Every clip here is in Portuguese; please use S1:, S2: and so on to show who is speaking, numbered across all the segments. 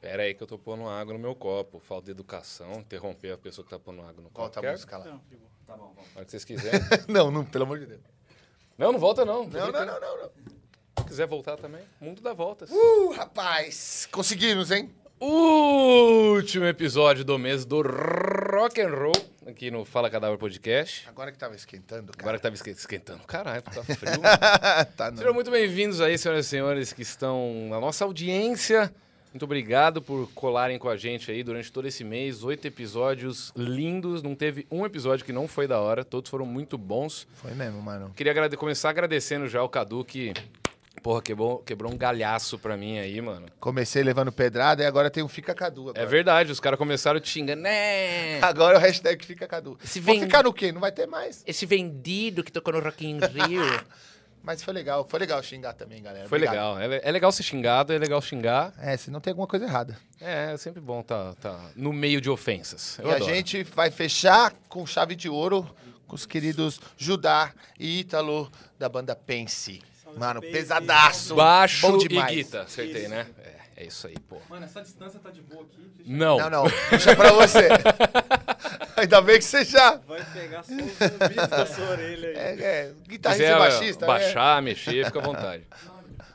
S1: Pera aí que eu tô pondo água no meu copo. Falta de educação, interromper a pessoa que tá pondo água no
S2: Qual
S1: copo.
S2: tá a
S1: Quer?
S2: música lá?
S3: Não, pegou.
S4: Tá bom, vamos.
S1: Na hora que vocês quiserem.
S2: Não, não, pelo amor de Deus.
S1: não, não volta não.
S2: Não, não, não, não. não.
S1: Se quiser voltar também, mundo dá voltas.
S2: Uh, rapaz, conseguimos, hein?
S1: Último episódio do mês do Rock and Roll, aqui no Fala Cadáver Podcast.
S2: Agora que tava esquentando,
S1: Agora
S2: cara.
S1: que tava esque- esquentando, caralho, tá frio. mano.
S2: tá, não.
S1: Sejam muito bem-vindos aí, senhoras e senhores, que estão na nossa audiência. Muito obrigado por colarem com a gente aí durante todo esse mês. Oito episódios lindos. Não teve um episódio que não foi da hora. Todos foram muito bons.
S2: Foi mesmo, mano.
S1: Queria agrade- começar agradecendo já o Cadu que, porra, quebrou, quebrou um galhaço pra mim aí, mano.
S2: Comecei levando pedrada e agora tem um Fica Cadu. Agora.
S1: É verdade, os caras começaram te xingando. Né?
S2: Agora o hashtag Fica Cadu.
S1: Esse
S2: Vou
S1: vem-
S2: ficar no quê? Não vai ter mais.
S1: Esse vendido que tocou no Rock in Rio.
S2: Mas foi legal. Foi legal xingar também, galera.
S1: Foi
S2: Obrigado.
S1: legal. É, le- é legal ser xingado, é legal xingar.
S2: É, se não tem alguma coisa errada.
S1: É, é sempre bom tá, tá no meio de ofensas. Eu
S2: e
S1: adoro.
S2: a gente vai fechar com chave de ouro com os queridos Judá e Ítalo da banda Pense.
S3: Salve,
S2: Mano,
S3: Pense.
S2: pesadaço.
S1: Baixo
S2: bom
S1: e
S2: demais.
S1: guita. Acertei,
S3: Isso.
S1: né? É, é isso aí, pô.
S4: Mano, essa distância tá de boa aqui. Deixa eu-
S1: Não.
S2: Não, não. Deixa pra você. Ainda bem que você já...
S3: Vai pegar só os ouvidos da sua orelha aí.
S2: É, é
S1: Se
S2: guitarrista
S1: quiser
S2: e baixista, né?
S1: baixar, mexer, fica à vontade.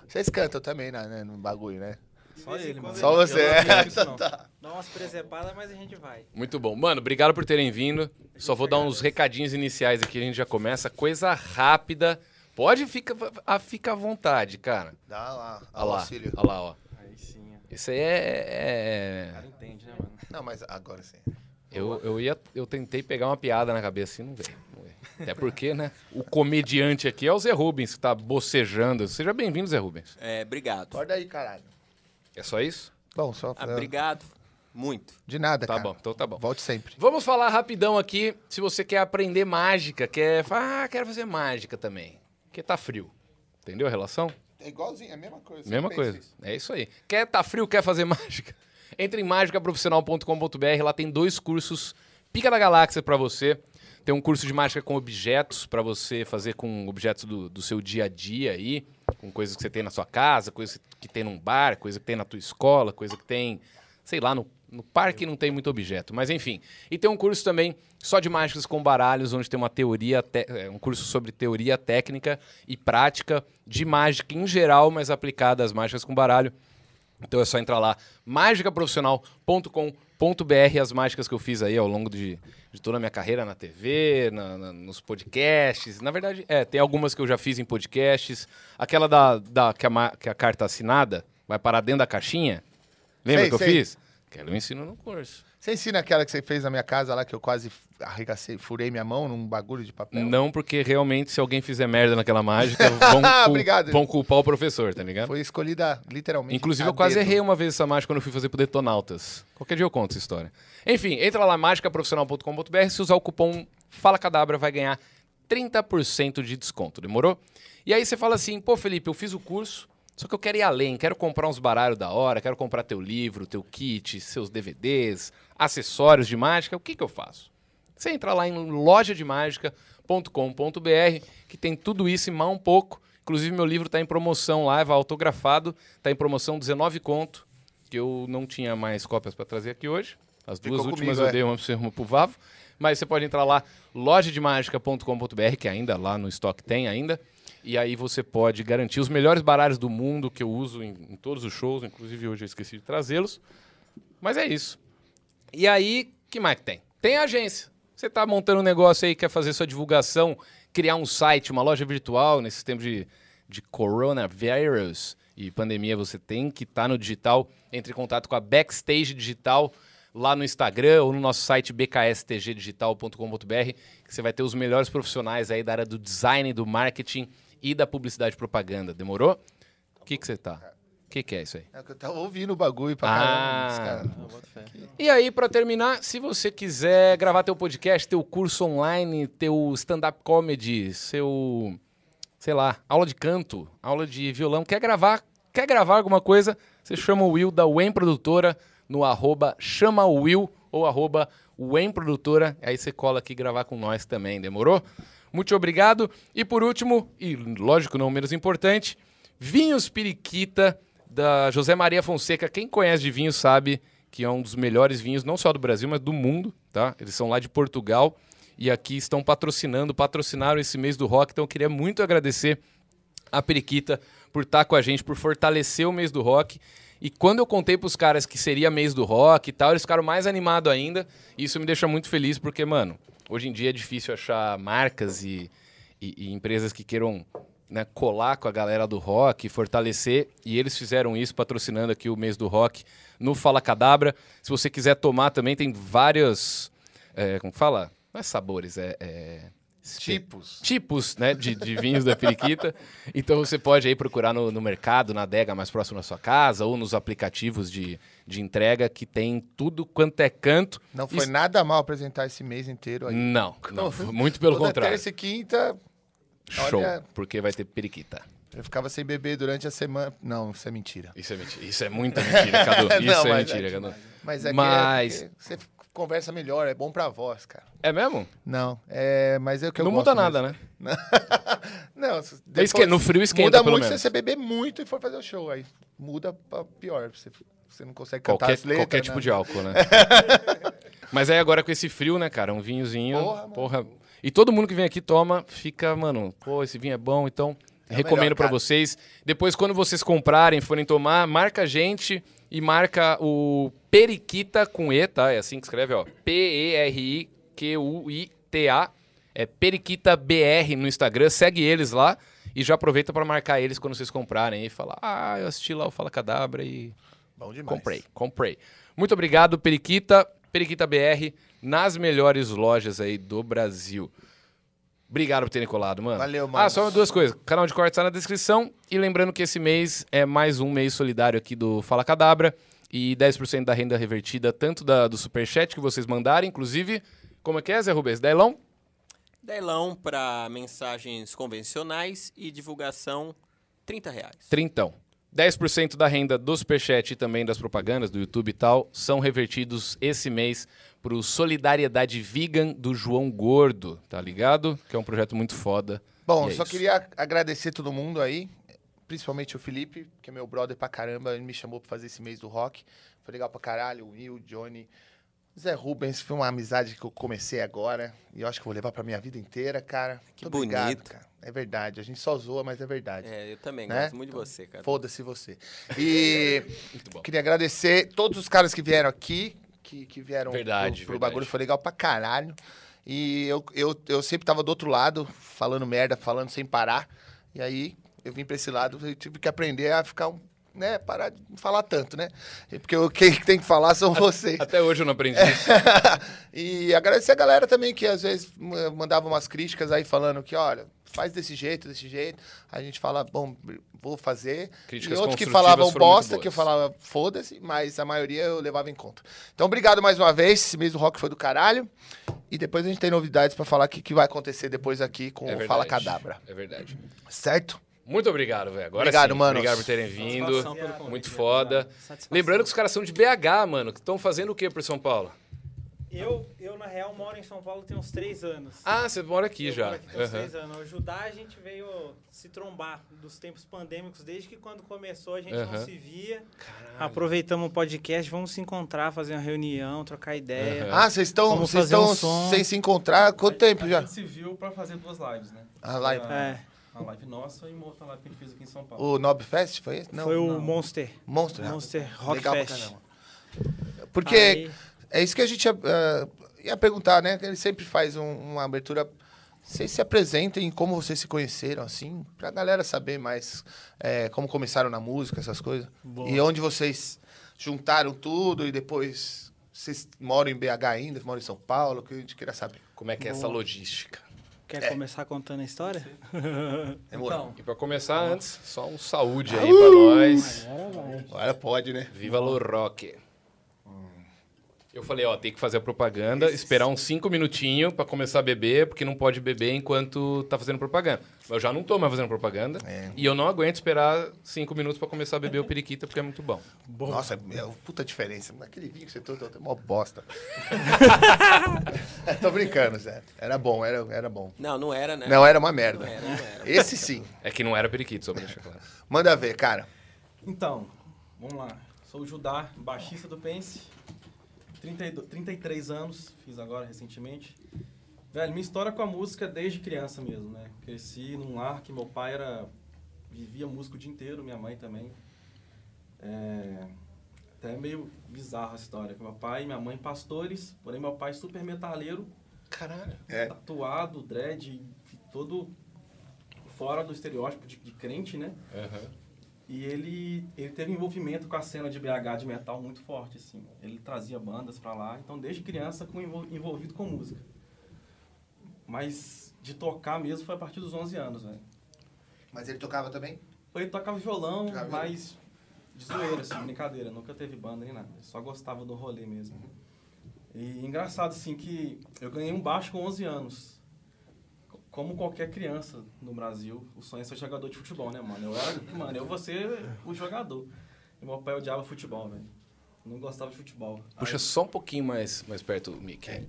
S2: Vocês cantam também na- né, no bagulho, né?
S3: De
S4: Só
S3: vez em assim,
S4: ele,
S3: quando
S4: mano.
S2: Só
S3: a gente-
S2: você,
S3: eu não
S2: é.
S3: tenho isso, não. Dá umas presepadas, mas a gente vai.
S1: Muito bom. Mano, obrigado por terem vindo. Só vou dar uns recadinhos iniciais aqui, a gente já começa. Coisa rápida. Pode, fica, ah, fica à vontade, cara.
S2: Dá lá,
S1: Olha lá,
S2: auxílio.
S1: olha lá, ó.
S4: Aí sim, ó.
S1: Isso aí é-
S4: o
S1: é...
S4: cara entende, né, mano?
S2: Não, mas agora sim.
S1: Eu, eu, ia, eu tentei pegar uma piada na cabeça e não veio. não veio. Até porque, né? O comediante aqui é o Zé Rubens, que tá bocejando. Seja bem-vindo, Zé Rubens.
S5: É, obrigado.
S2: Acorda aí, caralho.
S1: É só isso?
S2: Bom, só...
S5: Ah, obrigado. Muito.
S2: De nada,
S1: Tá
S2: É, cara.
S1: bom, então tá bom.
S2: Volte sempre.
S1: Vamos falar rapidão aqui. Se você quer aprender mágica, quer. fa- Ah, quero fazer mágica também. Porque tá frio. Entendeu a relação?
S2: É igualzinho, é a mesma coisa.
S1: Mesma coisa. É isso aí. Quer tá frio, quer fazer mágica? Entre em mágicaprofissional.com.br, lá tem dois cursos pica da galáxia pra você. Tem um curso de mágica com objetos pra você fazer com objetos do, do seu dia a dia aí, com coisas que você tem na sua casa, coisas que tem num bar, coisa que tem na tua escola, coisa que tem, sei lá, no, no parque não tem muito objeto, mas enfim. E tem um curso também só de mágicas com baralhos, onde tem uma teoria, te- é, um curso sobre teoria técnica e prática de mágica em geral, mas aplicada às mágicas com baralho. Então é só entrar lá, mágicaprofissional.com.br, as mágicas que eu fiz aí ao longo de, de toda a minha carreira na TV, na- na- nos podcasts. Na verdade, é, tem algumas que eu já fiz em podcasts. Aquela da, da que, a, ma- que a carta assinada vai parar dentro da caixinha. Lembra
S2: Sei,
S1: que eu
S2: sei.
S1: fiz? Quero eu ensino no curso.
S2: Você ensina aquela que você fez na minha casa lá, que eu quase arregacei, furei minha mão num bagulho de papel?
S1: Não, porque realmente, se alguém fizer merda naquela mágica, vão, cul-
S2: Obrigado.
S1: vão culpar o professor, tá ligado?
S2: Foi escolhida literalmente.
S1: Inclusive,
S2: a
S1: eu quase
S2: dedo.
S1: errei um- uma vez essa mágica quando eu fui fazer pro Detonautas. Qualquer dia eu conto essa história. Enfim, entra lá, mágicaprofissional.com.br. Se usar o cupom Fala Cadabra, vai ganhar 30% de desconto, demorou? E aí você fala assim, pô, Felipe, eu fiz o curso, só que eu quero ir além, quero comprar uns baralhos da hora, quero comprar teu livro, teu kit, seus DVDs, acessórios de mágica, o que, que eu faço? Você entra lá em lojademagica.com.br, que tem tudo isso e mais um pouco. Inclusive, meu livro está em promoção lá, vai autografado. Está em promoção 19 conto, que eu não tinha mais cópias para trazer aqui hoje. As duas
S2: Ficou
S1: últimas
S2: comigo, é.
S1: eu dei uma para você uma pro Vavo. Mas você pode entrar lá, lojademagica.com.br, que ainda lá no estoque tem ainda. E aí você pode garantir os melhores baralhos do mundo que eu uso em, em todos os shows. Inclusive, hoje eu esqueci de trazê-los. Mas é isso. E aí, que mais que tem? Tem agência. Você tá montando um negócio aí, quer fazer sua divulgação, criar um site, uma loja virtual nesse tempo de, de coronavírus e pandemia, você tem que estar no digital. Entre em contato com a Backstage Digital lá no Instagram ou no nosso site bkstgdigital.com.br, que você vai ter os melhores profissionais aí da área do design, do marketing e da publicidade e propaganda. Demorou? O que que você tá? O que que é isso aí?
S2: É que eu tava ouvindo o bagulho pra
S1: Ah.
S2: caramba.
S4: Não,
S2: Os
S4: bota fé.
S1: E aí, pra terminar, se você quiser gravar teu podcast, teu curso online, teu stand-up comedy, seu, sei lá, aula de canto, aula de violão, quer gravar, quer gravar alguma coisa, você chama o Will da Wen Produtora no arroba chama o Will ou arroba Wen Produtora, aí você cola aqui gravar com nós também, demorou? Muito obrigado. E por último, e lógico não menos importante, Vinhos Periquita, da José Maria Fonseca. Quem conhece de vinho sabe que é um dos melhores vinhos, não só do Brasil, mas do mundo, tá? Eles são lá de Portugal e aqui estão patrocinando, patrocinaram esse mês do rock. Então eu queria muito agradecer a Periquita por estar com a gente, por fortalecer o mês do rock. E quando eu contei pros caras que seria mês do rock e tal, eles ficaram mais animados ainda. E isso me deixa muito feliz, porque, mano, hoje em dia é difícil achar marcas e, e- e empresas que queiram né, colar com a galera do rock, fortalecer. E eles fizeram isso, patrocinando aqui o mês do rock no Fala Cadabra. Se você quiser tomar também, tem vários. é, como que fala? Não é sabores, é- é
S2: Tipos.
S1: tipos né, de, de vinhos da periquita. Então você pode aí procurar no, no mercado, na adega mais próxima da sua casa, ou nos aplicativos de, de entrega que tem tudo quanto é canto.
S2: Não foi
S1: Isso-
S2: nada mal apresentar esse mês inteiro aí. Então,
S1: Não, não, muito pelo
S2: Toda
S1: contrário.
S2: terça e quinta,
S1: Show,
S2: olha- é-
S1: porque vai ter periquita.
S2: eu ficava sem beber durante a semana. Não, isso é mentira.
S1: Isso é mentira. Isso é muita mentira, Cadu.
S2: Não,
S1: Isso é
S2: mas é
S1: mentira,
S2: que-
S1: Cadu.
S2: Mas é que-
S1: Mas-
S2: é porque você conversa melhor, é bom pra voz, cara.
S1: É mesmo?
S2: Não, é, mas é o que eu
S1: não
S2: gosto
S1: muda
S2: mesmo.
S1: nada, né?
S2: Não, se-
S1: É esque- no frio esquenta,
S2: Muda
S1: pelo
S2: muito se
S1: menos.
S2: você beber muito e for fazer o show. Aí muda pra pior. Você, você não consegue cantar
S1: Qualquer,
S2: as letras.
S1: qualquer tipo de álcool, né? Mas aí agora com esse frio, né, cara? Um vinhozinho.
S2: Porra, mano.
S1: E todo mundo que vem aqui toma, fica, mano, pô, esse vinho é bom, então
S2: É o
S1: recomendo
S2: melhor,
S1: pra
S2: cara.
S1: vocês. Depois, quando vocês comprarem, forem tomar, marca a gente e marca o Periquita com E, tá? É assim que escreve, ó. P-E-R-I-Q-U-I-T-A. É Periquita BR no Instagram. Segue eles lá e já aproveita pra marcar eles quando vocês comprarem e falar, ah, eu assisti lá o Fala Cadabra e
S2: Bom demais.
S1: Comprei, comprei. Muito obrigado, Periquita. Periquita BR, nas melhores lojas aí do Brasil. Obrigado por terem colado, mano.
S2: Valeu, mano.
S1: mano. Ah, só duas coisas. Canal de corte tá na descrição. E lembrando que esse mês é mais um mês solidário aqui do Fala Cadabra. E 10% da renda revertida, tanto da, do superchat que vocês mandarem, inclusive. Como é que é, Zé Rubens? Delão?
S5: Delão para mensagens convencionais e divulgação, 30 reais.
S1: Trintão. 10% da renda do Superchat e também das propagandas do YouTube e tal são revertidos esse mês pro Solidariedade Vegan do João Gordo, tá ligado? Que é um projeto muito foda.
S2: Bom,
S1: E é
S2: só
S1: isso.
S2: queria agradecer todo mundo aí, principalmente o Felipe, que é meu brother pra caramba, ele me chamou pra fazer esse mês do rock. Foi legal pra caralho, o Will, o Johnny, Zé Rubens, foi uma amizade que eu comecei agora e eu acho que eu vou levar pra minha vida inteira, cara.
S5: Que
S2: Muito obrigado,
S5: bonito.
S2: cara. É verdade, a gente só zoa, mas é verdade.
S5: É, eu também
S2: Né?
S5: gosto muito de você, cara.
S2: Foda-se você. E
S1: Muito bom.
S2: queria agradecer todos os caras que vieram aqui, que, que vieram
S1: Verdade,
S2: pro, pro
S1: verdade.
S2: bagulho, foi legal pra caralho. E eu, eu, eu sempre tava do outro lado, falando merda, falando sem parar. E aí eu vim pra esse lado e tive que aprender a ficar um. Né, parar de falar tanto, né? E Porque eu- quem tem que falar são vocês.
S1: Até hoje eu não aprendi
S2: É,
S1: isso.
S2: e agradecer a galera também que às vezes m- mandava umas críticas aí falando que, olha, faz desse jeito, desse jeito. A gente fala, bom, vou fazer.
S1: Críticas
S2: e outros que
S1: construtivas
S2: falavam
S1: foram muito
S2: bosta, que eu
S1: boas.
S2: falava, foda-se, mas a maioria eu levava em conta. Então, obrigado mais uma vez. Esse mês do rock foi do caralho. E depois a gente tem novidades pra falar o que, que vai acontecer depois aqui com
S1: É
S2: o
S1: verdade.
S2: Fala Cadabra.
S1: É verdade.
S2: Certo?
S1: Muito obrigado, velho. Agora
S2: Obrigado,
S1: sim.
S2: manos.
S1: Obrigado por terem vindo.
S5: Satisfação pelo convite.
S1: Muito foda.
S5: Satisfação.
S1: Lembrando que os caras são de BH, mano. Que estão fazendo o quê pro São Paulo?
S3: Eu, eu, na real, moro em São Paulo tem uns três anos.
S1: Ah, você mora aqui
S3: eu
S1: já.
S3: moro aqui tem uns
S1: Aham.
S3: três anos. O Judá, a gente veio se trombar dos tempos pandêmicos. Desde que quando começou, a gente
S1: Aham.
S3: não se via. Aproveitamos o podcast, vamos se encontrar, fazer uma reunião, trocar ideia.
S1: Aham. É.
S2: Ah, vocês estão
S3: Vamos
S2: vocês
S3: fazer um
S2: estão
S3: som.
S2: sem se encontrar? Quanto tempo
S4: A
S2: já?
S4: gente se viu pra fazer duas lives, né?
S2: A live.
S3: É,
S4: Uma live nossa e uma outra live que a gente fez aqui em São Paulo.
S2: O Nob Fest foi esse? Não.
S3: foi o
S4: não.
S3: Monster.
S2: Monster.
S3: Monster Rock
S2: Legal pra
S3: Fest.
S2: caramba. Porque
S3: Aí-
S2: é isso que a gente ia, ah, ia perguntar, né? Que Ele sempre faz um- uma abertura. Vocês se apresentem, como vocês se conheceram, assim, pra galera saber mais eh, como começaram na música, essas coisas. E onde vocês juntaram tudo e depois. Vocês moram em BH ainda, moram em São Paulo, que a gente queria saber.
S1: Como é que é essa logística?
S3: Quer começar contando a história?
S4: Então,
S1: E pra começar, antes, só um saúde aí pra nós.
S2: Agora pode, né?
S1: Viva Lo Rock. Hum. Eu falei, ó, tem que fazer a propaganda, esperar uns cinco minutinhos pra começar a beber, porque não pode beber enquanto tá fazendo propaganda. Mas Eu já não tô mais fazendo propaganda. E eu não aguento esperar cinco minutos pra começar a beber o periquita, porque é muito bom.
S2: Nossa, é uma puta diferença. Aquele vinho que você trouxe é mó bosta. Tô brincando, Zé. Era bom, era, era bom.
S5: Não, não era, né?
S2: Não, era uma merda.
S5: Não era, não era.
S2: Esse sim.
S1: É que não era periquito, só pra deixar claro.
S2: Manda ver, cara.
S4: então,
S6: Vamos lá. Sou o Judá, baixista do Pense. 32 33 anos, fiz agora recentemente. Velho, minha história com a música é desde criança mesmo, né? Cresci num lar que meu pai era vivia música o dia inteiro, minha mãe também. É, até meio bizarra a história. que Meu pai e minha mãe pastores, porém meu pai super metaleiro,
S1: Caralho.
S2: É.
S6: tatuado, dread, todo fora do estereótipo de, de crente, né? E ele, ele teve envolvimento com a cena de BH de metal muito forte, assim. Ele trazia bandas pra lá, então desde criança com, envol- envolvido com música. Mas de tocar mesmo foi a partir dos 11 anos, velho.
S2: Mas ele tocava também?
S6: Ele tocava violão,
S2: Tocava violão.
S6: mas de zoeira, assim, brincadeira. Nunca teve banda nem nada. Ele Só gostava do rolê mesmo. E engraçado, assim, que eu ganhei um baixo com 11 anos. Co- Como qualquer criança no Brasil, o sonho é ser jogador de futebol, né, mano? Eu era, mano, eu vou ser o jogador. E meu pai odiava futebol, velho. Não gostava de futebol.
S1: Puxa só um pouquinho mais, mais perto, Mick.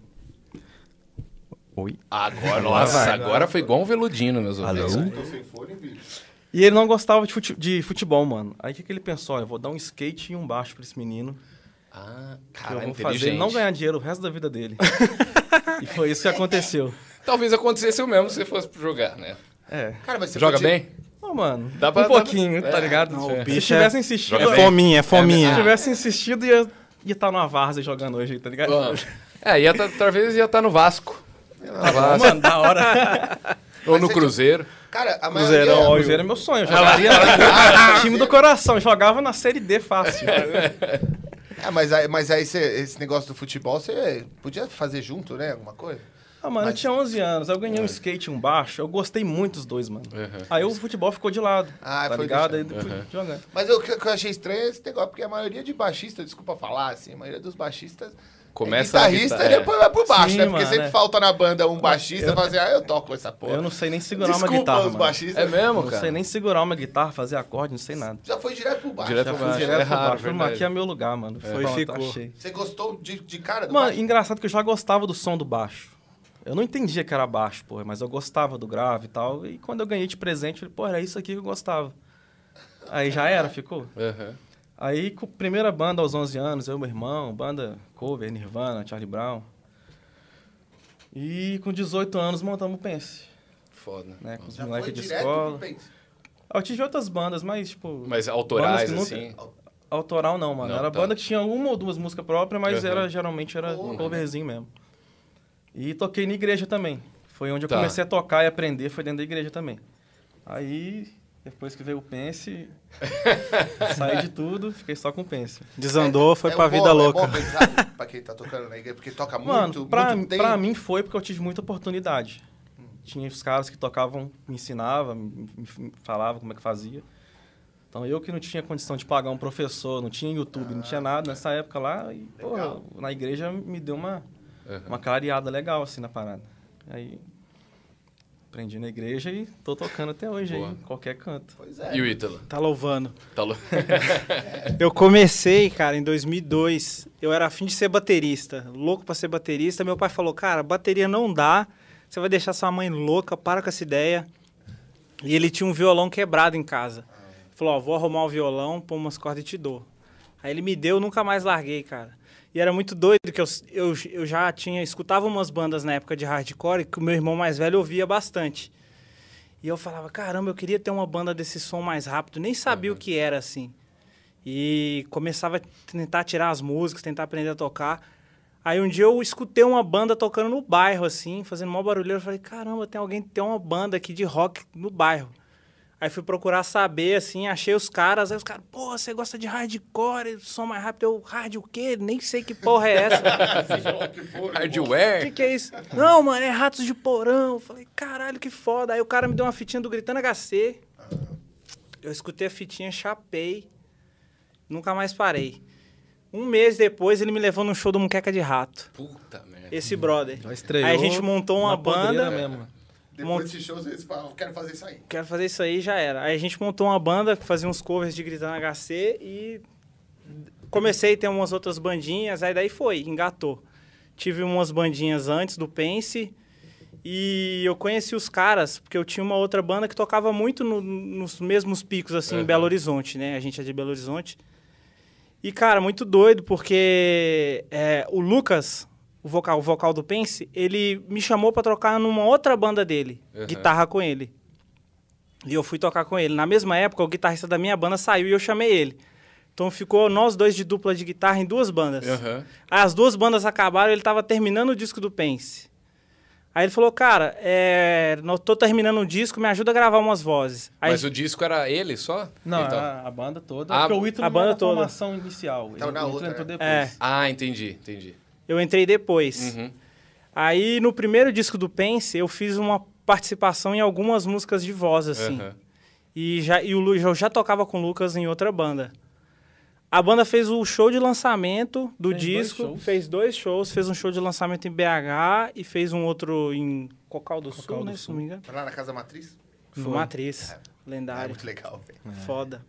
S7: Oi.
S1: Agora, nossa,
S7: vai.
S1: agora foi igual um veludino, meus
S7: Alô?
S1: ouvintes.
S2: Tô sem fone, bicho.
S6: E ele não gostava de, fute- de futebol, mano. Aí o que, que ele pensou? Olha, eu vou dar um skate e um baixo pra esse menino.
S1: Ah,
S6: que eu
S1: cara,
S6: vou fazer ele
S1: inteligente.
S6: não ganhar dinheiro o resto da vida dele. e foi isso que aconteceu.
S1: Talvez acontecesse o mesmo se você fosse jogar, né?
S6: É.
S2: Cara, mas você
S1: Joga
S2: podia-
S1: bem?
S6: Não, mano.
S1: Dá pra-
S6: um pouquinho,
S1: dá-
S6: tá
S1: é,
S6: ligado?
S1: não, o
S6: Se
S7: bicho
S6: tivesse
S7: é-
S6: insistido.
S7: É fominha, é
S6: Se
S7: fominha.
S6: tivesse insistido, ia ia estar numa várzea jogando hoje, tá ligado?
S1: Bom, É, ia tá, talvez ia estar no Vasco.
S6: Ah,
S1: No Vasco.
S6: Mano, da hora. é
S1: Ou no Cruzeiro.
S2: Cara, a
S6: Cruzeirão,
S2: maioria...
S6: ó, Cruzeiro é meu sonho. eu Jogaria time do coração, eu jogava na Série D fácil.
S2: É, mas aí, mas aí cê- esse negócio do futebol, você podia fazer junto, né? Alguma coisa?
S6: Ah, mano, eu tinha 11 anos, eu ganhei um skate e um baixo, eu gostei muito dos dois, mano. Aí o futebol ficou de lado,
S2: Ah,
S6: tá
S2: foi
S6: ligado? Aí
S2: deixando.
S6: fui jogando.
S2: Mas o que, o que eu achei estranho é esse negócio, porque a maioria de baixistas, desculpa falar, assim, a maioria dos baixistas
S1: Começa
S2: é
S1: a
S2: guitarrista
S1: guitarra,
S2: e depois vai pro baixo,
S6: Sim,
S2: né? Porque
S6: mano,
S2: sempre
S6: é.
S2: falta na banda um baixista e fazer, ah, eu toco essa porra.
S6: Eu não sei nem segurar
S2: Desculpa
S6: uma guitarra,
S2: os
S6: mano.
S2: baixistas.
S1: É mesmo,
S6: Não
S1: cara?
S6: sei nem segurar uma guitarra, fazer acorde, não sei nada.
S2: Já foi direto pro baixo.
S1: Direto
S2: Já
S1: pro
S2: foi
S1: baixo.
S6: Direto
S1: é
S6: pro
S1: raro,
S6: baixo. Falei,
S1: verdade.
S6: Aqui é meu lugar, mano. Foi,
S7: Pronto,
S6: ficou.
S7: achei.
S2: Você gostou de, de cara do
S6: Mano,
S2: baixo?
S6: engraçado que eu já gostava do som do baixo. Eu não entendia que era baixo, porra, mas eu gostava do grave e tal. E quando eu ganhei de presente, eu falei, pô, era isso aqui que eu gostava. Aí já era, ficou.
S1: Aham.
S6: Aí, com a primeira banda aos 11 anos, eu e meu irmão, banda cover, Nirvana, Charlie Brown. E com 18 anos montamos o Pense,
S1: Foda.
S6: né? Com os
S2: Já foi
S6: moleques de
S2: direto
S6: escola.
S2: pro Pense.
S6: Ah, Eu tive outras bandas, mas, tipo...
S1: Mas autorais,
S6: Bandas que
S1: assim.
S6: Autoral não, mano.
S1: Não,
S6: era
S1: tá.
S6: banda que tinha uma ou duas músicas próprias, mas
S1: Aham.
S6: era, geralmente era
S2: Porra.
S6: coverzinho mesmo. E toquei na igreja também. Foi onde eu
S1: Tá.
S6: comecei a tocar e aprender, foi dentro da igreja também. Aí, depois que veio o Pense, saí de tudo, fiquei só com o Pense.
S7: Desandou, foi
S2: É
S7: pra
S2: bom-
S7: vida louca.
S2: É bom pensar pra quem tá tocando na igreja, porque toca
S6: Mano,
S2: muito,
S6: pra,
S2: muito tempo.
S6: pra mim foi porque eu tive muita oportunidade. Tinha os caras que tocavam, me ensinavam, me, me- me falavam como é que fazia. Então eu que não tinha condição de pagar um professor, não tinha YouTube, não tinha nada nessa época lá. E, pô,
S2: Legal.
S6: na igreja me deu uma,
S1: Aham.
S6: uma clareada legal assim na parada. Aí aprendi na igreja e tô tocando até hoje aí,
S1: Boa.
S6: em qualquer canto.
S2: Pois é.
S1: assim. E o Ítalo?
S7: Tá louvando.
S1: Tá lou-
S7: Eu comecei, cara, em 2002. Eu era afim de ser baterista, louco pra ser baterista. Meu pai falou, cara, bateria não dá. Você vai deixar sua mãe louca, para com essa ideia. E ele tinha um violão quebrado em casa. Falou, ó, vou arrumar o violão, pôr umas cordas e te dou. Aí ele me deu, nunca mais larguei, cara. E era muito doido que eu, eu, eu já tinha, escutava umas bandas na época de hardcore que o meu irmão mais velho ouvia bastante. E eu falava, caramba, eu queria ter uma banda desse som mais rápido. Nem sabia o que era, assim. E começava a tentar tirar as músicas, tentar aprender a tocar. Aí um dia eu escutei uma banda tocando no bairro, assim, fazendo mó barulheiro. Eu falei, caramba, tem alguém, tem uma banda aqui de rock no bairro. Aí fui procurar saber, assim, achei os caras. Aí os caras, pô, você gosta de hardcore, som mais rápido. Eu, hard o quê? Nem sei que porra é essa. O que,
S1: Hardware?
S7: que é isso? Não, mano, é ratos de porão. Eu falei, caralho, que foda. Aí o cara me deu uma fitinha do Gritando HC. Eu escutei a fitinha, chapei. Nunca mais parei. Um mês depois, ele me levou num show do Muqueca de Rato.
S1: Puta merda.
S7: Esse brother.
S6: Já estreou
S7: Aí a gente montou uma
S6: na podreira
S7: banda.
S6: mesmo.
S2: Depois desse show, vocês falam, quero fazer isso aí.
S7: Quero fazer isso aí já era. Aí a gente montou uma banda que fazia uns covers de Gritando HC e comecei a ter umas outras bandinhas, aí daí foi, engatou. Tive umas bandinhas antes do Pense e eu conheci os caras, porque eu tinha uma outra banda que tocava muito no- nos mesmos picos, assim, em Belo Horizonte, né? A gente é de Belo Horizonte. E, cara, muito doido, porque é, o Lucas, o vocal, o vocal do Pense, ele me chamou pra trocar numa outra banda dele,
S1: Uhum.
S7: guitarra com ele. E eu fui tocar com ele. Na mesma época, o guitarrista da minha banda saiu e eu chamei ele. Então ficou nós dois de dupla de guitarra em duas bandas.
S1: Aham.
S7: Aí as duas bandas acabaram, ele tava terminando o disco do Pense. Aí ele falou, cara, é, não tô terminando um disco, me ajuda a gravar umas vozes. Aí
S1: Mas o disco era ele só?
S6: Não,
S1: Então-
S6: a, a banda toda.
S1: A-
S6: porque o Ítalo
S7: a banda
S6: não era
S7: toda.
S6: formação inicial.
S2: Tava
S6: ele
S2: na
S6: entrou-
S2: outra,
S6: entrou
S2: né?
S6: depois.
S1: Ah, entendi, entendi.
S7: eu entrei depois.
S1: Uhum.
S7: Aí no primeiro disco do Pense, eu fiz uma participação em algumas músicas de voz, assim.
S1: Aham.
S7: E, já, e o Lu, eu já tocava com o Lucas em outra banda. A banda fez o show de lançamento do
S6: Fez dois
S7: disco,
S6: shows.
S7: fez dois shows, fez um show de lançamento em BH e fez um outro em Cocal do Sul,
S6: do
S7: né, se não me engano.
S2: Lá na Casa Matriz?
S7: Foi uma atriz
S2: É
S7: lendária.
S2: muito legal, velho.
S7: Foda.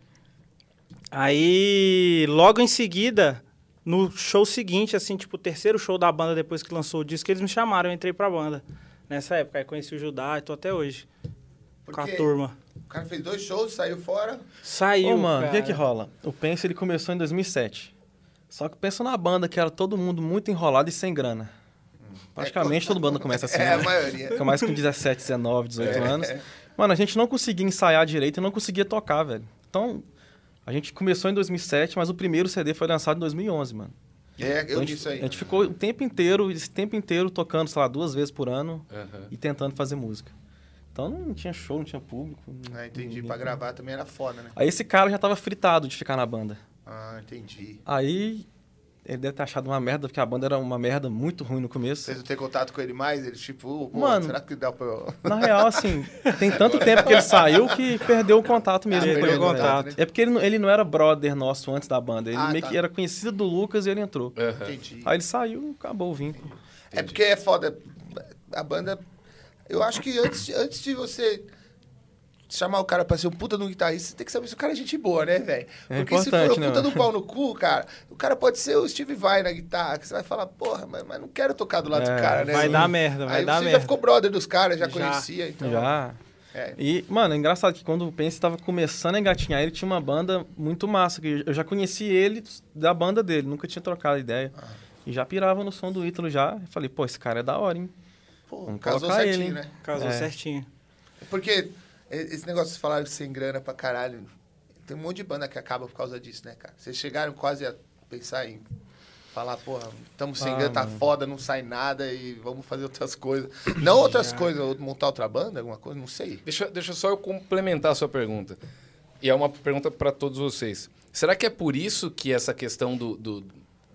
S7: Aí, logo em seguida, no show seguinte, assim, tipo, o terceiro show da banda depois que lançou o disco, eles me chamaram, eu entrei pra banda. Nessa época, aí conheci o Judá e tô até hoje.
S2: Por
S7: com a
S2: quê?
S7: turma.
S2: O cara fez dois shows, saiu fora.
S7: Saiu.
S6: Ô, mano, o que é que
S7: cara.
S6: rola? O Pense, ele começou em 2007. Só que pensa na banda, que era todo mundo muito enrolado e sem grana. Praticamente toda banda começa assim,
S2: é,
S6: né?
S2: a maioria. É.
S6: Fica mais com 17, 19, 18 anos. Mano, a gente não conseguia ensaiar direito e não conseguia tocar, velho. Então, a gente começou em 2007, mas o primeiro CD foi lançado em 2011, mano.
S2: É,
S6: Então,
S2: eu
S6: a gente-
S2: disse aí.
S6: A gente ficou o tempo inteiro, esse tempo inteiro tocando, sei lá, duas vezes por ano
S1: Aham.
S6: e tentando fazer música. Então não tinha show, não tinha público. não-
S2: Ah, entendi.
S6: ninguém-
S2: Pra gravar também era foda, né?
S6: Aí esse cara já tava fritado de ficar na banda.
S2: Ah, entendi.
S6: Aí ele deve ter achado uma merda, porque a banda era uma merda muito ruim no começo.
S2: Vocês não têm contato com ele mais? Ele, tipo, ô, pô,
S6: Mano.
S2: será que dá pra eu...
S6: Na real, assim, tem tanto tempo que ele saiu que perdeu o contato mesmo.
S7: Ah,
S6: com
S7: perdeu
S6: ele,
S7: o
S6: né?
S7: contato,
S2: né?
S6: É porque ele, não- ele não era brother nosso antes da banda. Ele
S2: Ah,
S6: meio
S2: tá. É.
S6: que era conhecido do Lucas e ele entrou.
S1: Aham.
S2: Entendi.
S6: Aí ele saiu, acabou o vínculo.
S2: É porque é foda. A banda. Eu acho que antes, de- antes de você chamar o cara pra ser um puta de um guitarrista, você tem que saber se o cara é gente boa, né, velho?
S6: É
S2: Porque se for
S6: importante,
S2: um puta
S6: né,
S2: de um pau no cu, cara, o cara pode ser o Steve Vai na guitarra, que você vai falar, porra, mas, mas não quero tocar do lado
S6: É,
S2: do cara, né?
S7: Vai
S2: mano?
S7: dar merda, vai
S2: Aí
S7: dar
S2: você
S7: merda.
S2: já ficou brother dos caras, já,
S7: Já.
S2: conhecia, então.
S6: Já.
S2: É.
S6: E, mano, é engraçado que quando o Pense tava começando a engatinhar, ele tinha uma banda muito massa. Que eu já conheci ele da banda dele, nunca tinha trocado ideia. E já pirava no som do Ítalo já. E falei, pô, esse cara é da hora, hein?
S2: Pô,
S6: Vamos
S2: casou
S6: colocar
S2: certinho,
S6: ele,
S2: né?
S6: hein?
S7: Casou
S6: É.
S7: certinho.
S2: Porque esse negócio de falar sem grana pra caralho, tem um monte de banda que acaba por causa disso, né, cara? Vocês chegaram quase a pensar em falar, porra, estamos sem
S6: Ah,
S2: grana, tá foda, não sai nada e vamos fazer outras coisas. Não outras coisas, ou montar outra banda, alguma coisa, não sei.
S1: Deixa, deixa só eu complementar a sua pergunta. E é uma pergunta para todos vocês. Será que é por isso que essa questão do, do-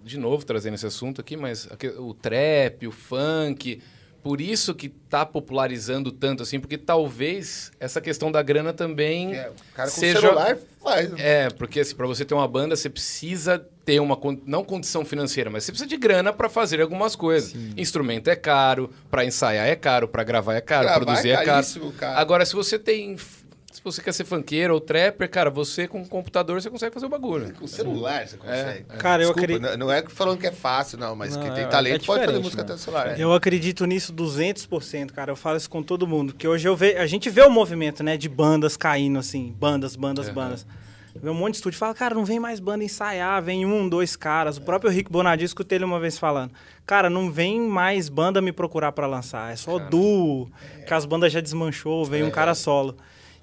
S1: De novo, trazendo esse assunto aqui, mas aque- o trap, o funk, por isso que tá popularizando tanto assim? Porque talvez essa questão da grana
S6: Hum.
S1: também.
S2: É, o cara com
S1: Seja-
S2: o celular faz.
S1: É, porque assim, para você ter uma banda, você precisa ter uma con- não condição financeira, mas você precisa de grana para fazer algumas coisas. Instrumento é caro, para ensaiar é caro, para gravar é caro,
S2: Gravar
S1: produzir
S2: é
S1: é caro.
S2: caríssimo, cara.
S1: Agora, se você tem, f- se você quer ser funkeiro ou trapper, cara, você com um computador você consegue fazer o bagulho.
S2: Com o celular
S6: É.
S2: você consegue.
S7: Cara, eu
S2: Desculpa,
S7: acredito.
S2: não- Não é falando que é fácil, não, mas
S6: Não,
S2: quem
S6: é-
S2: tem
S6: é
S2: talento pode fazer
S6: diferente,
S2: música
S6: né?
S2: até o celular. né?
S7: Eu acredito nisso 200%, cara. Eu falo isso com todo mundo. Porque hoje eu vejo, a gente vê o movimento, né? De bandas caindo, assim. Bandas, bandas, bandas. Vê um monte de estúdio fala, cara, não vem mais banda ensaiar, vem um, dois caras. O próprio Rick Bonadio, escutei ele uma vez falando. Cara, não vem mais banda me procurar pra lançar. É só duo, que as bandas já desmanchou, vem um cara solo.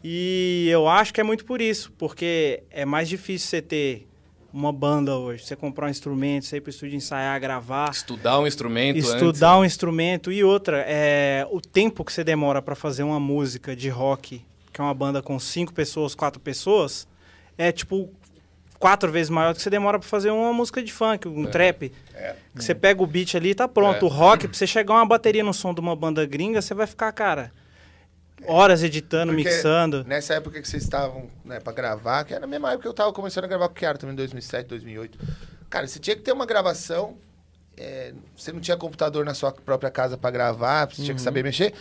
S7: E eu acho que é muito por isso, porque é mais difícil você ter uma banda hoje. Você comprar um instrumento, você ir pro estúdio ensaiar, gravar.
S1: Estudar um instrumento antes.
S7: Estudar um instrumento e outra, é o tempo que você demora pra fazer uma música de rock, que é uma banda com cinco pessoas, quatro pessoas, é tipo quatro vezes maior do que você demora pra fazer uma música de funk,
S2: É.
S7: um trap. Que você pega o beat ali e tá
S1: É.
S7: pronto. O rock, pra você chegar uma bateria no som de uma banda gringa, você vai ficar, cara, horas editando,
S2: Porque né,
S7: mixando.
S2: Nessa época que vocês estavam, né, pra gravar, que era na mesma época que eu tava começando a gravar com o Kiara também, em 2007, 2008. Cara, você tinha que ter uma gravação, é, você não tinha computador na sua própria casa pra gravar, você tinha que saber mexer.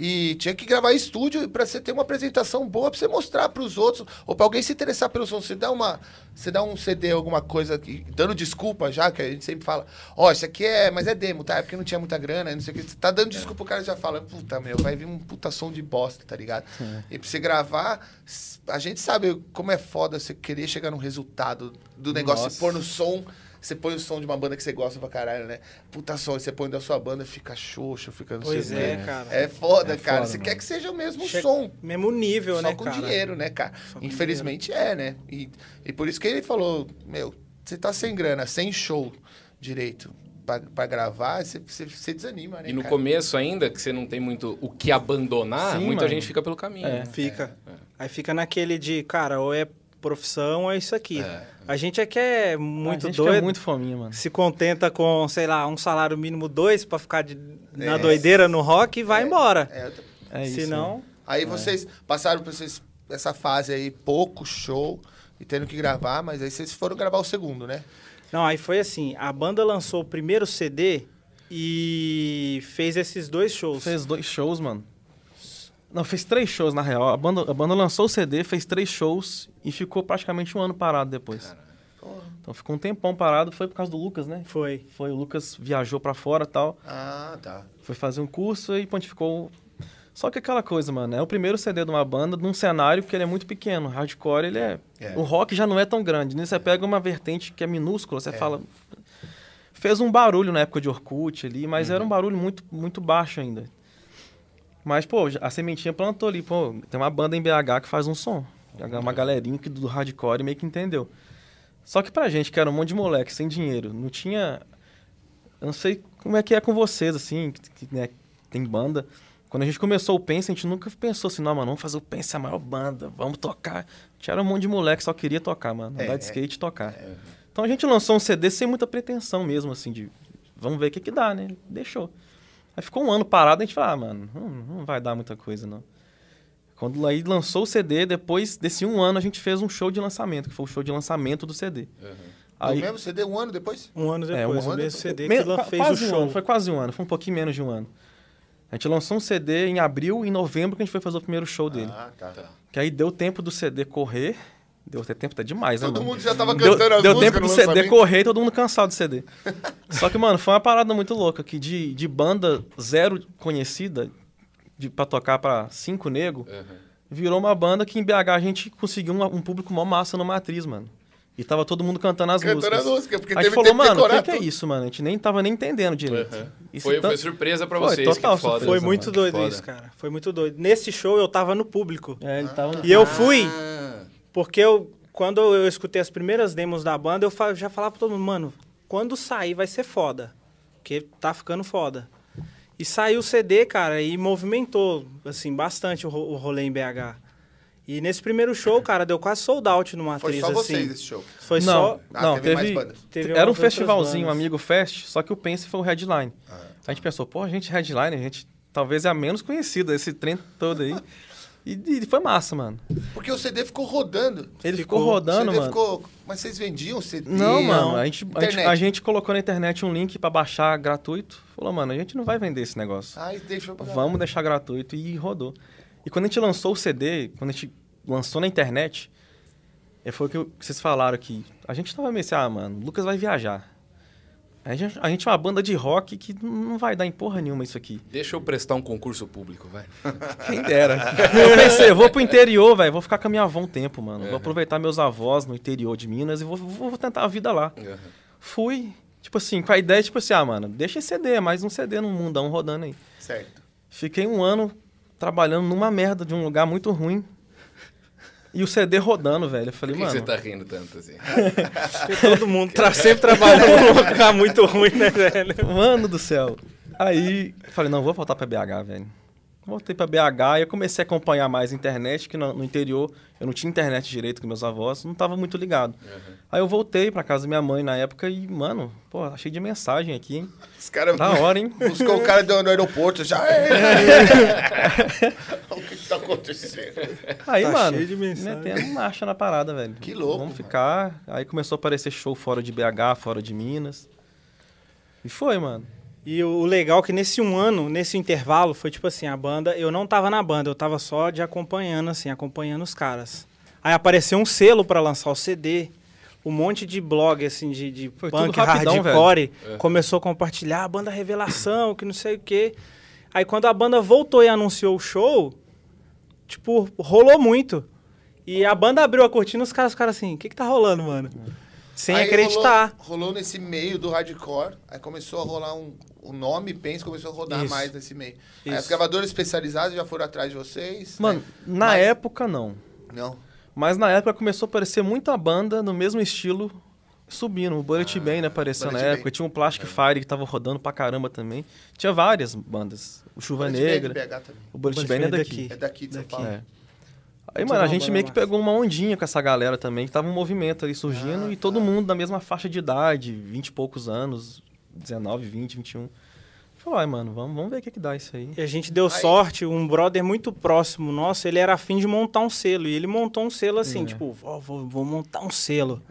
S2: E tinha que gravar em estúdio pra você ter uma apresentação boa, pra você mostrar pros outros, ou pra alguém se interessar pelo som. Você dá, uma, você dá um CD, alguma coisa, que- dando desculpa já, que a gente sempre fala, ó, isso aqui é, mas é demo, tá? É porque não tinha muita grana, não sei o que. Você tá dando desculpa, o cara já fala, puta, meu, vai vir um puta som de bosta, tá ligado?
S1: É.
S2: E pra você gravar, s- a gente sabe como é foda você querer chegar num resultado do negócio e
S7: Nossa.
S2: pôr no som... Você põe o som de uma banda que você gosta pra caralho, né? Puta som, e você põe da sua banda, fica xoxo, fica não
S7: Pois
S2: sei o quê.
S7: é, cara.
S2: É foda,
S1: É
S2: cara.
S1: foda,
S2: Você
S1: mano.
S2: quer que seja o mesmo
S7: Chega-
S2: som.
S7: Mesmo nível,
S2: Só
S7: né,
S2: com
S7: cara?
S2: dinheiro, né, cara?
S7: Só com
S2: Infelizmente é, né? E, e por isso que ele falou, meu, você tá sem grana, sem show direito pra, pra gravar, você, você, você desanima, né,
S1: E no
S2: cara?
S1: começo ainda, que você não tem muito o que abandonar,
S6: Sim,
S1: muita
S6: mano.
S1: gente fica pelo caminho.
S6: É.
S1: né?
S7: Fica. Aí fica naquele de, cara, ou é profissão ou é isso aqui. A gente é que é muito
S6: a gente
S7: doido.
S6: É muito fominha, mano.
S7: Se contenta com, sei lá, um salário mínimo dois pra ficar de- na
S2: É.
S7: doideira no rock e vai embora.
S2: É, eu tô-
S6: É isso.
S7: Se não,
S2: aí vocês passaram por vocês, essa fase aí, pouco show e tendo que gravar, mas aí vocês foram gravar o segundo, né?
S7: Não, aí foi assim, a banda lançou o primeiro CD e fez esses dois shows.
S6: Fez dois shows, mano. Não, fez três shows, na real. A banda, a banda lançou o CD, fez três shows e ficou praticamente um ano parado depois. Então ficou um tempão parado, foi por causa do Lucas, né?
S7: Foi.
S6: Foi, o Lucas viajou pra fora e tal,
S2: Ah, tá.
S6: foi fazer um curso e pontificou. Só que aquela coisa, mano, é o primeiro CD de uma banda num cenário que ele é muito pequeno. Hardcore, ele é.
S2: É.
S6: O rock já não é tão grande. Né? Você pega uma vertente que é minúscula, você fala. Fez um barulho na época de Orkut ali, mas era um barulho muito, muito baixo ainda. Mas, pô, já- a sementinha plantou ali. Pô, tem uma banda em BH que faz um som. Uma galerinha que do hardcore meio que entendeu. Só que pra gente, que era um monte de moleque sem dinheiro, não tinha. Eu não sei como é que é com vocês, assim, que, que, né, tem banda. Quando a gente começou o Pense, a gente nunca pensou assim, não, mano, vamos fazer o Pense a maior banda, vamos tocar. Tinha um monte de moleque que só queria tocar, mano.
S2: É,
S6: Andar de
S2: é.
S6: skate e tocar. Então a gente lançou um CD sem muita pretensão mesmo, assim, de vamos ver o que, que dá, né? Deixou. Aí ficou um ano parado, a gente falou, ah, mano, não, não vai dar muita coisa, não. Quando aí lançou o CD, depois desse um ano a gente fez um show de lançamento, que foi o show de lançamento do CD.
S2: Uhum. O mesmo CD um ano depois?
S7: Um ano depois,
S6: É, um
S7: o
S6: ano
S7: mesmo
S2: depois.
S7: CD
S6: Me-
S7: que ela
S6: qua-
S7: fez o
S6: quase um
S7: show.
S6: ano, foi quase um ano, foi um pouquinho menos de um ano. A gente lançou um CD em abril e em novembro que a gente foi fazer o primeiro show dele.
S2: Ah, tá.
S6: Que aí deu tempo do CD correr. Deu até tempo, tá demais, né,
S2: Todo
S6: mano?
S2: mundo já tava
S6: Deu,
S2: cantando as
S6: deu
S2: músicas
S6: tempo do
S2: no
S6: CD
S2: lançamento.
S6: correr e todo mundo cansado do CD. Só que, mano, foi uma parada muito louca que de, de banda zero conhecida, de, pra tocar pra cinco nego, virou uma banda que em BH a gente conseguiu um, um público mó massa numa matriz, mano. E tava todo mundo cantando as
S2: Cantando
S6: músicas.
S2: a música, porque
S6: a
S2: teve
S6: gente
S2: tempo
S6: falou,
S2: de
S6: mano, o
S2: decorar
S6: que, que é
S2: tudo."
S6: isso, mano? A gente nem tava nem entendendo direito. Isso
S1: Uhum. Foi,
S6: então-
S1: foi surpresa pra
S6: Foi,
S1: vocês.
S6: total
S1: que foda,
S6: surpresa,
S7: Foi
S1: né,
S7: muito
S1: mano?
S7: doido
S1: Que foda.
S7: isso, cara. Foi muito doido. Nesse show eu tava no público.
S6: É, ele tava...
S7: E eu fui,
S1: Ah,
S7: porque eu, quando eu escutei as primeiras demos da banda, eu fa- já falava pra todo mundo, mano, quando sair vai ser foda. Porque tá ficando foda. E saiu o CD, cara, e movimentou, assim, bastante o, ro- o rolê em BH. E nesse primeiro show, cara, deu quase sold out numa
S2: Foi
S7: atriz,
S2: só vocês
S7: assim.
S2: esse show.
S7: Foi
S6: não,
S7: só...
S2: Ah,
S6: não,
S2: teve mais
S6: teve,
S2: bandas.
S7: Teve
S6: era um
S7: outras
S6: festivalzinho, um
S7: bandas.
S6: amigo fest, só que o Pense foi o headline.
S2: Ah, tá.
S6: A gente pensou, pô, a gente headline, a gente talvez é a menos conhecida esse trem todo aí. E, e foi massa, mano.
S2: Porque o CD ficou rodando.
S6: Ele ficou, rodando,
S2: CD
S6: mano.
S2: ficou. Mas vocês vendiam CD?
S6: Não, mano, a gente, a, gente,
S2: Internet.
S6: a gente colocou na internet um link pra baixar gratuito. Falou, mano, a gente não vai vender esse negócio.
S2: Ai, deixa eu pagar.
S6: Vamos deixar gratuito. E rodou. E quando a gente lançou o CD, quando a gente lançou na internet, é, foi o que, eu- que vocês falaram aqui. A gente tava meio assim, ah, mano, o Lucas vai viajar. A gente, a gente é uma banda de rock que não vai dar em porra nenhuma isso aqui.
S1: Deixa eu prestar um concurso público, vai. Uhum.
S6: Quem dera. eu pensei, eu vou pro interior, velho, vou ficar com a minha avó um tempo, mano. Vou aproveitar meus avós no interior de Minas e vou, vou vou tentar a vida lá. Fui, tipo assim, com a ideia, tipo assim, ah, mano, deixa esse CD, mais um CD no mundão rodando aí.
S2: Certo.
S6: Fiquei um ano trabalhando numa merda de um lugar muito ruim. E o CD rodando, velho. Eu
S1: Por
S6: falei,
S1: que que você
S6: mano.
S1: tá rindo tanto assim?
S7: Porque todo mundo tá sempre trabalhando num lugar muito ruim, né, velho?
S6: Mano do céu. Aí, eu falei, não, vou voltar pra BH, velho. Voltei pra BH e eu comecei a acompanhar mais a internet, que no, no interior eu não tinha internet direito com meus avós, não tava muito ligado.
S1: Uhum.
S6: Aí eu voltei pra casa da minha mãe na época e, mano, pô, achei de mensagem aqui, hein?
S2: Os caras
S6: Da hora, hein?
S2: buscou o cara do, no aeroporto já. "Ei, o que, que tá acontecendo?
S6: Aí,
S7: Tá
S6: mano,
S7: cheio de mensagem.
S6: metendo marcha na parada, velho.
S2: Que louco,
S6: Vamos
S2: mano.
S6: ficar. Aí começou a aparecer show fora de BH, fora de Minas. E foi, mano.
S7: E o o legal é que nesse um ano, nesse intervalo, foi tipo assim, a banda, eu não tava na banda, eu tava só de acompanhando, assim, acompanhando os caras. Aí apareceu um selo pra lançar o CD, um monte de blog, assim, de, de
S6: Foi
S7: punk,
S6: tudo rapidão, É.
S7: hardcore, começou a compartilhar, a banda revelação, que não sei o quê. Aí quando a banda voltou e anunciou o show, tipo, rolou muito. E a banda abriu a cortina, os caras ficaram assim, o que que tá rolando, mano? Sem
S2: Aí
S7: acreditar.
S2: Rolou, rolou nesse meio do hardcore, aí começou a rolar um. O nome Pense começou a rodar
S7: Isso.
S2: mais nesse meio. Aí
S7: Isso.
S2: as gravadoras especializadas já foram atrás de vocês.
S6: Mano,
S2: né?
S6: na
S2: Mas-
S6: época não.
S2: Não.
S6: Mas na época começou a aparecer muita banda no mesmo estilo subindo. O Bullet Bane apareceu
S2: Ah, Bullet É.
S6: na época.
S2: Bane.
S6: Tinha o Plastic Fire que tava rodando pra caramba também. Tinha várias bandas. O Chuva
S2: Bullet Band é
S6: Negra.
S2: BH também.
S6: O Bullet, Bane é
S7: Bane é
S6: daqui.
S2: É daqui de São Paulo.
S6: É. Aí,
S7: Tudo
S6: mano, a
S7: uma
S2: né,
S6: gente
S7: banda
S6: meio que
S7: massa.
S6: pegou uma ondinha com essa galera também, que tava um movimento ali surgindo,
S2: Ah,
S6: e todo
S2: tá.
S6: mundo na mesma faixa de idade, 20 e poucos anos, 19, 20, 21. Falei, ai, mano, vamos, vamos ver o que, que dá isso aí.
S7: E a gente deu
S2: Aí-
S7: sorte, um brother muito próximo nosso, ele era afim de montar um selo. E ele montou um selo assim, tipo, "Ó, vou, vou montar um selo.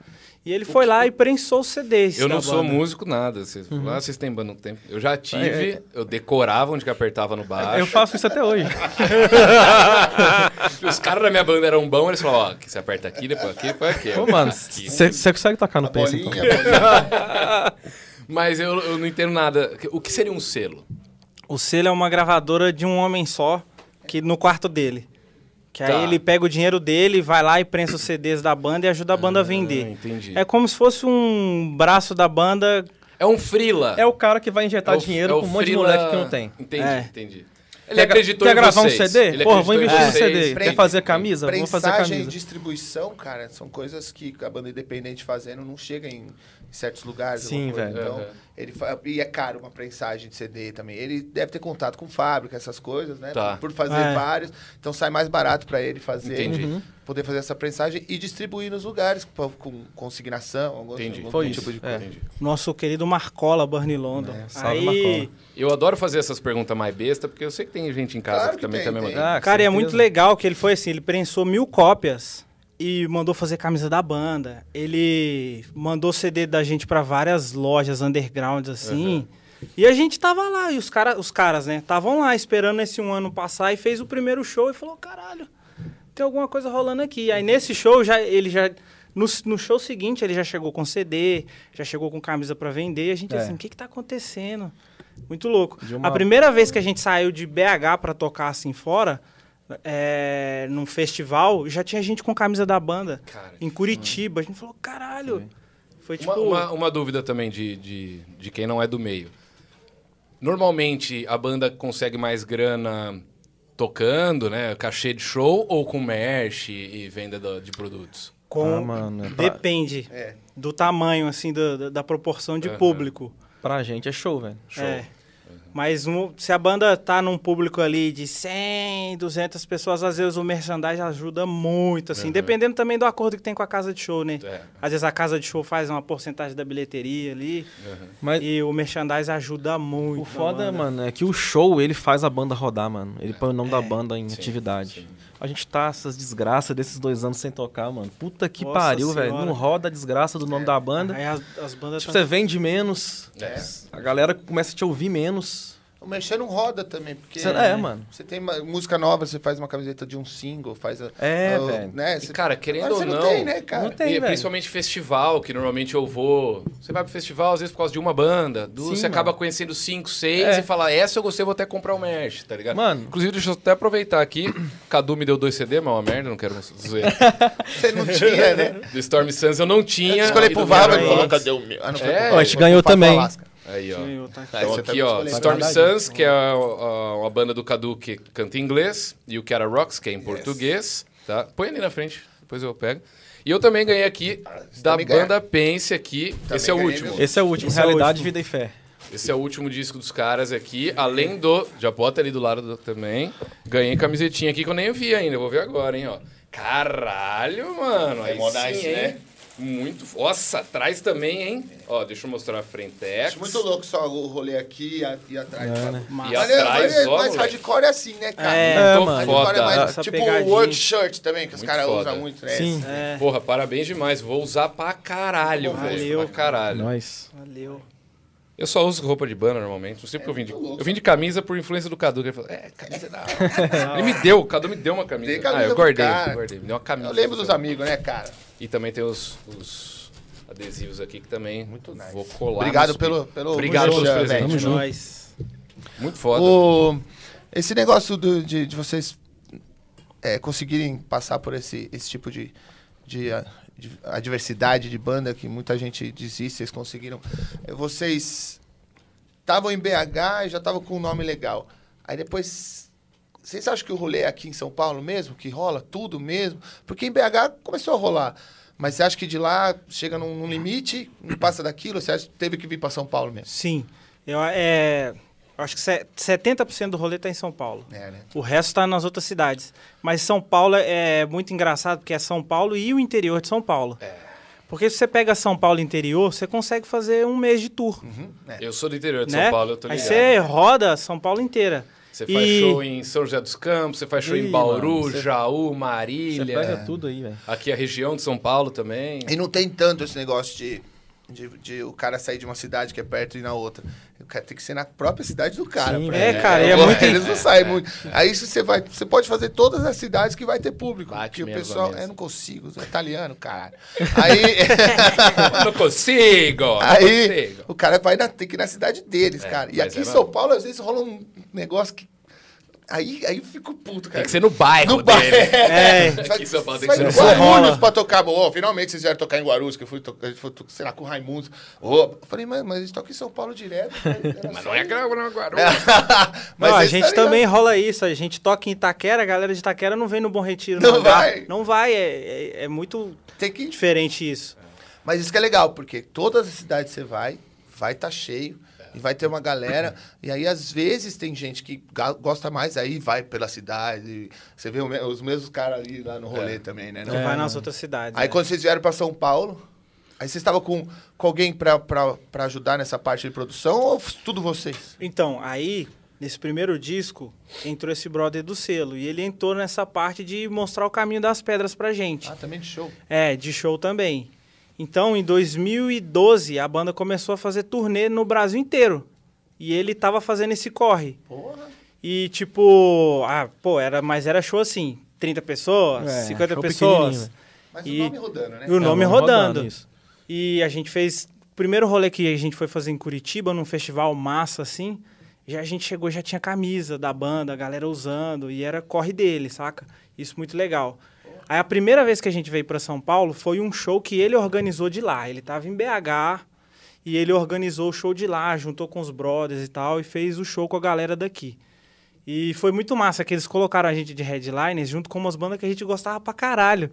S7: E ele foi lá e prensou os CDs.
S1: Eu
S6: tá
S7: da
S1: não sou
S6: né?
S7: banda.
S1: músico nada. Vocês,
S6: Uhum.
S1: ah, vocês têm banda no tempo. Eu já tive, eu decorava onde que apertava no baixo.
S6: é. Eu faço isso até hoje.
S1: Os caras da minha banda eram bons, eles falavam, ó, que você aperta aqui, depois aqui, depois aqui.
S6: Ô, mano,
S1: Aqui.
S6: você consegue tocar no
S2: A
S6: PS
S2: bolinha,
S6: então?
S2: a bolinha.
S1: Mas eu, eu não entendo nada. O que seria um selo?
S7: O selo é uma gravadora de um homem só, que no quarto dele. Que
S1: Tá.
S7: aí ele pega o dinheiro dele, vai lá e prensa os CDs da banda e ajuda a banda a
S1: Ah,
S7: vender.
S1: entendi.
S7: É como se fosse um braço da banda.
S1: É um frila.
S6: É o cara que vai injetar
S1: o-
S6: dinheiro
S1: é o
S6: com um monte de
S1: frila-
S6: moleque que não tem.
S1: Entendi,
S7: É.
S1: entendi. Ele
S6: Quer gra-
S1: acreditou
S6: quer
S1: em
S6: gravar um
S1: vocês.
S6: CD?
S1: Ele é
S6: Pô, vou
S1: acreditou em
S6: investir no
S1: vocês.
S6: CD. Quer fazer camisa? Vou fazer
S2: Prensagem
S6: camisa.
S2: e distribuição, cara, são coisas que a banda independente fazendo não chega em certos lugares.
S6: Sim,
S2: alguma coisa.
S6: velho.
S2: Então,
S1: Aham.
S2: ele fa- E é caro uma prensagem de CD também. Ele deve ter contato com fábrica, essas coisas, né?
S1: Tá.
S2: Por fazer
S7: É.
S2: vários. Então sai mais barato pra ele fazer.
S1: Entendi.
S6: Uhum.
S2: Poder fazer essa prensagem e distribuir nos lugares com, com consignação, algum,
S1: Entendi.
S2: algum
S6: Foi
S2: tipo
S6: isso,
S2: de
S6: é.
S2: coisa.
S1: Entendi.
S7: Nosso querido Marcola, Barney London.
S6: É, salve,
S7: aí,
S6: Marcola.
S1: Eu adoro fazer essas perguntas mais besta, porque eu sei que tem gente em casa
S2: Claro
S1: que,
S2: que
S1: também
S2: tem,
S1: tá me
S2: tem.
S1: mandando.
S6: Ah, com
S7: Cara, e é
S6: certeza.
S7: muito legal que ele foi assim, ele prensou mil cópias e mandou fazer camisa da banda. Ele mandou CD da gente pra várias lojas undergrounds, assim. E a gente tava lá, e os, cara, os caras, né, estavam lá esperando esse um ano passar e fez o primeiro show e falou, caralho, tem alguma coisa rolando aqui. Aí nesse show, já, ele já... No, no show seguinte, ele já chegou com CD, já chegou com camisa pra vender. E a gente,
S6: É.
S7: assim, o que que tá acontecendo? Muito louco.
S6: De uma-
S7: A primeira vez que a gente saiu de BH pra tocar assim fora, é, num festival, já tinha gente com camisa da banda.
S1: Cara,
S7: em Curitiba. A gente falou, caralho. Foi tipo.
S1: Uma, uma- uma dúvida também de, de, de quem não é do meio. Normalmente a banda consegue mais grana tocando, né? Cachê de show ou com merch e venda do- de produtos?
S7: com-
S6: Ah, mano, é pra-
S7: Depende
S2: É.
S7: do tamanho, assim, da, da- da proporção de público.
S6: Pra gente é show, velho.
S1: Show.
S7: É. Mas um- se a banda tá num público ali de 100, 200 pessoas, às vezes o merchandising ajuda muito, assim, dependendo também do acordo que tem com a casa de show, né?
S1: É.
S7: Às vezes a casa de show faz uma porcentagem da bilheteria ali,
S6: Mas
S7: e o merchandising ajuda muito.
S6: o
S7: a
S6: foda,
S7: banda.
S6: mano, é que o show ele faz a banda rodar, mano. Ele põe o nome
S7: É,
S6: da banda em atividade. A gente tá essas desgraças desses dois anos sem tocar, mano. Puta que
S7: Nossa
S6: pariu, velho.
S7: senhora. É.
S6: Não roda a desgraça do nome da banda.
S7: Aí as, as bandas
S6: Tipo,
S7: tão-
S6: você vende menos,
S1: É.
S6: a galera começa a te ouvir menos.
S2: O merchan não roda também, porque.
S6: Você- é, mano.
S2: Você tem uma- música nova, você faz uma camiseta de um single, faz a.
S6: É,
S2: a-
S6: velho.
S2: Né?
S1: E,
S2: Você-
S1: cara, querendo
S2: Agora
S1: ou
S2: você
S1: não.
S2: não tem, né, cara?
S6: Não tem,
S1: e
S6: velho.
S1: principalmente festival, que normalmente eu vou. Você vai pro festival, às vezes, por causa de uma banda, duas,
S6: Sim,
S1: você
S6: mano.
S1: acaba conhecendo cinco, seis
S6: É.
S1: e fala, essa eu gostei, vou até comprar o merch, tá ligado?
S6: Mano.
S1: Inclusive, deixa eu até aproveitar aqui. Cadu me deu dois CD, mas é uma merda, não quero zoeira.
S2: Você não tinha, né?
S1: Do Storm Suns eu não tinha.
S2: Escolhi
S1: e
S2: pro
S1: do
S2: Vava
S1: Mirror
S2: e falou,
S1: Lake-
S2: cadê o meu? Ah, não, foi
S1: É,
S2: pro Vava,
S1: a gente
S2: foi pro
S6: ganhou
S2: Fafa
S6: também.
S2: Alaska.
S1: Aí, ó.
S7: Ganhou, tá?
S2: Aí
S1: Então,
S2: você tá
S1: aqui, ó,
S2: escolhendo.
S1: Storm
S6: Sacanagem.
S1: Suns, que é a, a- a banda do Cadu que canta em inglês, e o Kiara Rocks, que é em português, tá? Põe ali na frente, depois eu pego. E eu também ganhei aqui da
S2: Ah, também ganha.
S1: banda Pense aqui. Esse é o
S2: ganhei,
S1: último.
S2: viu?
S6: Esse é o último,
S7: Esse é o
S6: Realidade,
S7: último.
S6: Vida e Fé.
S1: Esse é o último disco dos caras aqui, além do. Já bota ali do lado do- também. Ganhei camisetinha aqui que eu nem vi ainda. Eu vou ver agora, hein, ó. Caralho, mano. Aí
S2: Demonize,
S1: sim,
S2: né?
S1: hein? Muito. Nossa, atrás também, hein? Ó, deixa eu mostrar a frente.
S2: Acho muito louco só o rolê aqui e a- e atrás. sabe?
S1: E
S2: Mas, é,
S1: atrás,
S2: mas,
S1: ó,
S2: mas
S1: moleque.
S2: hardcore é assim, né, cara?
S7: É,
S6: É,
S1: Tô
S6: mano.
S2: Hardcore é mais-
S1: foda.
S7: Essa
S2: tipo
S7: pegadinha.
S2: o World Shirt também, que os
S1: Muito
S2: caras
S1: foda.
S2: usam muito, né?
S6: Sim.
S7: É,
S1: Porra, parabéns demais. Vou usar pra caralho,
S7: Valeu.
S6: É
S1: velho. Pra caralho.
S6: Nós.
S7: valeu.
S1: Eu só uso roupa de banda normalmente. Não sei porque eu vim de. eu vim de camisa por influência do Cadu. Que ele falou, é, camisa da hora." Ele me deu, o Cadu me deu uma camisa.
S2: Dei camisa
S1: ah, eu
S2: pro
S1: guardei,
S2: cara.
S1: guardei. Me deu uma camisa.
S2: Eu lembro dos amigos, né, cara?
S1: E também tem os, os adesivos aqui que também Muito
S2: nice.
S1: vou colar.
S2: Obrigado
S1: nos-
S2: pelo- pelo-
S1: Obrigado
S2: muito
S1: pelos
S2: show,
S1: presentes.
S7: É nóis.
S1: Muito foda.
S2: O- esse negócio do- de, de vocês é, conseguirem passar por esse, esse tipo de, de, a- de adversidade de banda que muita gente desiste, vocês conseguiram. É, Vocês estavam em BH e já estavam com um nome legal. Aí depois. Vocês acham que o rolê é aqui em São Paulo mesmo? Que rola tudo mesmo? Porque em BH começou a rolar. Mas você acha que de lá chega num, num limite, não passa daquilo? Você acha que teve que vir para São Paulo mesmo?
S7: Sim. Eu é, eu acho que se- 70% do rolê tá em São Paulo.
S2: É, né?
S7: O resto está nas outras cidades. Mas São Paulo é muito engraçado, porque é São Paulo e o interior de São Paulo.
S1: É.
S7: Porque se você pega São Paulo interior, você consegue fazer um mês de tour,
S1: Eu sou do interior de
S7: né?
S1: Uhum. São Paulo, eu tô
S7: Aí
S1: ligado.
S7: você roda São Paulo inteira.
S1: Você faz
S7: E-
S1: show em São José dos Campos, você faz show em
S6: Ih,
S1: Bauru,
S6: mano, você-
S1: Jaú,
S6: Você
S1: Marília.
S6: pega tudo aí, velho.
S1: Aqui é a região de São Paulo também.
S2: E não tem tanto esse negócio de, de, de o cara sair de uma cidade que é perto e ir na outra. O cara tem que ser na própria cidade do cara.
S6: Sim,
S2: pra-
S7: É, cara, e é
S2: Pô,
S7: muito. É.
S2: Eles não saem muito. Aí se você vai, você pode fazer todas as cidades que vai ter público.
S1: Bate
S2: que o
S1: mesmo
S2: pessoal,
S1: na mesa.
S2: é, não consigo, sou italiano, caralho. Aí,
S1: não consigo! Não
S2: aí
S1: consigo.
S2: o cara vai na, tem que ir na cidade deles,
S1: É,
S2: cara. E
S1: mas é
S2: aqui em
S1: mesmo.
S2: São Paulo às vezes rola um negócio que aí aí eu fico puto, cara.
S1: Tem É que ser no bairro
S2: No
S1: dele.
S2: bairro.
S7: É,
S1: Aqui em São Paulo tem que
S2: Mas
S1: ser no
S2: no
S1: bairro.
S2: Guarulhos pra tocar. Ô, finalmente vocês vieram tocar em Guarulhos, que eu fui, tocar, fui to- sei lá, com o Raimundo. Ô, eu falei, mas, mas eles tocam em São Paulo direto.
S1: Mas não é grau, não é Guarulhos.
S2: Mas
S7: Não, a
S2: vocês
S7: gente
S2: tá ligado.
S7: também rola isso. A gente toca em Itaquera, a galera de Itaquera não vem no Bom Retiro.
S2: Não
S7: dá.
S2: vai.
S7: Não vai, é, é- é muito
S2: Tem que ir.
S7: diferente isso.
S2: Mas isso que é legal, porque todas as cidades que você vai, vai estar cheio.
S1: É.
S2: E vai ter uma galera. E aí, às vezes, tem gente que ga- gosta mais, aí vai pela cidade. Você vê o me- os mesmos caras ali lá no
S1: É.
S2: rolê também, né? Não
S7: Não vai nas outras cidades.
S2: Aí
S7: né?
S2: quando vocês vieram pra São Paulo, aí vocês estavam com, com alguém pra, pra, pra ajudar nessa parte de produção ou f- tudo vocês?
S7: Então, aí, nesse primeiro disco, entrou esse brother do selo. E ele entrou nessa parte de mostrar o caminho das pedras pra gente.
S2: Ah, também de show.
S7: É, de show também. Então, em 2012, a banda começou a fazer turnê no Brasil inteiro. E ele tava fazendo esse corre.
S2: Porra.
S7: E tipo, ah, pô, era, mas era show assim, 30 pessoas,
S6: É,
S7: 50
S6: show né?
S7: pessoas.
S2: Mas
S7: E-
S2: o nome rodando, né?
S6: É,
S7: E o nome
S6: o nome
S7: rodando.
S6: rodando, isso.
S7: E a gente fez. O primeiro rolê que a gente foi fazer em Curitiba, num festival massa, assim. Já a gente chegou, já tinha camisa da banda, a galera usando, e era corre dele, saca? Isso muito legal. Aí a primeira vez que a gente veio pra São Paulo foi um show que ele organizou de lá. Ele tava em BH e ele organizou o show de lá, juntou com os brothers e tal, e fez o show com a galera daqui. E foi muito massa que eles colocaram a gente de headliners junto com umas bandas que a gente gostava pra caralho.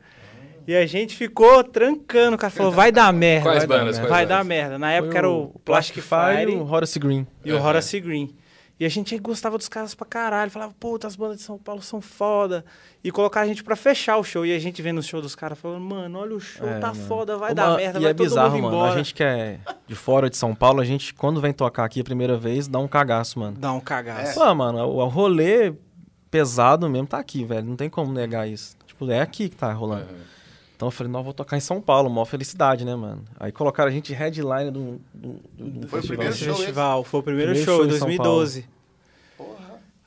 S7: E a gente ficou trancando, o cara falou, vai dar merda.
S1: Quais
S7: vai dar
S1: bandas,
S7: merda,
S1: quais
S7: Vai
S1: bandas?
S7: dar merda. Na época
S6: Foi
S7: É era o Plastic Fire
S6: e o Horace Green.
S7: e
S1: É.
S7: o Horace Green. E a gente gostava dos caras pra caralho. Falava, puta, as bandas de São Paulo são foda. E colocar a gente pra fechar o show. E a gente vendo o show dos caras falando, mano, olha o show,
S6: É,
S7: tá
S6: mano.
S7: foda, vai
S6: Ô,
S7: dar
S6: mano,
S7: merda,
S6: e
S7: vai
S6: é
S7: todo
S6: bizarro,
S7: mundo
S6: mano.
S7: embora.
S6: A gente que é de fora de São Paulo, a gente, quando vem tocar aqui a primeira vez, dá um cagaço, mano.
S7: Dá um
S2: É.
S1: É,
S7: cagaço.
S6: Pô, mano, o, o rolê pesado mesmo tá aqui, velho. Não tem como negar isso. Tipo, é aqui que tá rolando.
S2: Uhum.
S6: Então eu falei, não, eu vou tocar em São Paulo, maior felicidade, né, mano? Aí colocaram a gente headline do. do, do, do
S2: Foi o
S6: festival.
S2: primeiro
S7: Esse
S2: show
S7: festival. Foi o primeiro,
S6: Primeiro
S7: show,
S6: show
S7: em
S6: em São
S7: 2012.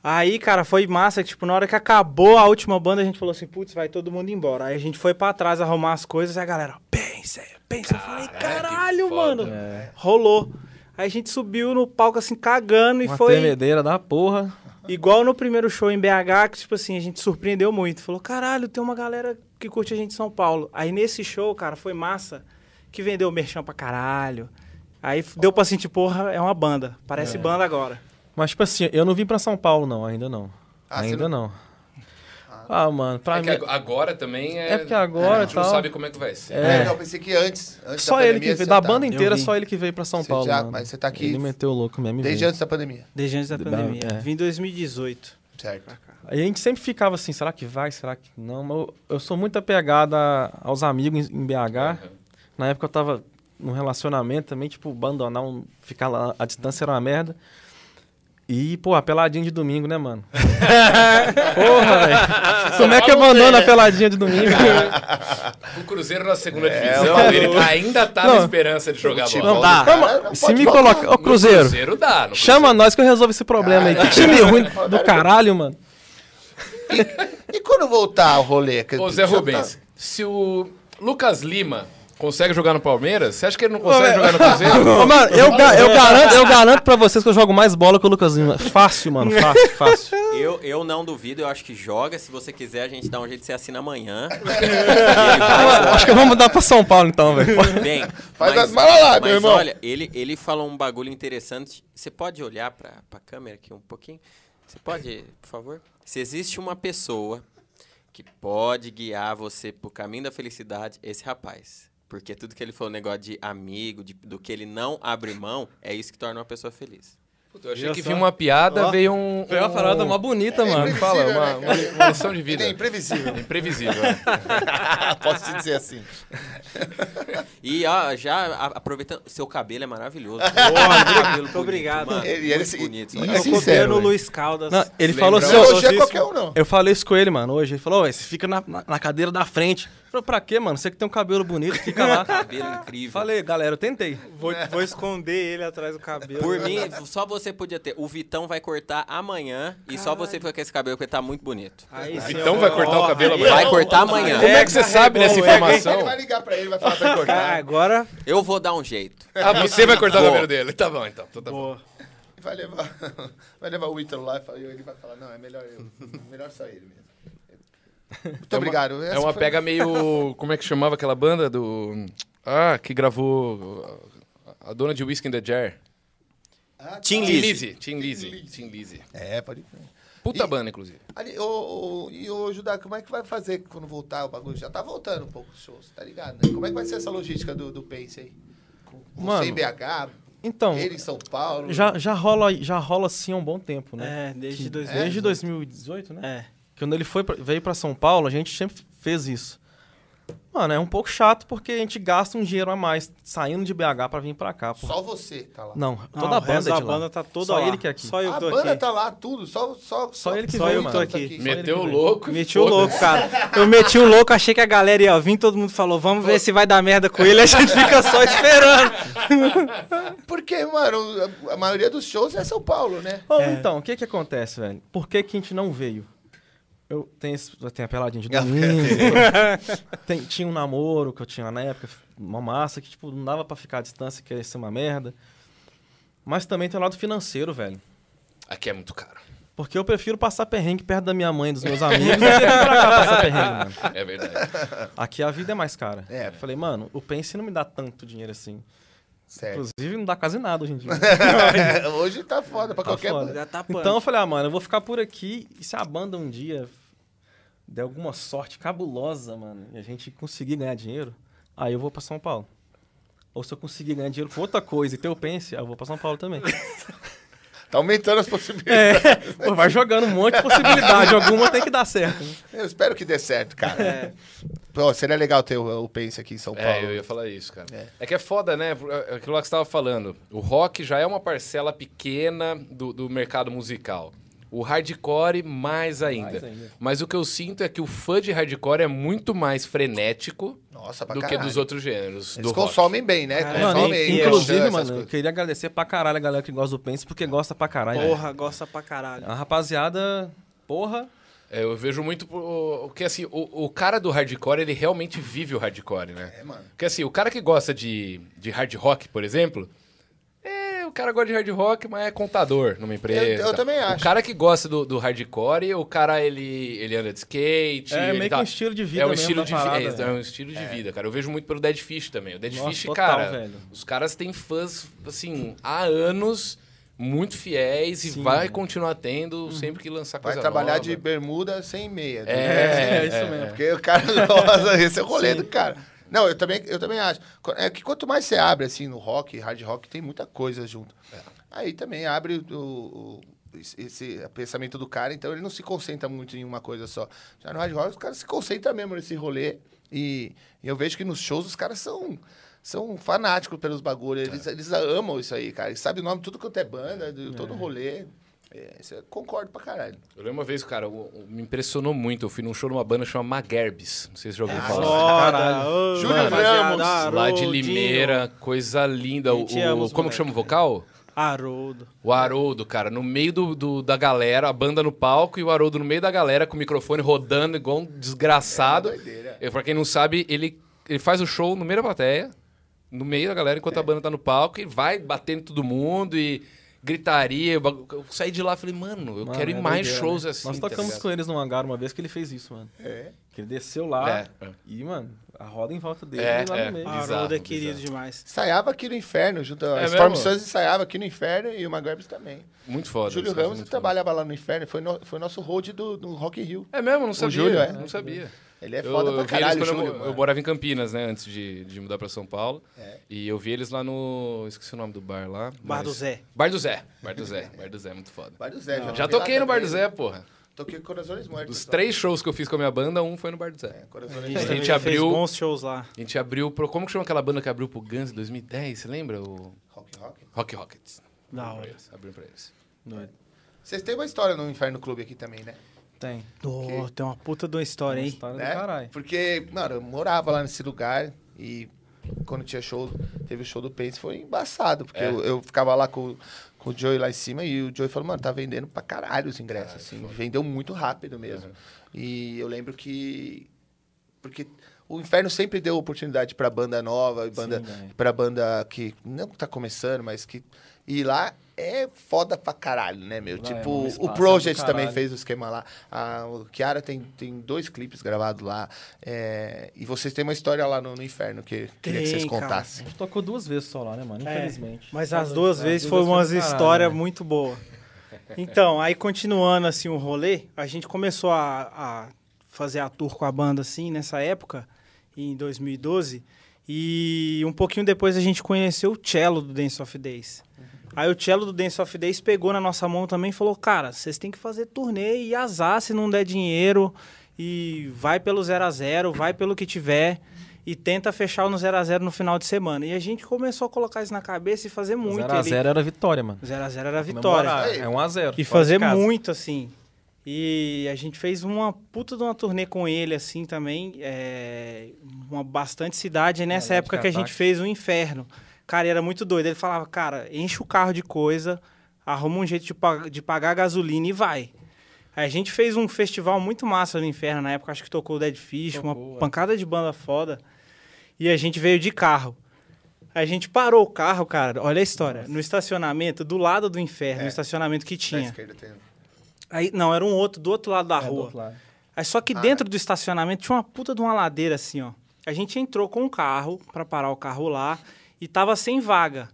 S7: Aí, cara, foi massa que, tipo, na hora que acabou a última banda, a gente falou assim, putz, vai todo mundo embora. Aí a gente foi pra trás arrumar as coisas e a galera, pensa, pensa. Eu falei, caralho,
S1: que foda,
S7: mano. Rolou. Aí a gente subiu no palco, assim, cagando e
S6: Uma
S7: foi
S6: tremedeira da porra.
S7: igual no primeiro show em BH, que, tipo assim, a gente surpreendeu muito. Falou, caralho, tem uma galera que curte a gente em São Paulo. Aí nesse show, cara, foi massa, que vendeu merchan pra caralho. Aí f- deu pra sentir, porra, é uma banda. Parece banda agora.
S6: Mas, tipo assim, eu não vim pra São Paulo, não, ainda não.
S2: Ah, você
S6: ainda não. Ah, mano, pra
S1: É que
S6: mim.
S1: ag- agora também é.
S6: É porque agora
S1: A gente não
S6: tal.
S1: sabe como é que vai ser.
S2: É, não, eu pensei que antes. antes
S6: Só
S2: da
S6: ele
S2: pandemia,
S6: que veio.
S2: você
S6: Da
S2: tá-
S6: banda inteira,
S7: vim.
S6: só ele que veio pra São
S2: Você
S6: Paulo.
S2: já-
S6: mano.
S2: mas você tá aqui
S6: Ele meteu o louco mesmo. e
S2: Desde
S6: veio.
S2: antes da pandemia.
S7: Desde antes da
S6: Da-
S7: pandemia.
S6: é.
S7: Vim em 2018.
S2: Certo.
S6: Aí a gente sempre ficava assim, será que vai, será que não? Mas eu, eu sou muito apegado a- aos amigos em, em BH. Na época eu tava num relacionamento também, tipo, abandonar, um, ficar lá à distância era uma merda. E, pô, a peladinha de domingo, né, mano? Porra, velho. Como é que abandonou na peladinha de domingo?
S2: É.
S1: O Cruzeiro na segunda divisão, ele ainda tá na
S6: Não.
S1: esperança de jogar bola.
S6: Não dá.
S2: Cara, não
S6: Se
S2: pode
S6: me
S2: faltar.
S6: coloca. Ô,
S1: No
S6: Cruzeiro.
S1: um Cruzeiro dá. no
S6: Chama nós que eu resolvo esse problema aí. Que time ruim
S2: né?
S6: do caralho, mano.
S2: E quando voltar o rolê? Que-
S1: Ô, Zé
S2: já tá-
S1: Rubens, se o Lucas Lima consegue jogar no Palmeiras, você acha que ele não consegue jogar no Cruzeiro?
S6: Ô, mano, eu, ga- eu garanto, eu garanto pra vocês que eu jogo mais bola que o Lucas Lima. Fácil, mano. Fácil, fácil.
S5: Eu, eu não duvido, eu acho que joga. Se você quiser, a gente dá um jeito de ser assina amanhã. E ele vai
S6: Ah, Acho que eu vou mudar pra São Paulo então, velho.
S5: Bem,
S2: Faz as malas lá, meu
S5: mas
S2: irmão.
S5: olha, ele, ele falou um bagulho interessante. Você pode olhar pra, pra câmera aqui um pouquinho? Você pode, por favor? Se existe uma pessoa que pode guiar você pro caminho da felicidade, esse rapaz. Porque tudo que ele falou, negócio de amigo, de- do que ele não abre mão, é isso que torna uma pessoa feliz.
S1: Puta, eu achei que vinha uma piada, veio um...
S6: Foi uma
S1: um-
S6: parada mó bonita, mano.
S1: Como Fala, uma,
S2: tá Imprevisível, né,
S1: uma, uma lição de vida.
S2: Ele é imprevisível.
S1: Imprevisível. né?
S2: Posso te dizer assim.
S5: E ó, já a- aproveitando, seu cabelo é maravilhoso. Muito
S7: obrigado.
S2: Ele- ele-
S5: muito
S2: e-
S5: bonito.
S2: e-
S5: mano.
S7: Eu copiei
S2: sincero,
S7: no
S2: velho.
S7: Luiz Caldas.
S6: Não, ele
S1: Lembra-
S6: falou
S2: Não
S6: assim,
S2: é
S6: ó,
S2: elogio a qualquer um, não.
S6: Eu falei isso com ele, mano, hoje. Ele falou, "Ué, você fica na, na- na cadeira da frente. Eu falei, pra quê, mano? Você que tem um cabelo bonito, fica lá.
S5: Cabelo é incrível.
S6: Falei, galera, eu tentei.
S7: Vou, vou esconder ele atrás do cabelo.
S5: Por mim, só você podia ter. O Vitão vai cortar amanhã e só você fica com esse cabelo porque tá muito bonito.
S7: Aí sim,
S1: Então
S7: ó,
S1: vai cortar o cabelo
S7: aí-
S2: é
S1: amanhã?
S5: Vai cortar amanhã.
S1: Como é que você sabe dessa
S2: Ele
S1: informação?
S2: vai ligar pra ele, vai falar pra ele
S7: Ah,
S2: cortar.
S7: agora,
S5: Eu vou dar um jeito.
S1: Ah, você vai cortar o cabelo dele. Tá bom, então. Então tá bom.
S7: boa.
S2: Vai levar, vai levar o Ítalo lá e fala- e ele vai falar, não, é melhor eu. Melhor só ele mesmo. Muito obrigado.
S1: É uma pega meio. Como é que chamava aquela banda do. Ah, que gravou. uh, A dona de Whiskey in the Jar.
S5: Tim
S1: Tim
S5: Lizzy.
S1: Lizzy. Tim Lizzy. Tim Lizzy.
S2: É, pode crer.
S1: Puta banda, inclusive.
S2: Ali, ô, ô, e ô, Judá, como é que vai fazer quando voltar o bagulho? Já tá voltando um pouco os shows, tá ligado? Né? Como é que vai ser essa logística do, do Pense aí? Com você
S6: Mano,
S2: em BH,
S6: Então,
S2: ele em São Paulo.
S6: já, já, rola, já rola assim há um bom tempo, né?
S7: É, desde
S6: Que-
S7: 2000.
S6: Desde 2018, né?
S7: É.
S6: Quando ele foi pra- veio pra São Paulo, a gente sempre fez isso. Mano, é um pouco chato porque a gente gasta um dinheiro a mais saindo de BH pra vir pra cá. pô.
S2: Só você tá lá.
S6: Não, toda
S7: Não,
S6: a
S7: o
S6: banda é
S7: resto
S6: de
S7: da
S6: lá.
S7: banda tá toda
S6: Só
S7: lá.
S6: ele que é aqui.
S7: Só eu
S2: a
S7: que tô
S2: banda
S7: aqui.
S2: tá lá, tudo. Só, só, tá
S6: Só ele que
S7: Só
S6: veio,
S7: eu que tô
S6: mano.
S7: aqui.
S2: Só ele que
S1: Meteu o
S2: veio.
S1: louco. e
S7: Meti o
S1: foda-se.
S7: louco, cara. Eu meti o louco, achei que a galera ia vir, todo mundo falou, vamos ver se vai dar merda com ele, a gente fica só esperando.
S2: Porque, mano, a, a maioria dos shows é São Paulo, né?
S6: Ou então, o que que acontece, velho? Por que que a gente não veio? Eu tenho, esse- tem a peladinha de domingo. tem- tinha um namoro que eu tinha na época, uma massa, que tipo, não dava pra ficar à distância, que ia ser uma merda. Mas também tem o lado financeiro, velho.
S1: Aqui é muito caro.
S6: Porque eu prefiro passar perrengue perto da minha mãe e dos meus amigos do que vir pra cá passar perrengue, mano.
S1: É verdade.
S6: Aqui a vida é mais cara.
S2: É.
S6: Eu Falei, mano, o Pense não me dá tanto dinheiro assim.
S2: Sério.
S6: Inclusive, não dá quase nada hoje em dia.
S2: Hoje tá foda pra
S6: Tá
S2: qualquer
S6: foda.
S2: banda.
S6: Então eu falei, ah, mano, eu vou ficar por aqui e se a banda um dia der alguma sorte cabulosa, mano, e a gente conseguir ganhar dinheiro, aí eu vou pra São Paulo. Ou se eu conseguir ganhar dinheiro com outra coisa e ter o pense, aí eu vou pra São Paulo também.
S2: Tá aumentando as possibilidades.
S6: É, pô, vai jogando um monte de possibilidade, alguma tem que dar certo. né?
S2: Eu espero que dê certo, cara.
S6: É.
S2: Pô, seria legal ter o, o Pense aqui em São Paulo.
S1: É, eu ia falar isso, cara. É, que é foda, né? É Aquilo lá que você tava falando. O rock já é uma parcela pequena do, do mercado musical. O hardcore, mais ainda.
S6: Mais ainda.
S1: Mas o que eu sinto é que o fã de hardcore é muito mais frenético
S2: Nossa, pra
S1: do que
S2: caralho.
S1: dos outros gêneros.
S2: Eles
S1: do rock.
S2: consomem bem, né?
S6: É.
S1: É,
S6: Mano,
S2: consomem,
S6: e-
S2: aí,
S6: inclusive,
S2: essas
S6: mano, eu
S2: coisas.
S6: queria agradecer pra caralho a galera que gosta do pense, porque gosta pra caralho. né?
S7: Porra, gosta pra caralho.
S6: A rapaziada, porra,
S1: É, eu vejo muito o o que assim, o, o cara do hardcore, ele realmente vive o hardcore, né? É,
S2: mano.
S1: Porque assim, o cara que gosta de, de hard rock, por exemplo, é, o cara gosta de hard rock, mas é contador numa empresa.
S2: Eu- eu também
S1: O
S2: acho.
S1: cara que gosta do, do hardcore, o cara ele, ele anda de skate.
S6: É,
S1: ele
S6: meio que um estilo de vida
S1: É um
S6: mesmo
S1: estilo
S6: da
S1: de vi-
S6: parada,
S1: é,
S6: né?
S1: é um estilo de vida, cara. Eu vejo muito pelo Dead Fish também. O Dead
S6: Nossa,
S1: Fish,
S6: total,
S1: cara,
S6: velho.
S1: os caras têm fãs, assim, há anos muito fiéis e
S6: Sim. Uhum.
S1: vai continuar tendo sempre que lançar
S2: Vai
S1: coisa
S2: trabalhar
S1: nova.
S2: de bermuda sem meia. tá
S1: É,
S6: é isso mesmo.
S2: Porque o cara, nossa, esse é o rolê do cara. Não, eu também, eu também acho. Co- É que quanto mais você abre, assim, no rock, hard rock, tem muita coisa junto.
S1: É.
S2: Aí também abre o, o- esse- esse pensamento do cara, então ele não se concentra muito em uma coisa só. Já no hard rock, os caras se concentram mesmo nesse rolê. E, e eu vejo que nos shows os caras são... São
S6: É.
S2: fanáticos pelos bagulhos, eles, eles amam isso aí, cara. Eles sabem o nome de tudo quanto é banda, de é todo rolê. É, isso eu concordo pra caralho.
S1: Eu lembro uma vez, cara, o- o- me impressionou muito. Eu fui num show numa banda chamada Magerbes. Não sei se você já
S6: Ah,
S1: ouviu falar.
S7: Foda! ô,
S2: Júlio
S7: rapaziada,
S2: Ramos,
S1: Lá de
S7: Haroldinho.
S1: Limeira, coisa linda. O,
S7: Gente, amo
S1: o-
S7: os
S1: como que chama o
S7: moleque,
S1: vocal?
S7: Haroldo.
S1: O Haroldo, cara, no meio do, do- da galera, a banda no palco e o Haroldo no meio da galera com o microfone rodando igual um
S6: É
S1: desgraçado.
S2: doideira.
S1: eu, pra quem não sabe, ele, ele faz o show no meio da plateia, no meio da galera,
S6: É.
S1: enquanto a banda tá no palco e vai batendo em todo mundo e gritaria. Eu, bagu- eu saí de lá e falei, mano, eu
S6: Mano,
S1: quero
S6: é
S1: ir mais
S6: doideira,
S1: shows
S6: né?
S1: assim.
S6: Nós
S1: tá
S6: tocamos
S1: ligado?
S6: com eles no hangar uma vez que ele fez isso, mano.
S2: É.
S6: Que ele desceu lá
S1: É, é.
S6: e, mano, a roda em volta dele
S1: É,
S6: lá
S1: é.
S6: no meio.
S1: Ah,
S7: Haroldo é
S1: bizarro.
S7: querido demais.
S2: Ensaiava aqui no inferno, junto a
S1: É
S2: Storm
S1: mesmo?
S2: Suns ensaiava aqui no inferno e o Maguire também.
S1: Muito foda.
S2: Júlio
S1: eles fazem
S2: Ramos
S1: muito
S2: trabalhava lá no inferno, foi, no, foi nosso road do, do Rock in Rio.
S1: foda. É mesmo, não sabia.
S2: Júlio, é.
S1: Não sabia.
S2: Ele é foda pra
S1: vi eles
S2: caralho,
S1: quando eu
S2: Júlio.
S1: mo- eu,
S2: mano.
S1: morava em Campinas, né, antes de, de mudar pra São Paulo.
S2: É.
S1: E eu vi eles lá no. Esqueci o nome do bar lá.
S7: Bar do
S1: mas-
S7: Zé.
S1: Bar do Zé. Bar do Zé. Bar do Zé, muito foda.
S2: Bar do Zé,
S1: Já
S2: toquei
S1: toquei
S2: lá
S1: no Bar do
S2: também.
S1: Zé, porra.
S2: Toquei com Corazones Mortos.
S1: Dos
S2: lá.
S1: três shows que eu fiz com a minha banda, um foi no Bar do Zé.
S2: É, Corazones
S1: gente
S2: Mortos.
S7: também fez
S1: abriu-
S7: bons shows lá.
S1: A gente abriu pro. Como que chama aquela banda que abriu pro Guns em 2010? Você lembra? O
S2: Rock Rock.
S1: Rock Rockets.
S7: Da
S1: Abriu pra
S7: hora.
S1: eles, Abriu pra eles.
S6: Doido.
S2: Vocês têm uma história no Inferno Clube aqui também, né?
S6: Tem.
S7: Ô, tem uma puta de uma história,
S6: Uma
S7: hein?
S6: história
S1: É?
S2: né?
S6: do caralho.
S2: Porque, mano, eu morava lá nesse lugar e quando tinha show, teve o show do Pense, foi embaçado. Porque
S6: É.
S2: eu, eu ficava lá com, com o Joey lá em cima e o Joey falou, mano, tá vendendo pra caralho os ingressos, assim. Vendeu muito rápido mesmo.
S6: Uhum.
S2: E eu lembro que. Porque. O Inferno sempre deu oportunidade pra banda nova, e banda,
S6: velho.
S2: pra banda que não tá começando, mas que. E lá é foda pra caralho, né, meu?
S6: Lá é um
S2: tipo, o
S6: espaço
S2: Project
S6: do
S2: também
S6: caralho.
S2: fez o esquema lá. A o Kiara tem, tem dois clipes gravados lá. É, e vocês têm uma história lá no, no inferno que eu queria que vocês
S7: Tem, cara.
S2: contassem.
S6: A gente tocou duas vezes só lá, né, mano?
S7: É,
S6: Infelizmente.
S7: mas
S6: Tá
S7: as
S6: doido.
S7: duas
S6: As
S7: vezes
S6: duas
S7: foi umas
S6: do caralho,
S7: histórias
S6: né?
S7: muito boas. Então, aí continuando assim o rolê, a gente começou a, a fazer a tour com a banda assim nessa época, em 2012. E um pouquinho depois a gente conheceu o cello do Dance of Days.
S6: Uhum.
S7: Aí o cello do Dance of Days pegou na nossa mão também e falou: Cara, vocês têm que fazer turnê e azar se não der dinheiro. E vai pelo 0 a 0 vai pelo que tiver. E tenta fechar o no 0 a 0 no final de semana. E a gente começou a colocar isso na cabeça e fazer muito.
S6: 0 a
S7: ele-
S6: 0 era vitória, mano.
S7: 0 a 0 era a vitória.
S6: Comemorar. É 1 a 0
S7: E fazer muito, assim. E a gente fez uma puta de uma turnê com ele, assim, também. é, uma bastante cidade. E nessa
S6: Galera É, de
S7: época que a gente
S6: Cataca.
S7: fez um inferno. Cara, e era muito doido. Ele falava, cara, enche o carro de coisa, arruma um jeito de, pa- de pagar a gasolina e vai. Aí A gente fez um festival muito massa no inferno na época, acho que tocou o Dead Fish,
S6: Tocou,
S7: uma
S6: é.
S7: pancada de banda foda. E a gente veio de carro. A gente parou o carro, cara. Olha a história. No estacionamento, do lado do
S6: É.
S7: inferno, no estacionamento
S6: Tá
S7: que
S2: Da
S7: tinha.
S2: esquerda tem.
S7: Aí, não, era um outro, do outro lado da rua. Aí, só que dentro do estacionamento tinha uma puta de uma ladeira assim, ó. A gente entrou com o carro pra parar o carro lá e tava sem vaga.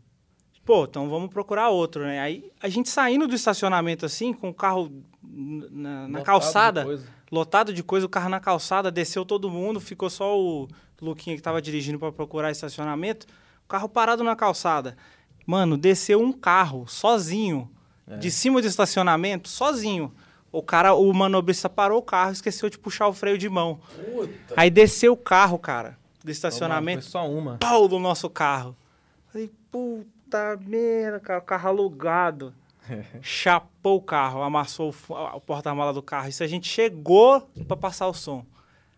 S7: Pô, então vamos procurar outro, né? Aí a gente saindo do estacionamento assim, com o carro n- na, na calçada, lotado de coisa, o carro na calçada, desceu todo mundo, ficou só o Luquinha que tava dirigindo pra procurar estacionamento, o carro parado na calçada. Mano, desceu um carro sozinho, de cima do estacionamento, sozinho. O cara, o manobrista parou o carro, esqueceu de puxar o freio de mão. Aí desceu o carro, cara, do estacionamento,
S6: Foi só uma.
S7: pau no nosso carro. Falei, puta merda, cara, carro alugado. Chapou o carro, amassou o f- o porta-mala do carro. Isso a gente chegou pra passar o som.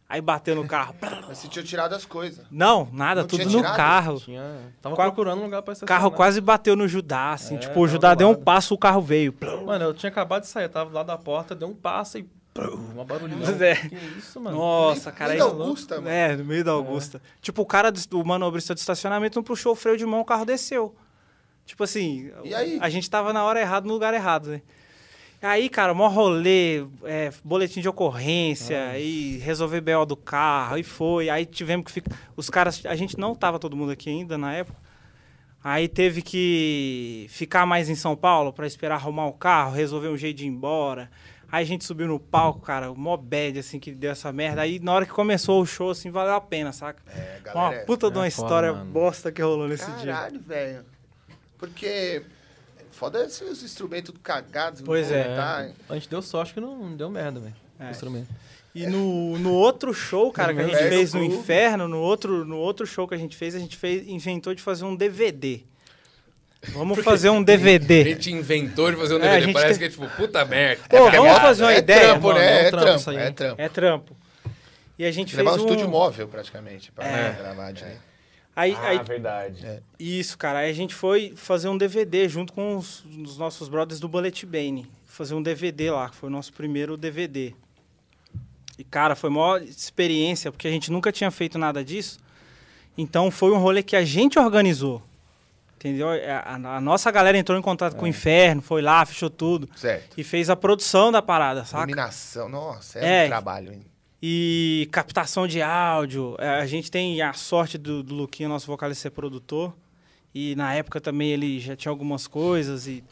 S7: Aí bateu no carro.
S2: Mas se tinha tirado as coisas.
S7: Não, nada,
S2: Não tinha
S7: tudo no
S2: tirado?
S7: carro.
S6: Tinha... Tava
S7: Qua-
S6: procurando um lugar pra
S7: O
S6: estacionar.
S7: carro quase bateu no Judá, assim.
S6: É,
S7: tipo, o
S6: tá
S7: Judá deu um
S6: alugado.
S7: passo, o carro veio.
S6: Mano, eu tinha acabado de sair, eu tava lá da porta, deu um passo e. prum, Uma barulhinha.
S7: É.
S6: Que isso, mano?
S7: Nossa, cara.
S2: Nem
S7: aí-
S2: da Augusta, mano.
S7: É, no meio da Augusta. Tipo, o cara do o manobrista do estacionamento não puxou o freio de mão, o carro desceu. Tipo assim,
S2: E aí?
S7: a gente tava na hora errada, no lugar errado, né? Aí, cara, mó rolê, é, boletim de
S2: Ah.
S7: ocorrência, e resolver BO do carro, e foi. Aí tivemos que ficar. Os caras. A gente não tava todo mundo aqui ainda na época. Aí teve que ficar mais em São Paulo pra esperar arrumar o carro, resolver um jeito de ir embora. Aí a gente subiu no palco, cara, o mó bad, assim, que deu essa merda. Aí na hora que começou o show, assim, valeu a pena, saca?
S2: É,
S7: uma
S2: galera.
S7: puta de uma
S6: É foda,
S7: história
S6: mano.
S7: bosta que rolou nesse dia.
S2: Caralho, velho. Porque. Foda se os instrumentos cagados.
S7: Pois é.
S2: Tá?
S6: A gente deu sorte que não não deu merda, velho.
S7: É.
S6: O Instrumento.
S7: E no, no outro show, cara, que a gente
S2: Inferno
S7: fez no
S2: Clube.
S7: Inferno, no outro, no outro show que a gente fez, a gente fez, inventou de fazer um DVD. Vamos fazer um DVD.
S1: A gente inventou de fazer um
S7: É,
S1: DVD.
S7: a gente
S1: Parece
S7: tem-
S1: que é tipo, puta merda.
S7: Pô, vamos fazer uma
S2: é
S7: ideia?
S2: Trampo,
S6: mano,
S2: né?
S6: é um
S2: É
S6: trampo
S2: trampo,
S6: isso aí.
S2: é trampo.
S7: É trampo. E a gente
S2: Levar um
S7: fez um... É.
S2: estúdio móvel, praticamente, pra gravar direito.
S7: Aí, aí-
S1: verdade.
S7: Isso, cara. Aí a gente foi fazer um DVD junto com os, os nossos brothers do Bullet Bane. Fazer um DVD lá, que foi o nosso primeiro DVD. E, cara, foi a maior experiência, porque a gente nunca tinha feito nada disso. Então, foi um rolê que a gente organizou. Entendeu? É, A, a- a nossa galera entrou em contato com o inferno, foi lá, fechou tudo.
S2: Certo.
S7: E fez a produção da parada, saca?
S2: Iluminação, nossa,
S7: É.
S2: é, um trabalho, hein?
S7: E captação de áudio. É, A gente tem a sorte do, do Luquinha, nosso vocalista, ser produtor. E na época também ele já tinha algumas coisas. E,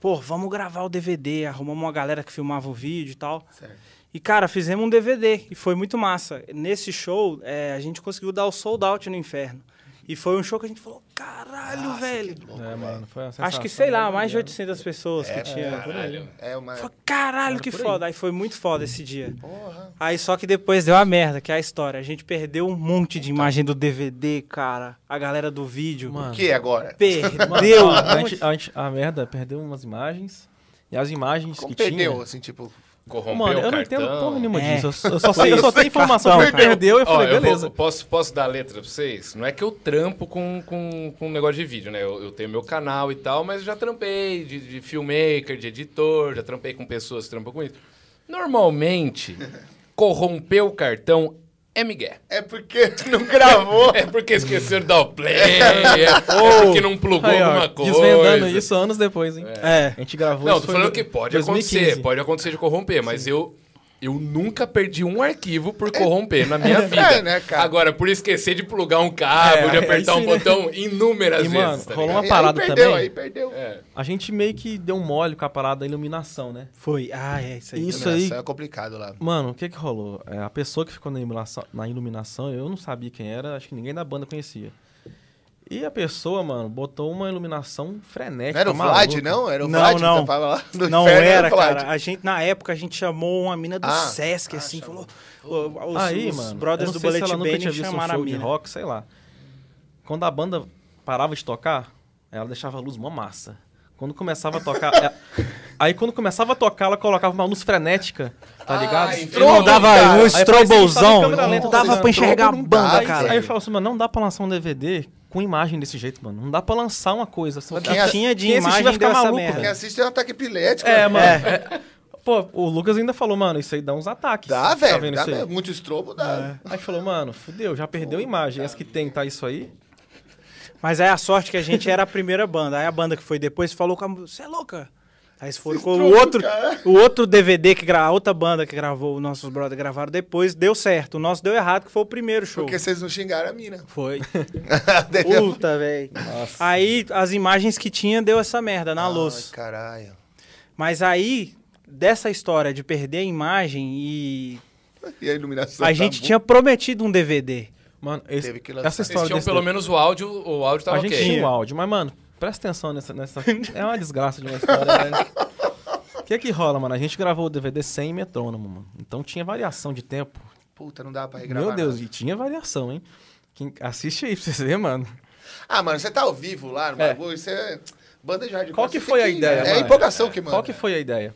S7: pô, vamos gravar o DVD. Arrumamos uma galera que filmava o vídeo e tal.
S2: Certo.
S7: E, cara, fizemos um DVD. E foi muito massa. Nesse show, é, a gente conseguiu dar o sold out no inferno. E foi um show que a gente falou: caralho, Ah, velho.
S6: É, mano, foi uma
S7: Acho
S6: sensação né,
S7: que, sei lá, mais de
S6: maravilhosa.
S7: 800 pessoas que tinha.
S2: É uma.
S7: Falei, caralho, que foda. Aí foi muito foda esse dia.
S2: Porra.
S7: Aí só que depois deu a merda, que é a história. A gente perdeu um monte de imagem do DVD, cara. A galera do vídeo.
S2: O
S6: Mano,
S2: que é agora?
S7: Perdeu.
S6: Mano, a,
S7: um
S6: gente, a, gente- a merda perdeu umas imagens. E as imagens
S2: Como
S6: que
S2: perdeu,
S6: tinha.
S2: assim, tipo.
S1: Corrompeu
S6: Mano,
S1: o
S6: eu não
S1: cartão.
S6: entendo porra nenhuma
S7: É.
S6: disso. Eu só- Eu só sei, eu só tenho informação.
S7: cartão, cara.
S6: Perdeu, eu
S1: Ó,
S6: falei,
S1: eu vou-
S6: beleza.
S1: posso, posso dar a letra pra vocês? Não é que eu trampo com, com, com um negócio de vídeo, né? Eu, eu tenho meu canal e tal, mas já trampei de, de filmmaker, de editor, já trampei com pessoas que trampam com isso. Normalmente, corromper o cartão é migué.
S2: É porque não gravou.
S1: É porque esqueceram de dar o play, é, é porque não plugou
S6: Aí, ó,
S1: alguma coisa.
S6: Desvendando isso anos depois, hein?
S7: É.
S6: A gente gravou
S1: Não,
S6: isso
S1: tô
S6: foi
S1: falando
S6: em
S1: que pode
S6: 2015.
S1: acontecer, pode acontecer de corromper, mas eu eu nunca perdi um arquivo por corromper na minha vida.
S2: É, né, cara?
S1: Agora, por esquecer de plugar um cabo,
S6: É,
S1: de
S6: aí
S1: apertar um
S6: sim, né?
S1: botão inúmeras
S6: E,
S1: vezes.
S6: mano,
S1: tá
S6: rolou
S1: ligado?
S6: uma
S2: Aí-
S6: parada
S2: aí perdeu,
S6: também.
S2: Aí perdeu,
S1: É.
S6: A gente meio que deu um mole com a parada da iluminação, né?
S7: Foi. Ah, é isso aí.
S6: Isso.
S2: Iluminação
S6: aí-
S2: É complicado lá.
S6: Mano, o que que rolou? É, a pessoa que ficou na iluminação, na iluminação, eu não sabia quem era, acho que ninguém da banda conhecia. E a pessoa, mano, botou uma iluminação frenética.
S2: Não era o
S6: maluca.
S2: Vlad, não? Era o
S7: Não,
S2: Vlad
S7: não.
S2: que tava lá no
S7: Não
S2: inferno,
S7: era,
S2: o Vlad.
S7: cara. A gente, na época, a gente chamou uma mina do
S2: Ah,
S7: Sesc, assim, falou. o- Os,
S6: Aí,
S7: os
S6: mano,
S7: brothers
S6: eu
S7: do
S6: não sei se
S7: Bullet
S6: ela nunca tinha
S7: Bane
S6: visto um
S7: chamaram a
S6: show de
S7: mina.
S6: rock, sei lá. Quando a banda parava de tocar, ela deixava a luz uma massa. Quando começava a tocar... ela- Aí quando começava a tocar, ela colocava uma luz frenética,
S2: Ah,
S6: tá ligado?
S1: Ai,
S7: Ele não
S1: Trobo,
S7: dava
S2: cara.
S7: um
S2: Aí
S6: parece que ele tava em
S7: estrobozão.
S6: câmera lenta,
S7: Não dava
S6: tá
S7: pra
S2: ligado?
S7: enxergar a
S2: Trobo não
S7: banda,
S2: dá,
S7: cara.
S6: Aí eu falo assim, mano, não dá pra lançar um DVD com imagem desse jeito, mano. Não dá pra lançar uma coisa. Você vai
S2: Quem
S6: dar-
S2: ass-
S7: Tinha de
S6: quem assistir vai
S7: imagem
S6: ficar
S7: dessa
S6: maluco,
S7: merda.
S2: Quem
S6: velho.
S2: assiste é um ataque epilético.
S6: É,
S2: né?
S6: mano. É. Pô, o Lucas ainda falou, mano, isso aí dá uns ataques.
S2: Dá,
S6: Tá
S2: velho.
S6: vendo
S2: dá,
S6: isso aí? É.
S2: velho. Muito estrobo dá.
S6: Aí falou, mano, fudeu, já perdeu a imagem. Essa que tem, tá isso aí?
S7: Mas aí a sorte que a gente era a primeira banda. Aí a banda que foi depois falou com a você é louca? Aí eles foram com o
S2: estrou,
S7: outro,
S2: cara.
S7: o outro DVD que gra- a outra banda que gravou, os nossos brothers gravaram depois, deu certo. O nosso deu errado, que foi o primeiro show.
S2: Porque vocês não xingaram a mina.
S7: Foi.
S2: Entendeu?
S7: Puta, velho. Aí as imagens que tinha deu essa merda na luz.
S2: Ai, caralho.
S7: Mas aí, dessa história de perder a imagem e.
S2: E a iluminação.
S7: A
S2: tá
S7: gente
S2: bu-
S7: tinha prometido um DVD.
S6: Mano, esse-
S2: Teve que lançar.
S6: essa
S1: Vocês
S6: história
S1: tinham
S6: desse
S1: pelo menos é o áudio, o áudio
S6: A
S1: tava
S6: gente
S1: ok.
S6: tinha o áudio, mas, mano, presta atenção nessa. nessa... é uma desgraça de uma história, velho. O que que rola, mano? A gente gravou o DVD sem metrônomo, mano. Então tinha variação de tempo.
S2: Puta, não dá pra regravar.
S6: Meu Deus,
S2: nada.
S6: e tinha variação, hein? Quem- Assiste aí pra vocês verem, mano.
S2: Ah, mano, você tá ao vivo lá no
S6: É.
S2: bagulho, você. Banda de hardcore.
S6: Qual que
S2: você
S6: foi
S2: tem
S6: a ideia,
S2: É a
S6: mano?
S2: empolgação que manda.
S6: Qual que foi a ideia?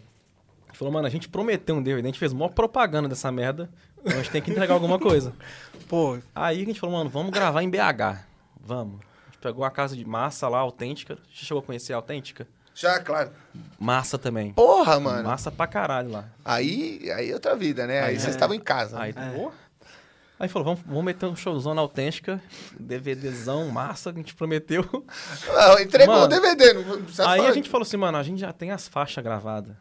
S6: Ele Falou, mano, a gente prometeu um DVD, a gente fez mó propaganda dessa merda, então a gente tem que entregar alguma coisa.
S7: Pô,
S6: Aí a gente falou, mano, vamos gravar em BH. Vamos. A gente pegou a casa de massa lá, autêntica. Você chegou a conhecer a autêntica?
S2: Já, claro.
S6: Massa também.
S2: Porra, mano.
S6: Massa pra caralho lá.
S2: Aí, aí é outra vida, né? Aí vocês estavam em casa.
S6: Aí,
S2: né?
S6: pô. Aí falou, vamos, vamos meter um showzão na autêntica, DVDzão, massa, que a gente prometeu.
S2: Ah, entregou
S6: Mano.
S2: o DVD, não precisa
S6: Aí
S2: falar.
S6: a gente falou assim, mano, a gente já tem as faixas gravadas.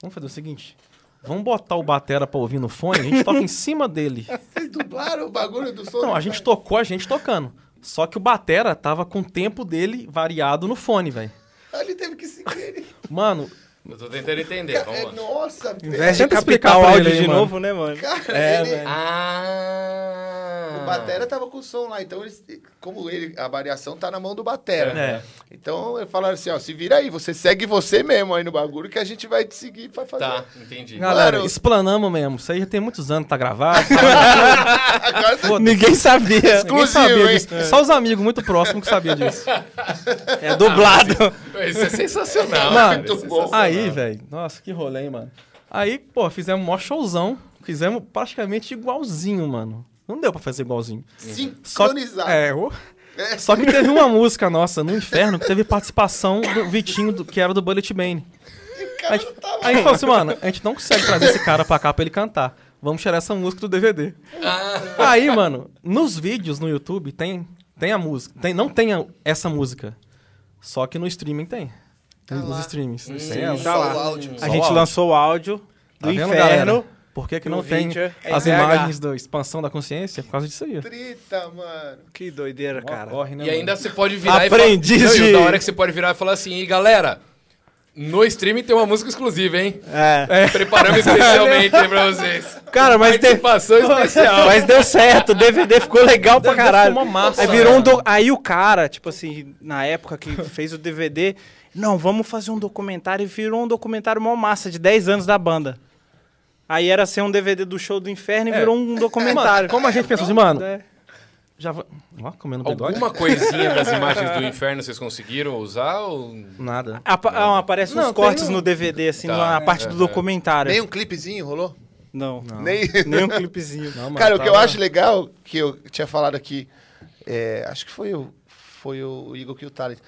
S6: Vamos fazer o seguinte, vamos botar o batera pra ouvir no fone, a gente toca em cima dele.
S2: Vocês dublaram o bagulho do som?
S6: Não, a gente tocou, a gente tocando. Só que o batera tava com o tempo dele variado no fone, velho.
S2: Ele teve que seguir ele.
S6: Mano,
S1: Eu tô tentando entender.
S2: É,
S1: Vamos lá.
S2: nossa, velho.
S7: Investe em
S6: Tenta explicar
S7: capital
S6: pra
S7: áudio
S6: ele aí,
S7: de
S6: mano.
S7: novo, né, mano?
S2: Cara,
S6: É,
S2: ele,
S6: velho.
S1: Ah!
S2: o Batera tava com o som lá, então eles, como ele, a variação tá na mão do Batera.
S6: É.
S2: Então eles falaram assim, ó, se vira aí, você segue você mesmo aí no bagulho que a gente vai te seguir pra fazer.
S1: Tá, entendi.
S6: Galera,
S2: Mano.
S6: explanamos mesmo. Isso aí já tem muitos anos, tá gravado. tá
S2: Agora tá
S7: Ninguém sabia.
S6: Ninguém
S2: exclusivo,
S6: sabia
S2: hein? É.
S6: disso. Só os amigos muito próximos que sabiam disso.
S7: É dublado.
S1: Isso é sensacional.
S6: Mano,
S1: cara, isso é
S2: Ah, bom.
S1: sensacional.
S6: Aí, velho, nossa, que rolê, hein, mano. Aí, pô, fizemos um maior showzão. Fizemos praticamente igualzinho, mano. Não deu pra fazer
S2: Uhum.
S6: igualzinho. Só,
S2: assim, sincronizado.
S6: é, ô.
S2: É.
S6: só que teve uma música nossa no Inferno que teve participação do Vitinho, do- que era do Bullet Bane.
S2: Cara,
S6: A gente, aí a gente falou assim, mano, a gente não consegue trazer esse cara pra cá pra ele cantar. Vamos tirar essa música do DVD.
S1: Ah,
S6: Aí, mano, nos vídeos no YouTube tem, tem a música. Tem, não tem a- essa música. Só que no streaming tem. Tem
S1: Tá
S6: nos streamings. Tem ela.
S2: só o áudio.
S7: tá A gente lançou o áudio do
S6: Tá vendo,
S7: Inferno.
S6: galera? Por que, que
S7: E o
S6: não tem
S7: vídeo é
S6: as
S7: VH.
S6: imagens da expansão da consciência? Por causa disso aí.
S2: Trita, mano.
S7: Que doideira, cara.
S6: Corre, né,
S1: E ainda
S6: mano?
S1: você pode virar
S7: Aprendiz
S1: e falar... Não, e
S7: de-
S1: o da hora é que você pode virar e falar assim, e galera, no streaming tem uma música exclusiva, hein?
S7: É.
S1: Preparamos especialmente aí pra vocês.
S7: Cara, mas tem.
S1: Participação especial.
S7: Mas deu certo, o DVD ficou legal pra
S6: DVD
S7: caralho.
S6: ficou uma massa,
S7: aí virou um
S6: né?
S7: do- aí o cara, tipo assim, na época que fez o DVD, não, vamos fazer um documentário e virou um documentário mó massa de 10 anos da banda. Aí era ser um DVD do show do Inferno e
S6: É.
S7: virou um documentário.
S6: Como a gente pensou assim, mano,
S7: É.
S6: já vou... Ó, comendo bigode.
S1: Alguma coisinha das imagens do inferno vocês conseguiram usar ou...
S6: Nada.
S7: Apa- ah, aparecem
S6: Não,
S7: uns cortes
S6: tem um- é,
S7: no DVD, assim,
S1: Tá.
S7: na parte do documentário.
S2: Nem um clipezinho rolou?
S7: Não.
S2: Nem...
S7: Nem um clipezinho.
S6: Não, mano,
S2: Cara, o que eu
S6: tava-
S2: acho legal, que eu tinha falado aqui, é, acho que foi o, foi o Igor que o Talent.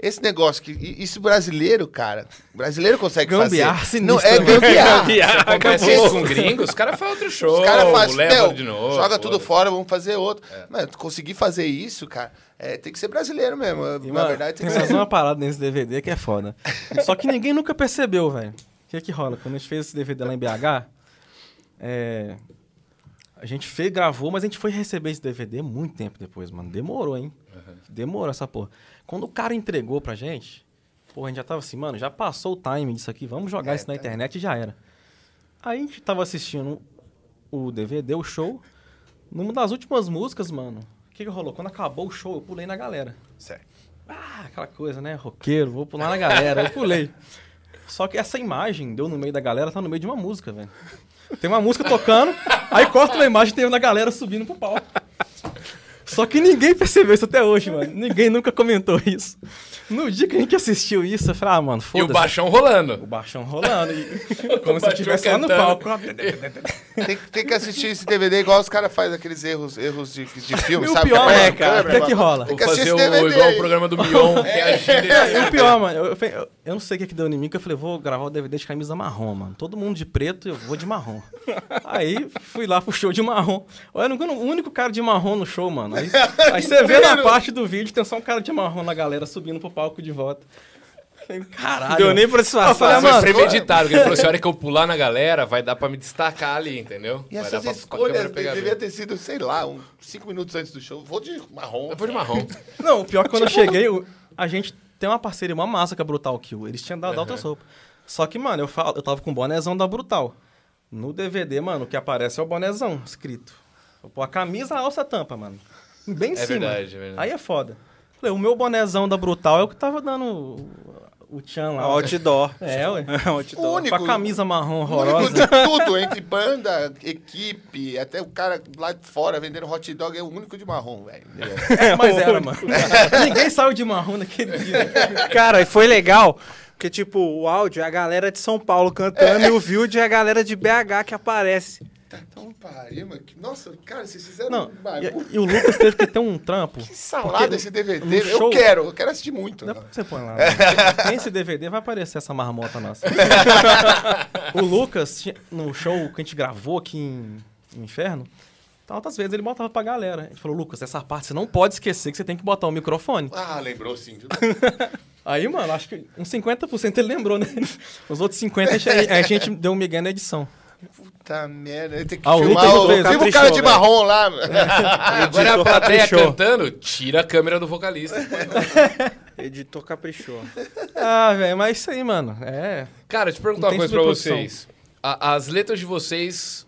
S2: Esse negócio que i- isso brasileiro, cara, brasileiro consegue
S6: Gambiarra
S2: fazer.
S6: sinistra,
S2: Não é
S6: né?
S2: gambiarra.
S1: Acontece
S2: acabou.
S1: isso com gringos, os caras fazem outro show,
S2: Os caras fazem,
S1: leva
S2: meu,
S1: de novo.
S2: joga tudo
S1: foda-se.
S2: fora, vamos fazer outro. Mas conseguir fazer isso, cara, é, tem que ser brasileiro mesmo.
S6: E,
S2: Na
S6: mano,
S2: verdade, tem
S6: tem
S2: que
S6: mais
S2: ser.
S6: uma parada nesse DVD que é foda. Só que ninguém nunca percebeu, velho. O que é que rola? Quando a gente fez esse DVD lá em BH, é, a gente fez, gravou, mas a gente foi receber esse DVD muito tempo depois, mano. Demorou, hein? Demorou essa porra. Quando o cara entregou pra gente, porra, a gente já tava assim, mano, já passou o time disso aqui, vamos jogar isso na internet e já era. Aí a gente tava assistindo o DVD, o show. Numa das últimas músicas, mano, o que, que rolou? Quando acabou o show, eu pulei na galera.
S1: Certo.
S6: Ah, aquela coisa, né? Roqueiro, vou pular na galera. Eu pulei. Só que essa imagem deu no meio da galera, tá no meio de uma música, velho. Tem uma música tocando, aí corta uma imagem e tem eu na galera subindo pro palco. Só que ninguém percebeu isso até hoje, mano. Ninguém nunca comentou isso. No dia que a gente assistiu isso, eu falei, ah,
S1: E o
S6: mano, foda-se.
S1: baixão rolando.
S6: O baixão rolando. E... Como
S1: baixão
S6: se eu estivesse lá no
S1: cantando.
S6: palco.
S2: Tem, que- tem que assistir esse DVD igual os caras fazem aqueles erros, erros de, de filme,
S6: E o
S2: sabe?
S6: pior,
S2: Aparece
S6: é,
S2: na
S6: cara, o
S2: câmera,
S6: que é que
S2: mano.
S6: rola?
S1: Vou
S2: Tem que assistir
S1: fazer
S2: esse
S1: o,
S2: DVD
S1: igual o
S2: aí. É.
S1: programa do Mion, reagindo.
S6: E o pior, mano, eu, eu- eu não sei o que, que deu em mim, que eu falei, vou gravar o DVD de camisa marrom, mano. Todo mundo de preto, eu vou de marrom. Aí fui lá pro show de marrom. Olha, eu não era o único cara de marrom no show, mano. Aí,
S2: Tá
S6: aí você vê na parte do vídeo, tem só um cara de marrom na galera subindo pro palco de volta. Eu falei, Caralho.
S7: Deu nem pra
S6: Eu falei,
S7: disfarçar.
S6: mano,
S1: Foi um premeditado, porque ele falou assim, a hora que eu pular na galera, vai dar pra me destacar ali, entendeu?
S2: E
S1: vai
S2: essas
S1: dar pra- pra
S2: escolhas
S1: câmera pegar
S2: devia
S1: bem.
S2: ter sido, sei lá, um, cinco minutos antes do show. Vou de marrom.
S1: Eu vou de marrom.
S6: Não, o pior é que quando
S2: Tipo-
S6: eu cheguei, eu- a gente tem uma parceria, uma massa com a Brutal Kill. Eles tinham dado altas roupas. Só que, mano, eu, falo, eu tava com o bonézão da Brutal. No DVD, mano, o que aparece é o bonézão escrito. Eu pô, a camisa, a alça, a tampa, mano. Bem em cima.
S1: verdade, é verdade.
S6: Aí é foda. Falei, o meu bonézão da Brutal é o que tava dando o, o tchan lá.
S7: Outdoor.
S6: É, ué.
S7: Outdoor.
S2: O único.
S6: Com a camisa marrom
S2: Único
S6: horrorosa.
S2: de tudo, entre banda, equipe, até o cara lá de fora vendendo hot dog é o único de marrom, velho.
S7: É
S6: Mas
S7: um
S6: era, mano. Ninguém saiu de marrom naquele dia.
S7: Cara, e foi legal. Porque, tipo, o áudio é a galera de São Paulo cantando e o vídeo é a galera de BH que aparece.
S2: Que Então, pariu, mano. Que- Nossa, cara, vocês fizeram
S6: Não,
S2: um bagulho.
S6: e, e o Lucas teve que ter um trampo.
S2: Que salada
S6: porque
S2: esse DVD.
S6: no
S2: Eu
S6: show-
S2: quero, eu quero assistir muito. né?
S6: Dá pra você põe lá. né? Tem esse DVD, vai aparecer essa marmota nossa. o Lucas, tinha- no show que a gente gravou aqui em no Inferno, tantas vezes ele botava pra galera. Ele falou, Lucas, essa parte você não pode esquecer que você tem que botar o microfone.
S2: Ah, lembrou sim. viu?
S6: Aí, mano, acho que uns 50% ele lembrou, né? Os outros 50% a gente, a gente deu um migué na edição.
S2: Puta merda. Eu tenho que
S6: Ah, o
S2: filmar
S6: Lucas
S2: o...
S6: fez, né?
S2: Filma o
S7: caprichou,
S2: cara de
S7: velho.
S2: marrom lá.
S1: Agora é a
S7: Editor
S1: plateia
S7: caprichou.
S1: cantando, tira a câmera do vocalista.
S7: Editor caprichou.
S6: Ah, velho, mas é isso aí, mano. É.
S1: Cara, deixa eu perguntar
S6: Não
S1: uma
S6: tem
S1: coisa pra
S6: superprodução.
S1: vocês. A- as letras de vocês,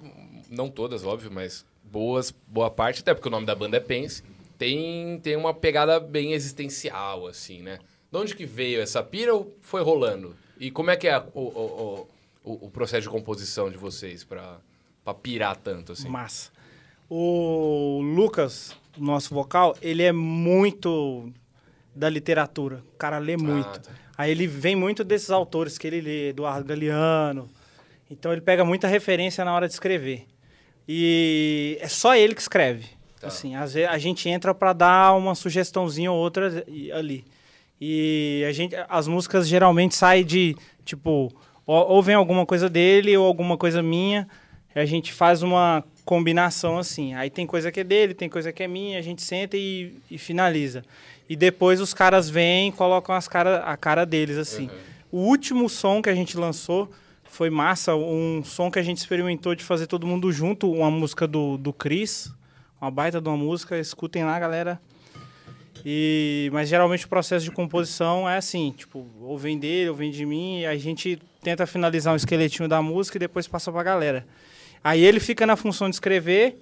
S1: não todas, óbvio, mas boas, boa parte, até porque o nome da banda é Pense, tem, tem uma pegada bem existencial, assim, né? De onde que veio essa pira ou foi rolando? E como é que é a- o, o, o, o- o processo de composição de vocês pra, pra pirar tanto, assim?
S7: Massa. O Lucas, nosso vocal, ele é muito da literatura. O cara lê muito.
S1: tá.
S7: Aí ele vem muito desses autores que ele lê, Eduardo Galeano. Então ele pega muita referência na hora de escrever. E é só ele que escreve.
S1: Tá.
S7: Assim, às vezes a gente entra para dar uma sugestãozinha ou outra e- ali. E a gente, as músicas geralmente saem de, tipo, ou, ou vem alguma coisa dele ou alguma coisa minha. A gente faz uma combinação assim. Aí tem coisa que é dele, tem coisa que é minha, a gente senta e, e finaliza. E depois os caras vêm e colocam as cara, a cara deles assim. O último som que a gente lançou foi massa, um som que a gente experimentou de fazer todo mundo junto, uma música do, do Chris, uma baita de uma música, escutem lá, galera. E, mas geralmente o processo de composição é assim, tipo, ou vem dele, ou vem de mim, e a gente tenta finalizar um esqueletinho da música e depois passa pra galera. Aí ele fica na função de escrever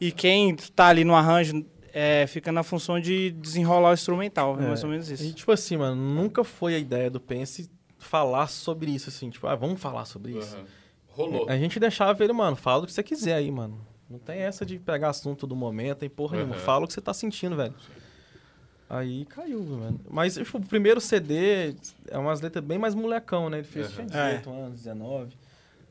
S7: e quem tá ali no arranjo é, fica na função de desenrolar o instrumental, é mais ou menos
S6: E
S7: isso.
S6: tipo assim, mano, nunca foi a ideia do Pense falar sobre isso, assim, tipo, ah, vamos falar sobre isso. É,
S1: Aham. Rolou.
S6: A gente deixava ele, mano, fala o que você quiser aí, mano. Não tem essa de pegar assunto do momento e porra nenhuma.
S1: Aham.
S6: Fala o que você tá sentindo, velho. Aí caiu, mano. Mas tipo, o primeiro CD é umas letras bem mais molecão, né? Ele fez tinha 18 anos, 19.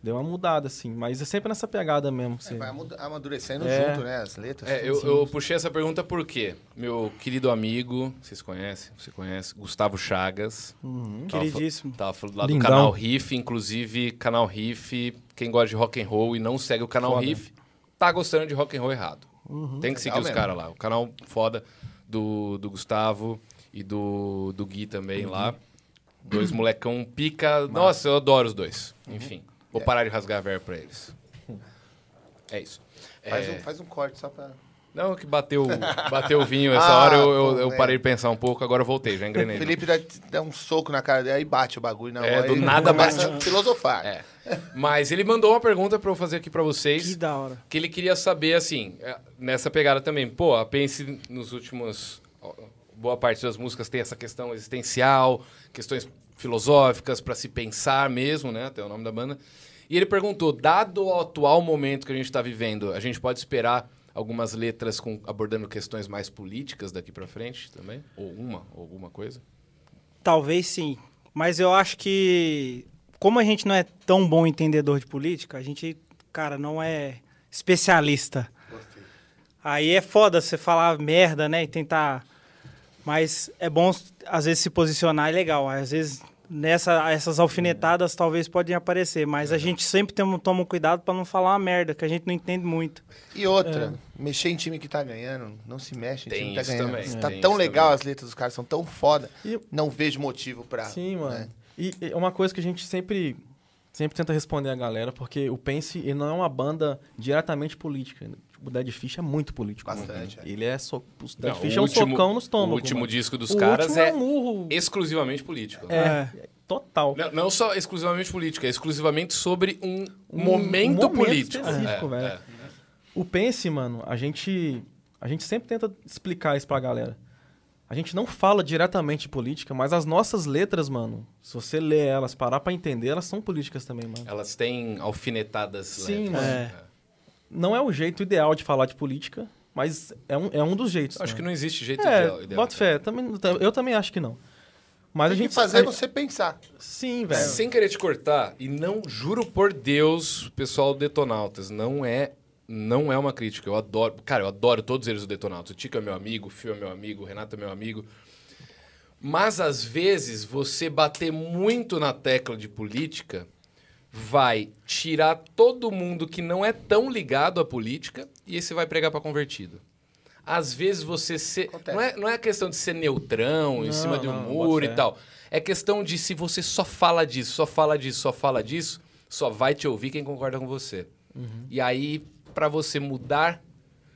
S6: Deu uma mudada, assim. Mas é sempre nessa pegada mesmo. assim.
S2: É,
S6: Você...
S2: vai amud- amadurecendo
S6: É.
S2: junto, né? As letras.
S1: É, eu, eu puxei essa pergunta porque meu querido amigo, vocês conhecem, você conhece, Gustavo Chagas. Tava fa-
S7: Queridíssimo.
S1: Tava falando lá do
S6: Lindão.
S1: canal Riff, inclusive, canal Riff, quem gosta de rock and roll e não segue o canal
S6: Foda.
S1: Riff, tá gostando de rock and roll errado. Tem que seguir
S2: Legal
S1: os
S2: mesmo.
S1: caras lá. O canal foda do, do Gustavo e do, do Gui também lá. Dois molecão pica. Nossa, eu adoro os dois. Enfim, vou parar de rasgar verbo pra eles. É isso.
S2: Faz,
S1: É,
S2: um, faz um corte só pra.
S1: Não, que bateu, bateu o vinho essa
S2: Ah,
S1: hora, eu, eu-
S2: pô,
S1: eu
S2: é.
S1: parei de pensar um pouco, agora eu voltei, já engrenei. né?
S2: Felipe dá, dá um soco na cara dele, aí bate o bagulho na
S1: É,
S2: hora.
S1: do
S2: ele
S1: nada
S2: começa
S1: bate.
S2: a filosofar.
S1: É. Mas ele mandou uma pergunta pra eu fazer aqui pra
S7: Que
S1: vocês,
S7: da hora.
S1: que ele queria saber, assim, é, nessa pegada também. Pô, a Pense nos últimos... ó, Boa parte das músicas tem essa questão existencial, questões filosóficas pra se pensar mesmo, né? Até o nome da banda. E ele perguntou, dado o atual momento que a gente tá vivendo, a gente pode esperar algumas letras com, abordando questões mais políticas daqui pra frente também? Ou uma, ou alguma coisa?
S7: Talvez sim. Mas eu acho que, como a gente não é tão bom entendedor de política, a gente, cara, não é especialista. Aí é foda você falar merda, né? E tentar. Mas é bom, às vezes, se posicionar é legal. Às vezes, nessa, essas alfinetadas talvez podem aparecer. Mas a gente sempre tem, um- toma um cuidado para não falar uma merda, que a gente não entende muito.
S2: E outra, mexer em time que tá ganhando, não se mexe em
S1: Tem
S2: time que tá
S1: isso
S2: ganhando.
S1: também,
S2: tá
S1: tem
S2: tão
S1: isso
S2: legal,
S1: também.
S2: as letras dos caras são tão foda.
S6: E-
S2: Não vejo motivo pra.
S6: Sim, mano.
S2: né?
S6: E e é uma coisa que a gente sempre, sempre tenta responder a galera, porque o Pense ele não é uma banda diretamente política. O Dead Fish é muito político. mano.
S2: Bastante, é.
S6: Ele é so... O Dead
S1: Não,
S6: Fish
S1: o
S6: é um
S1: último-
S6: socão no estômago.
S1: O último
S6: mano.
S1: disco dos
S6: O
S1: caras
S6: último é
S1: é
S6: um murro.
S1: exclusivamente político. né?
S6: É, é total.
S1: Não, não só exclusivamente política, é exclusivamente sobre um,
S6: Um
S1: momento,
S6: momento
S1: político.
S6: específico, né?
S1: É,
S6: velho.
S1: é.
S6: O Pense, mano, a gente, a gente sempre tenta explicar isso pra galera. A gente não fala diretamente de política, mas as nossas letras, mano, se você ler elas, parar pra entender, elas são políticas também, mano.
S1: Elas têm alfinetadas
S6: Sim,
S1: leves.
S6: mano. Não é o jeito ideal de falar de política, mas é um, é um dos jeitos.
S1: Eu Acho que não existe jeito
S6: é,
S1: ideal- ideal.
S6: bota fé. Também, eu também acho que não. Mas a
S2: Tem
S6: gente...
S2: que fazer
S6: a-
S2: você pensar.
S6: Sim, velho.
S1: Sem querer te cortar, e não juro por Deus, pessoal do Detonautas, não é não é uma crítica. Eu adoro, cara, eu adoro todos eles do Detonautas. O Tico é meu amigo, o Fio é meu amigo, o Renato é meu amigo. Mas às vezes você bater muito na tecla de política vai tirar todo mundo que não é tão ligado à política e esse vai pregar pra convertido. Às vezes você ser.
S2: Acontece.
S1: Não é, não é questão de ser neutrão em
S6: Não,
S1: cima de um
S6: não,
S1: muro
S6: bota
S1: e
S6: fé.
S1: tal. É questão de se você só fala disso, só fala disso, só fala disso, só vai te ouvir quem concorda com você.
S6: Uhum.
S1: E aí, pra você mudar.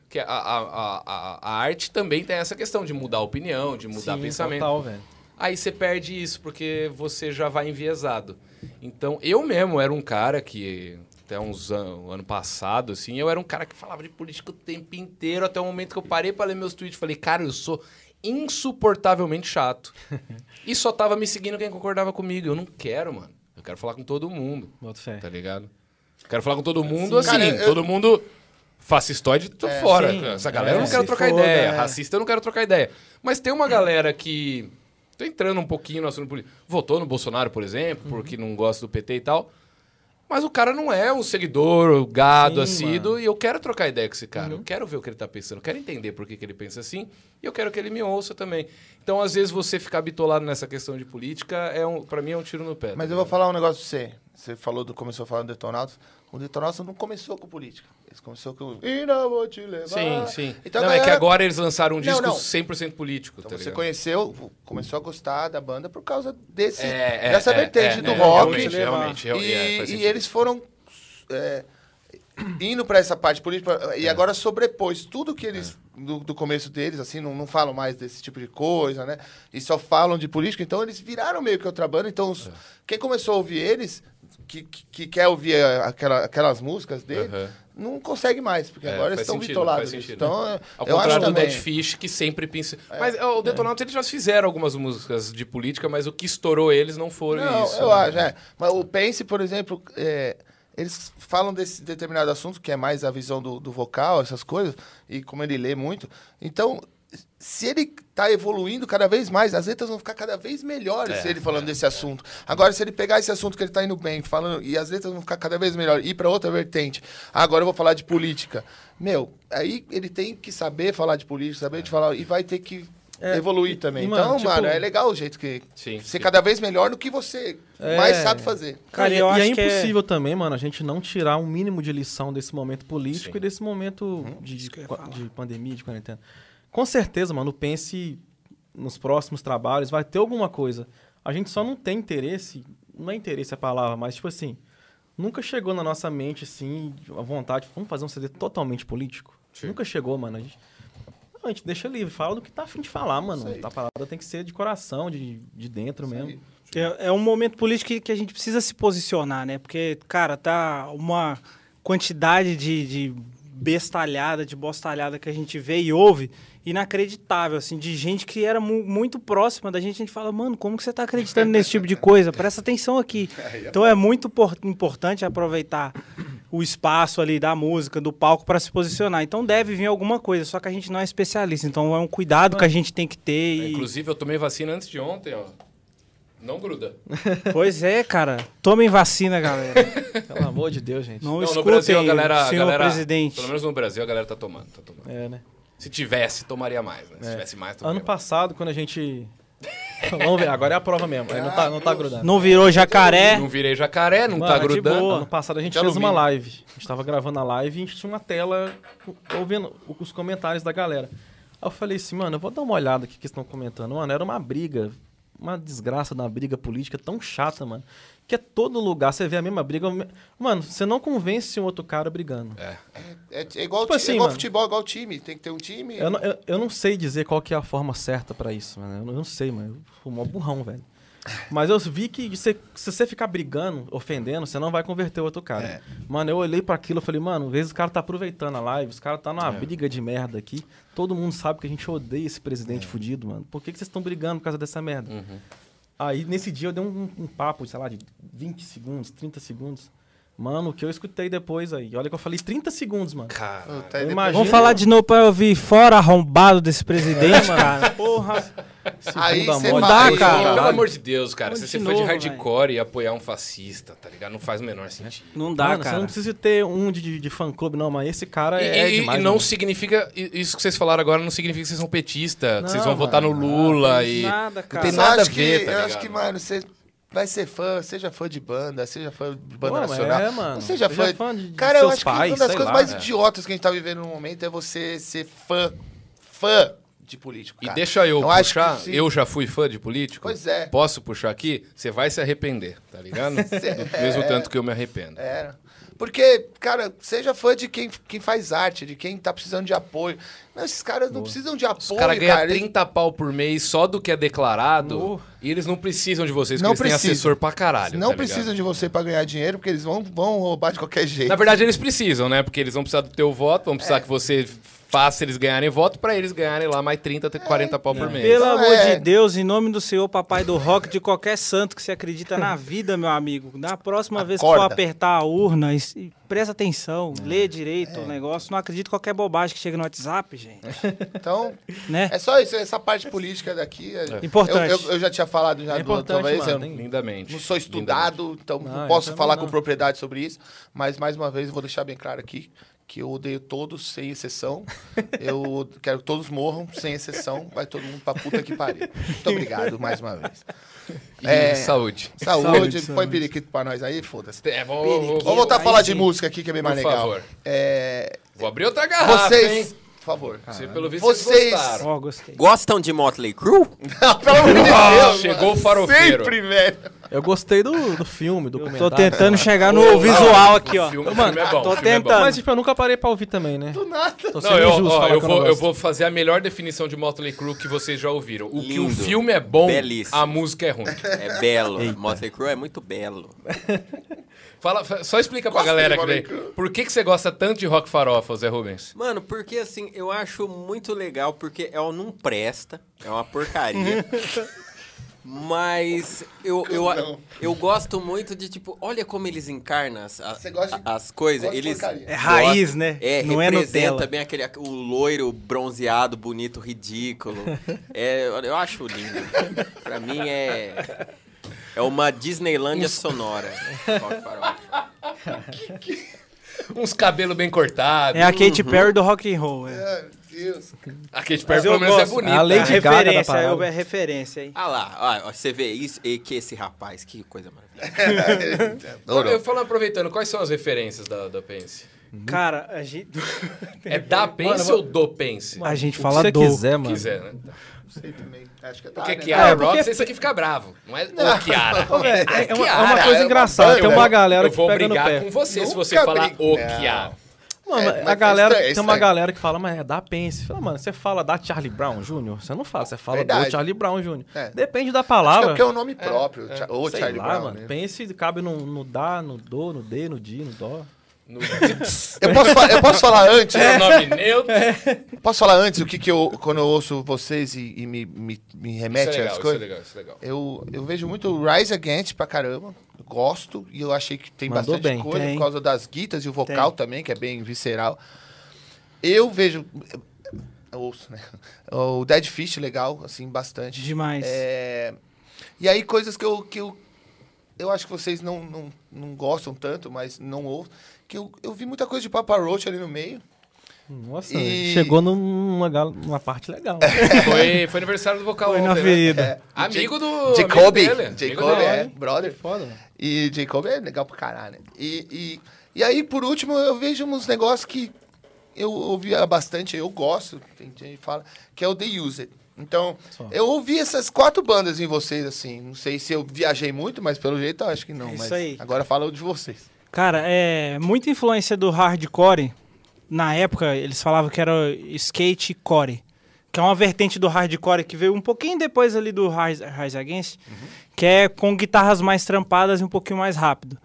S1: Que a, a, a, a- a arte também tem essa questão de mudar a opinião, de mudar
S6: Sim,
S1: pensamento.
S6: Total, velho.
S1: Aí você perde isso, porque você já vai enviesado. Então, eu mesmo era um cara que, até uns anos, ano passado, assim, eu era um cara que falava de política o tempo inteiro, até o momento que eu parei pra ler meus tweets. Falei, cara, eu sou insuportavelmente chato. e só tava me seguindo quem concordava comigo. Eu não quero, mano. Eu quero falar com todo mundo,
S6: Boto fé.
S1: tá ligado? Quero falar com todo mundo assim,
S2: Cara, eu-
S1: todo mundo fascistoide, tô fora.
S6: É, sim.
S1: Essa galera eu
S6: É,
S1: não quero
S6: se
S1: trocar
S6: foda,
S1: ideia,
S6: é.
S1: racista eu não quero trocar ideia. Mas tem uma galera que tô entrando um pouquinho no assunto político. Votou no Bolsonaro, por exemplo,
S6: Uhum.
S1: porque não gosta do PT e tal. Mas o cara não é um seguidor, um gado,
S6: Sim, Uhum.
S1: assíduo, e eu quero trocar ideia com esse cara. Eu quero ver o que ele tá pensando, eu quero entender por que, que ele pensa assim, e eu quero que ele me ouça também. Então, às vezes, você ficar bitolado nessa questão de política, é um, para mim, é um tiro no pé.
S2: Mas
S1: tá
S2: eu vou falar um negócio pra você. Você falou do, começou a falar do Detonautas. O Detonautas não começou com política. Eles começou com... E não vou te levar.
S1: Sim, sim.
S2: Então,
S1: não,
S2: a
S1: é que
S2: galera-
S1: agora eles lançaram um
S2: Não,
S1: disco
S2: não.
S1: 100% político,
S2: Então
S1: tá
S2: você
S1: ligado?
S2: conheceu, começou a gostar da banda por causa desse,
S1: É, é,
S2: dessa
S1: é,
S2: vertente
S1: é,
S2: do
S1: é,
S2: rock.
S1: realmente, realmente,
S2: e,
S1: real- é, faz
S2: e
S1: sentido.
S2: eles foram é, indo pra essa parte política
S1: É.
S2: e agora sobrepôs tudo que eles do, do começo deles, assim, não, não falam mais desse tipo de coisa, né? E só falam de política. Então eles viraram meio que outra banda. Então
S1: É.
S2: os- quem começou a ouvir eles, que, que, que quer ouvir é, aquela- aquelas músicas dele,
S1: Aham.
S2: não consegue mais, porque
S1: É,
S2: agora
S1: faz
S2: eles estão
S1: sentido,
S2: vitolados.
S1: faz sentido. né?
S2: Então, é,
S1: Ao
S2: eu acho
S1: contrário do
S2: também. É.
S1: Dead Fish, que sempre pensa... Mas ó, o Detonautas, eles já fizeram algumas músicas de política, mas o que estourou eles não foram
S2: Não,
S1: isso.
S2: eu
S1: né?
S2: acho, é. Mas o Pense, por exemplo, é, eles falam desse determinado assunto, que é mais a visão do, do vocal, essas coisas, e como ele lê muito. Então, se ele tá evoluindo cada vez mais, as letras vão ficar cada vez melhores
S1: É,
S2: se ele falando desse assunto. Agora, se ele pegar esse assunto que ele tá indo bem, falando, e as letras vão ficar cada vez melhores, ir para outra vertente. Ah, agora eu vou falar de política. Meu, aí ele tem que saber falar de política, saber de falar, e vai ter que.
S6: É,
S2: evoluir
S6: e-
S2: também.
S6: e, mano,
S2: então,
S6: tipo-
S2: mano, é legal o jeito que
S1: Sim,
S2: ser
S1: sim.
S2: cada vez melhor no que você
S6: É.
S2: mais sabe fazer.
S7: Cara,
S6: e,
S7: eu
S6: e
S7: acho
S6: é
S7: que é-
S6: impossível também, mano, a gente não tirar um mínimo de lição desse momento político
S1: Sim.
S6: e desse momento de,
S7: Hum, isso que eu ia
S6: qua-
S7: falar.
S6: de pandemia, de quarentena. Com certeza, mano, o pense nos próximos trabalhos, vai ter alguma coisa. A gente só não tem interesse, não é interesse a palavra, mas tipo assim, nunca chegou na nossa mente, assim, a vontade, vamos fazer um CD totalmente político?
S1: Sim.
S6: Nunca chegou, mano. A gente, não, a gente deixa livre, fala do que tá afim de falar, mano. A parada tem que ser de coração, de, de dentro mesmo.
S7: É, é um momento político que, que a gente precisa se posicionar, né? Porque, cara, tá uma quantidade de, de bestalhada, de bostalhada que a gente vê e ouve inacreditável, assim, de gente que era mu- muito próxima da gente. A gente fala, mano, como que você tá acreditando nesse tipo de coisa? Presta atenção aqui. Então é muito por- importante aproveitar o espaço ali da música, do palco para se posicionar. Então deve vir alguma coisa, só que a gente não é especialista. Então é um cuidado que a gente tem que ter. e-
S1: Inclusive, eu tomei vacina antes de ontem, ó. Não gruda.
S7: Pois é, cara. Tomem vacina, galera.
S6: Pelo amor de Deus, gente.
S7: Não,
S1: Não, no
S7: escutem,
S1: Brasil, a galera, a
S7: senhor
S1: galera...
S7: presidente.
S1: Pelo menos no Brasil, a galera tá tomando, tá tomando.
S6: É, né?
S1: Se tivesse, tomaria mais, né? Se tivesse mais, tomaria
S6: É. Ano passado, quando a gente. Vamos ver, agora é a prova mesmo. Aí não tá, não tá grudando.
S7: Não virou jacaré.
S1: mais. Não virei jacaré, não
S6: É. Mano,
S1: tá
S6: é de
S1: grudando.
S6: boa. Ano passado a gente
S1: De
S6: fez uma
S1: alumínio.
S6: live. A gente tava gravando a live e a gente tinha uma tela com- ouvindo o- os comentários da galera. Aí eu falei assim, mano, eu vou dar uma olhada aqui que estão comentando. Mano, era uma briga. Uma desgraça da briga política tão chata, mano. Que é todo lugar, você vê a mesma briga. Mano, você não convence um outro cara brigando.
S2: É, é igual, ti-
S6: Tipo
S2: é
S6: assim,
S2: igual
S6: mano.
S2: futebol, é igual time. Tem que ter um time.
S6: Eu não, eu, eu não sei dizer qual que é a forma certa pra isso, mano. Eu não, eu não sei, mano. Eu sou mó burrão, velho. Mas eu vi que se, se você ficar brigando, ofendendo, você não vai converter o outro cara.
S2: É.
S6: Mano, eu olhei pra aquilo e falei, mano, às vezes o cara tá aproveitando a live, os caras tá
S2: É.
S6: numa briga de merda aqui. Todo mundo sabe que a gente odeia esse
S2: É.
S6: presidente fudido, mano. Por que, que vocês estão brigando por causa dessa merda?
S2: Uhum.
S6: Aí nesse dia eu dei um, um papo, sei lá, de 20 segundos, 30 segundos. Mano, o que eu escutei depois aí? Olha que eu falei 30 segundos, mano.
S1: Cara,
S2: Tá,
S6: eu
S2: depois-
S6: imagino-
S7: Vamos falar de novo pra eu ouvir fora arrombado desse presidente, cara. Porra.
S2: Aí
S6: Segunda
S2: você
S6: moda,
S7: dá,
S2: fala,
S7: cara.
S2: "Ei,
S1: Pelo
S6: Caralho.
S1: amor de Deus, cara.
S7: Onde
S1: Se
S7: de
S1: você foi de
S7: novo,
S1: hardcore e apoiar um fascista, tá ligado? Não faz o
S6: É.
S1: menor sentido.
S7: Não dá,
S6: Mano, Você
S7: cara.
S6: não
S1: É.
S6: precisa ter um de, de, de fã-clube, não, mas esse cara
S1: E,
S6: é
S1: e- e
S6: demais.
S1: não
S6: mano.
S1: significa. i- Isso que vocês falaram agora não significa que vocês são petista, que vocês vão
S6: Não,
S1: votar no
S6: mano,
S1: Lula e.
S7: Nada,
S1: Não
S7: cara.
S1: tem
S2: eu
S1: nada a
S2: acho que-
S1: ver, tá
S2: Eu acho
S1: ligado?
S2: que, mano, você vai ser fã, seja fã de banda, seja fã de banda
S6: Ué,
S2: nacional.
S6: é, mano.
S2: Não seja,
S6: Seja
S2: fã.
S6: fã de- de
S2: cara, eu
S6: seus
S2: acho que
S6: pais,
S2: uma das
S6: sei né?
S2: coisas
S6: lá,
S2: mais
S6: é.
S2: idiotas que a gente tá vivendo no momento é você ser fã. Fã. de político.
S1: E
S2: cara.
S1: deixa eu
S2: Então, acho que
S1: puxar,
S2: se-
S1: eu já fui fã de político.
S2: Pois é.
S1: Posso puxar aqui? Você vai se arrepender, tá ligado?
S2: é.
S1: Do mesmo tanto que eu me arrependo.
S2: Era. Porque, cara, seja fã de quem, quem faz arte, de quem tá precisando de apoio. Não, esses caras não precisam de apoio,
S1: Os caras ganham
S2: cara. Eles-
S1: 30 pau por mês só do que é declarado e eles não precisam de vocês,
S2: Não
S1: porque eles têm
S2: precisam.
S1: assessor pra caralho.
S2: não
S1: tá ligado?
S2: precisam de você pra ganhar dinheiro, porque eles vão, vão roubar de qualquer jeito.
S1: Na verdade, eles precisam, né? Porque eles vão precisar do teu voto, vão
S2: É.
S1: precisar que você faça eles ganharem voto pra eles ganharem lá mais 30,
S2: É.
S1: até 40 pau por mês.
S7: Pelo
S2: Então,
S7: amor
S2: é.
S7: de Deus, em nome do Senhor, papai do rock, de qualquer santo que você acredita na vida, meu amigo. Na próxima vez que for
S2: Acorda.
S7: apertar a urna, es- e presta atenção,
S1: É.
S7: lê direito o negócio. Não acredito em qualquer bobagem que chega no WhatsApp, gente.
S1: É.
S2: Então,
S7: Né?
S2: é só isso, essa parte política daqui. é-
S7: Importante.
S2: Eu, eu- eu já tinha falado já
S6: É
S2: do- outra
S6: importante,
S2: vez,
S6: mano,
S2: eu
S6: tem-
S1: Então, Lindamente.
S2: não sou
S1: Lindamente.
S2: estudado, então
S6: Ah,
S2: não
S6: eu
S2: posso
S6: também
S2: falar
S6: não.
S2: com propriedade sobre isso. Mas, mais uma vez, eu vou deixar bem claro aqui que eu odeio todos, sem exceção. Eu quero que todos morram, sem exceção. Vai todo mundo pra puta que pariu. Muito obrigado, mais uma vez.
S1: E
S2: É.
S1: saúde.
S2: Saúde,
S6: Saúde,
S2: põe
S6: saúde.
S2: periquito pra nós aí, foda-se.
S1: É, vou, vou,
S2: Vamos
S1: vou,
S2: voltar a
S7: aí
S2: falar de
S7: sim.
S2: música aqui, que é bem mais
S1: Por
S2: legal.
S1: favor.
S2: É,
S1: vou abrir outra garrafa,
S2: vocês...
S1: hein?
S2: Por favor.
S1: Você, pelo visto, vocês,
S2: Vocês-
S1: gostaram.
S7: Ó, gostei.
S5: Gostam de Motley Crue?
S2: Não, pelo amor de Deus,
S1: Ah, chegou
S2: mano.
S1: o farofeiro.
S2: Sempre, velho.
S6: Eu gostei do, do filme, do
S7: Eu tô
S6: comentário.
S7: tentando
S6: sei lá.
S7: chegar no visual aqui,
S1: O
S7: ó.
S1: filme, o
S6: Mano,
S1: filme é bom.
S7: tô
S1: o filme é bom.
S7: tentando.
S6: Mas, tipo, eu nunca parei pra ouvir também, né?
S2: Do nada.
S6: Tô
S1: Não,
S6: sendo
S1: eu,
S6: injusto
S1: ó,
S6: falar
S1: eu
S6: que eu
S1: vou,
S6: não
S1: eu
S6: gosto.
S1: vou fazer a melhor definição de Motley Crue que vocês já ouviram. O que o
S5: Lindo.
S1: filme é bom,
S5: Belíssimo.
S1: a música é ruim.
S5: É belo. Motley Crue é muito belo.
S1: Fala, fa- só explica pra
S2: Gosto
S1: galera
S2: de
S1: aqui daí.
S2: Motley
S1: Por que, que você gosta tanto de rock farofa, Zé Rubens?
S5: Mano, porque assim, eu acho muito legal, porque ela não presta, é uma porcaria. Mas eu, eu, a-
S2: Não.
S5: eu gosto muito de, tipo, olha como eles encarnam as, a-
S2: Você gosta de-
S5: a- as coisas.
S2: gosta de
S5: Eles
S2: porcaria.
S7: É raiz,
S5: gostam-
S7: né?
S5: É,
S7: Não é
S5: representa
S7: Nutella.
S5: bem aquele, o loiro bronzeado, bonito, ridículo. é, eu- eu acho lindo. pra mim é... É uma Disneylândia sonora. Rock Farofa.
S1: Uns cabelos bem cortados.
S7: É a Katy Perry do rock and roll. É.
S2: Meu Deus.
S1: A Katy
S7: Mas
S1: Perry,
S7: eu
S1: pelo menos, é
S7: gosto.
S1: bonita.
S6: A
S7: É a
S6: Lady Gaga da
S7: referência, é
S6: parada.
S7: a referência aí.
S5: Ah lá, ó, ó, você vê isso e que esse rapaz, que coisa maravilhosa.
S1: Eu falo aproveitando, quais são as referências da, da Pense?
S7: Cara, Uhum. a gente,
S1: É da Pense ou do Pense?
S7: a gente
S6: O que
S7: fala
S6: você
S7: do...
S6: quiser, mano.
S1: quiser, né?
S2: Não sei também. Acho que é
S1: Porque
S2: tarde, né?
S1: Kiara
S6: É, porque-
S1: Rocks, esse aqui fica bravo. Não é o Kiara.
S6: Ô, velho, é, é uma, é
S1: Kiara,
S6: uma
S2: é
S6: coisa
S2: uma
S6: engraçada.
S2: banda,
S6: Tem uma
S2: velho.
S6: galera
S1: Eu
S6: que
S1: vou
S6: pega no
S1: brigar
S6: pé.
S1: com você se
S2: Nunca
S1: você falar
S2: briga.
S1: o
S2: Não.
S1: Kiara.
S6: Mano,
S2: É,
S6: a
S2: mas
S6: galera,
S2: é estranho, é
S6: tem uma
S2: estranho.
S6: galera que fala, mas é da Pence. Fala, mano, você fala da Charlie Brown Jr.? Você não fala, você fala do
S2: Verdade.
S6: Charlie Brown Jr.
S2: É.
S6: Depende da
S2: Acho que é
S6: palavra.
S2: porque é o nome próprio. Cha- Ou
S6: Sei
S2: Charlie
S6: lá,
S2: Brown.
S6: mano.
S2: né?
S6: Pense cabe no, no dá, no do, no d, no di, no dó.
S1: No...
S2: Eu, posso fa- eu posso falar antes?
S1: É o nome neutro.
S2: Posso falar antes o que, que eu, quando eu ouço vocês e, e me, me, me remete
S1: Isso é legal,
S2: às
S1: isso é
S2: coisas?
S1: legal, isso é legal.
S2: Eu, eu vejo muito Rise Against pra caramba. Eu Gosto. E eu achei que tem
S6: Mandou
S2: bastante
S6: bem.
S2: coisa
S7: Tem.
S2: por causa das guitas e o vocal também, que é bem visceral. Eu vejo. Eu ouço, né? O Dead Fish, legal, assim, bastante.
S7: Demais.
S2: É, E aí, coisas que eu. Que eu eu acho que vocês não, não, não gostam tanto, mas não ouvem. Que eu, eu vi muita coisa de Papa Roach ali no meio.
S6: Nossa,
S2: E- É,
S6: chegou numa, gal- numa parte legal.
S1: Foi, foi aniversário do vocal
S7: Foi na
S1: ontem, né?
S7: ferida.
S1: Amigo
S2: Ja-
S1: do. amigo
S2: Jacob.
S1: dele, amigo
S2: Jacob,
S1: dele.
S2: é, brother.
S6: Foda, mano.
S2: E Jacob é legal pra caralho. né? E, e, e aí, por último, eu vejo uns negócios que eu ouvia bastante, eu gosto, tem gente que fala, que é o The Used. Então, eu ouvi essas quatro bandas em vocês, assim. Não sei se eu viajei muito, mas pelo jeito eu acho que não.
S7: É isso
S2: mas
S7: aí.
S2: Agora fala o de vocês.
S7: Cara, é muita influência do hardcore. Na época, eles falavam que era skate core, que é uma vertente do hardcore que veio um pouquinho depois ali do Rise Rise Against, que é com guitarras mais trampadas e um pouquinho mais rápido.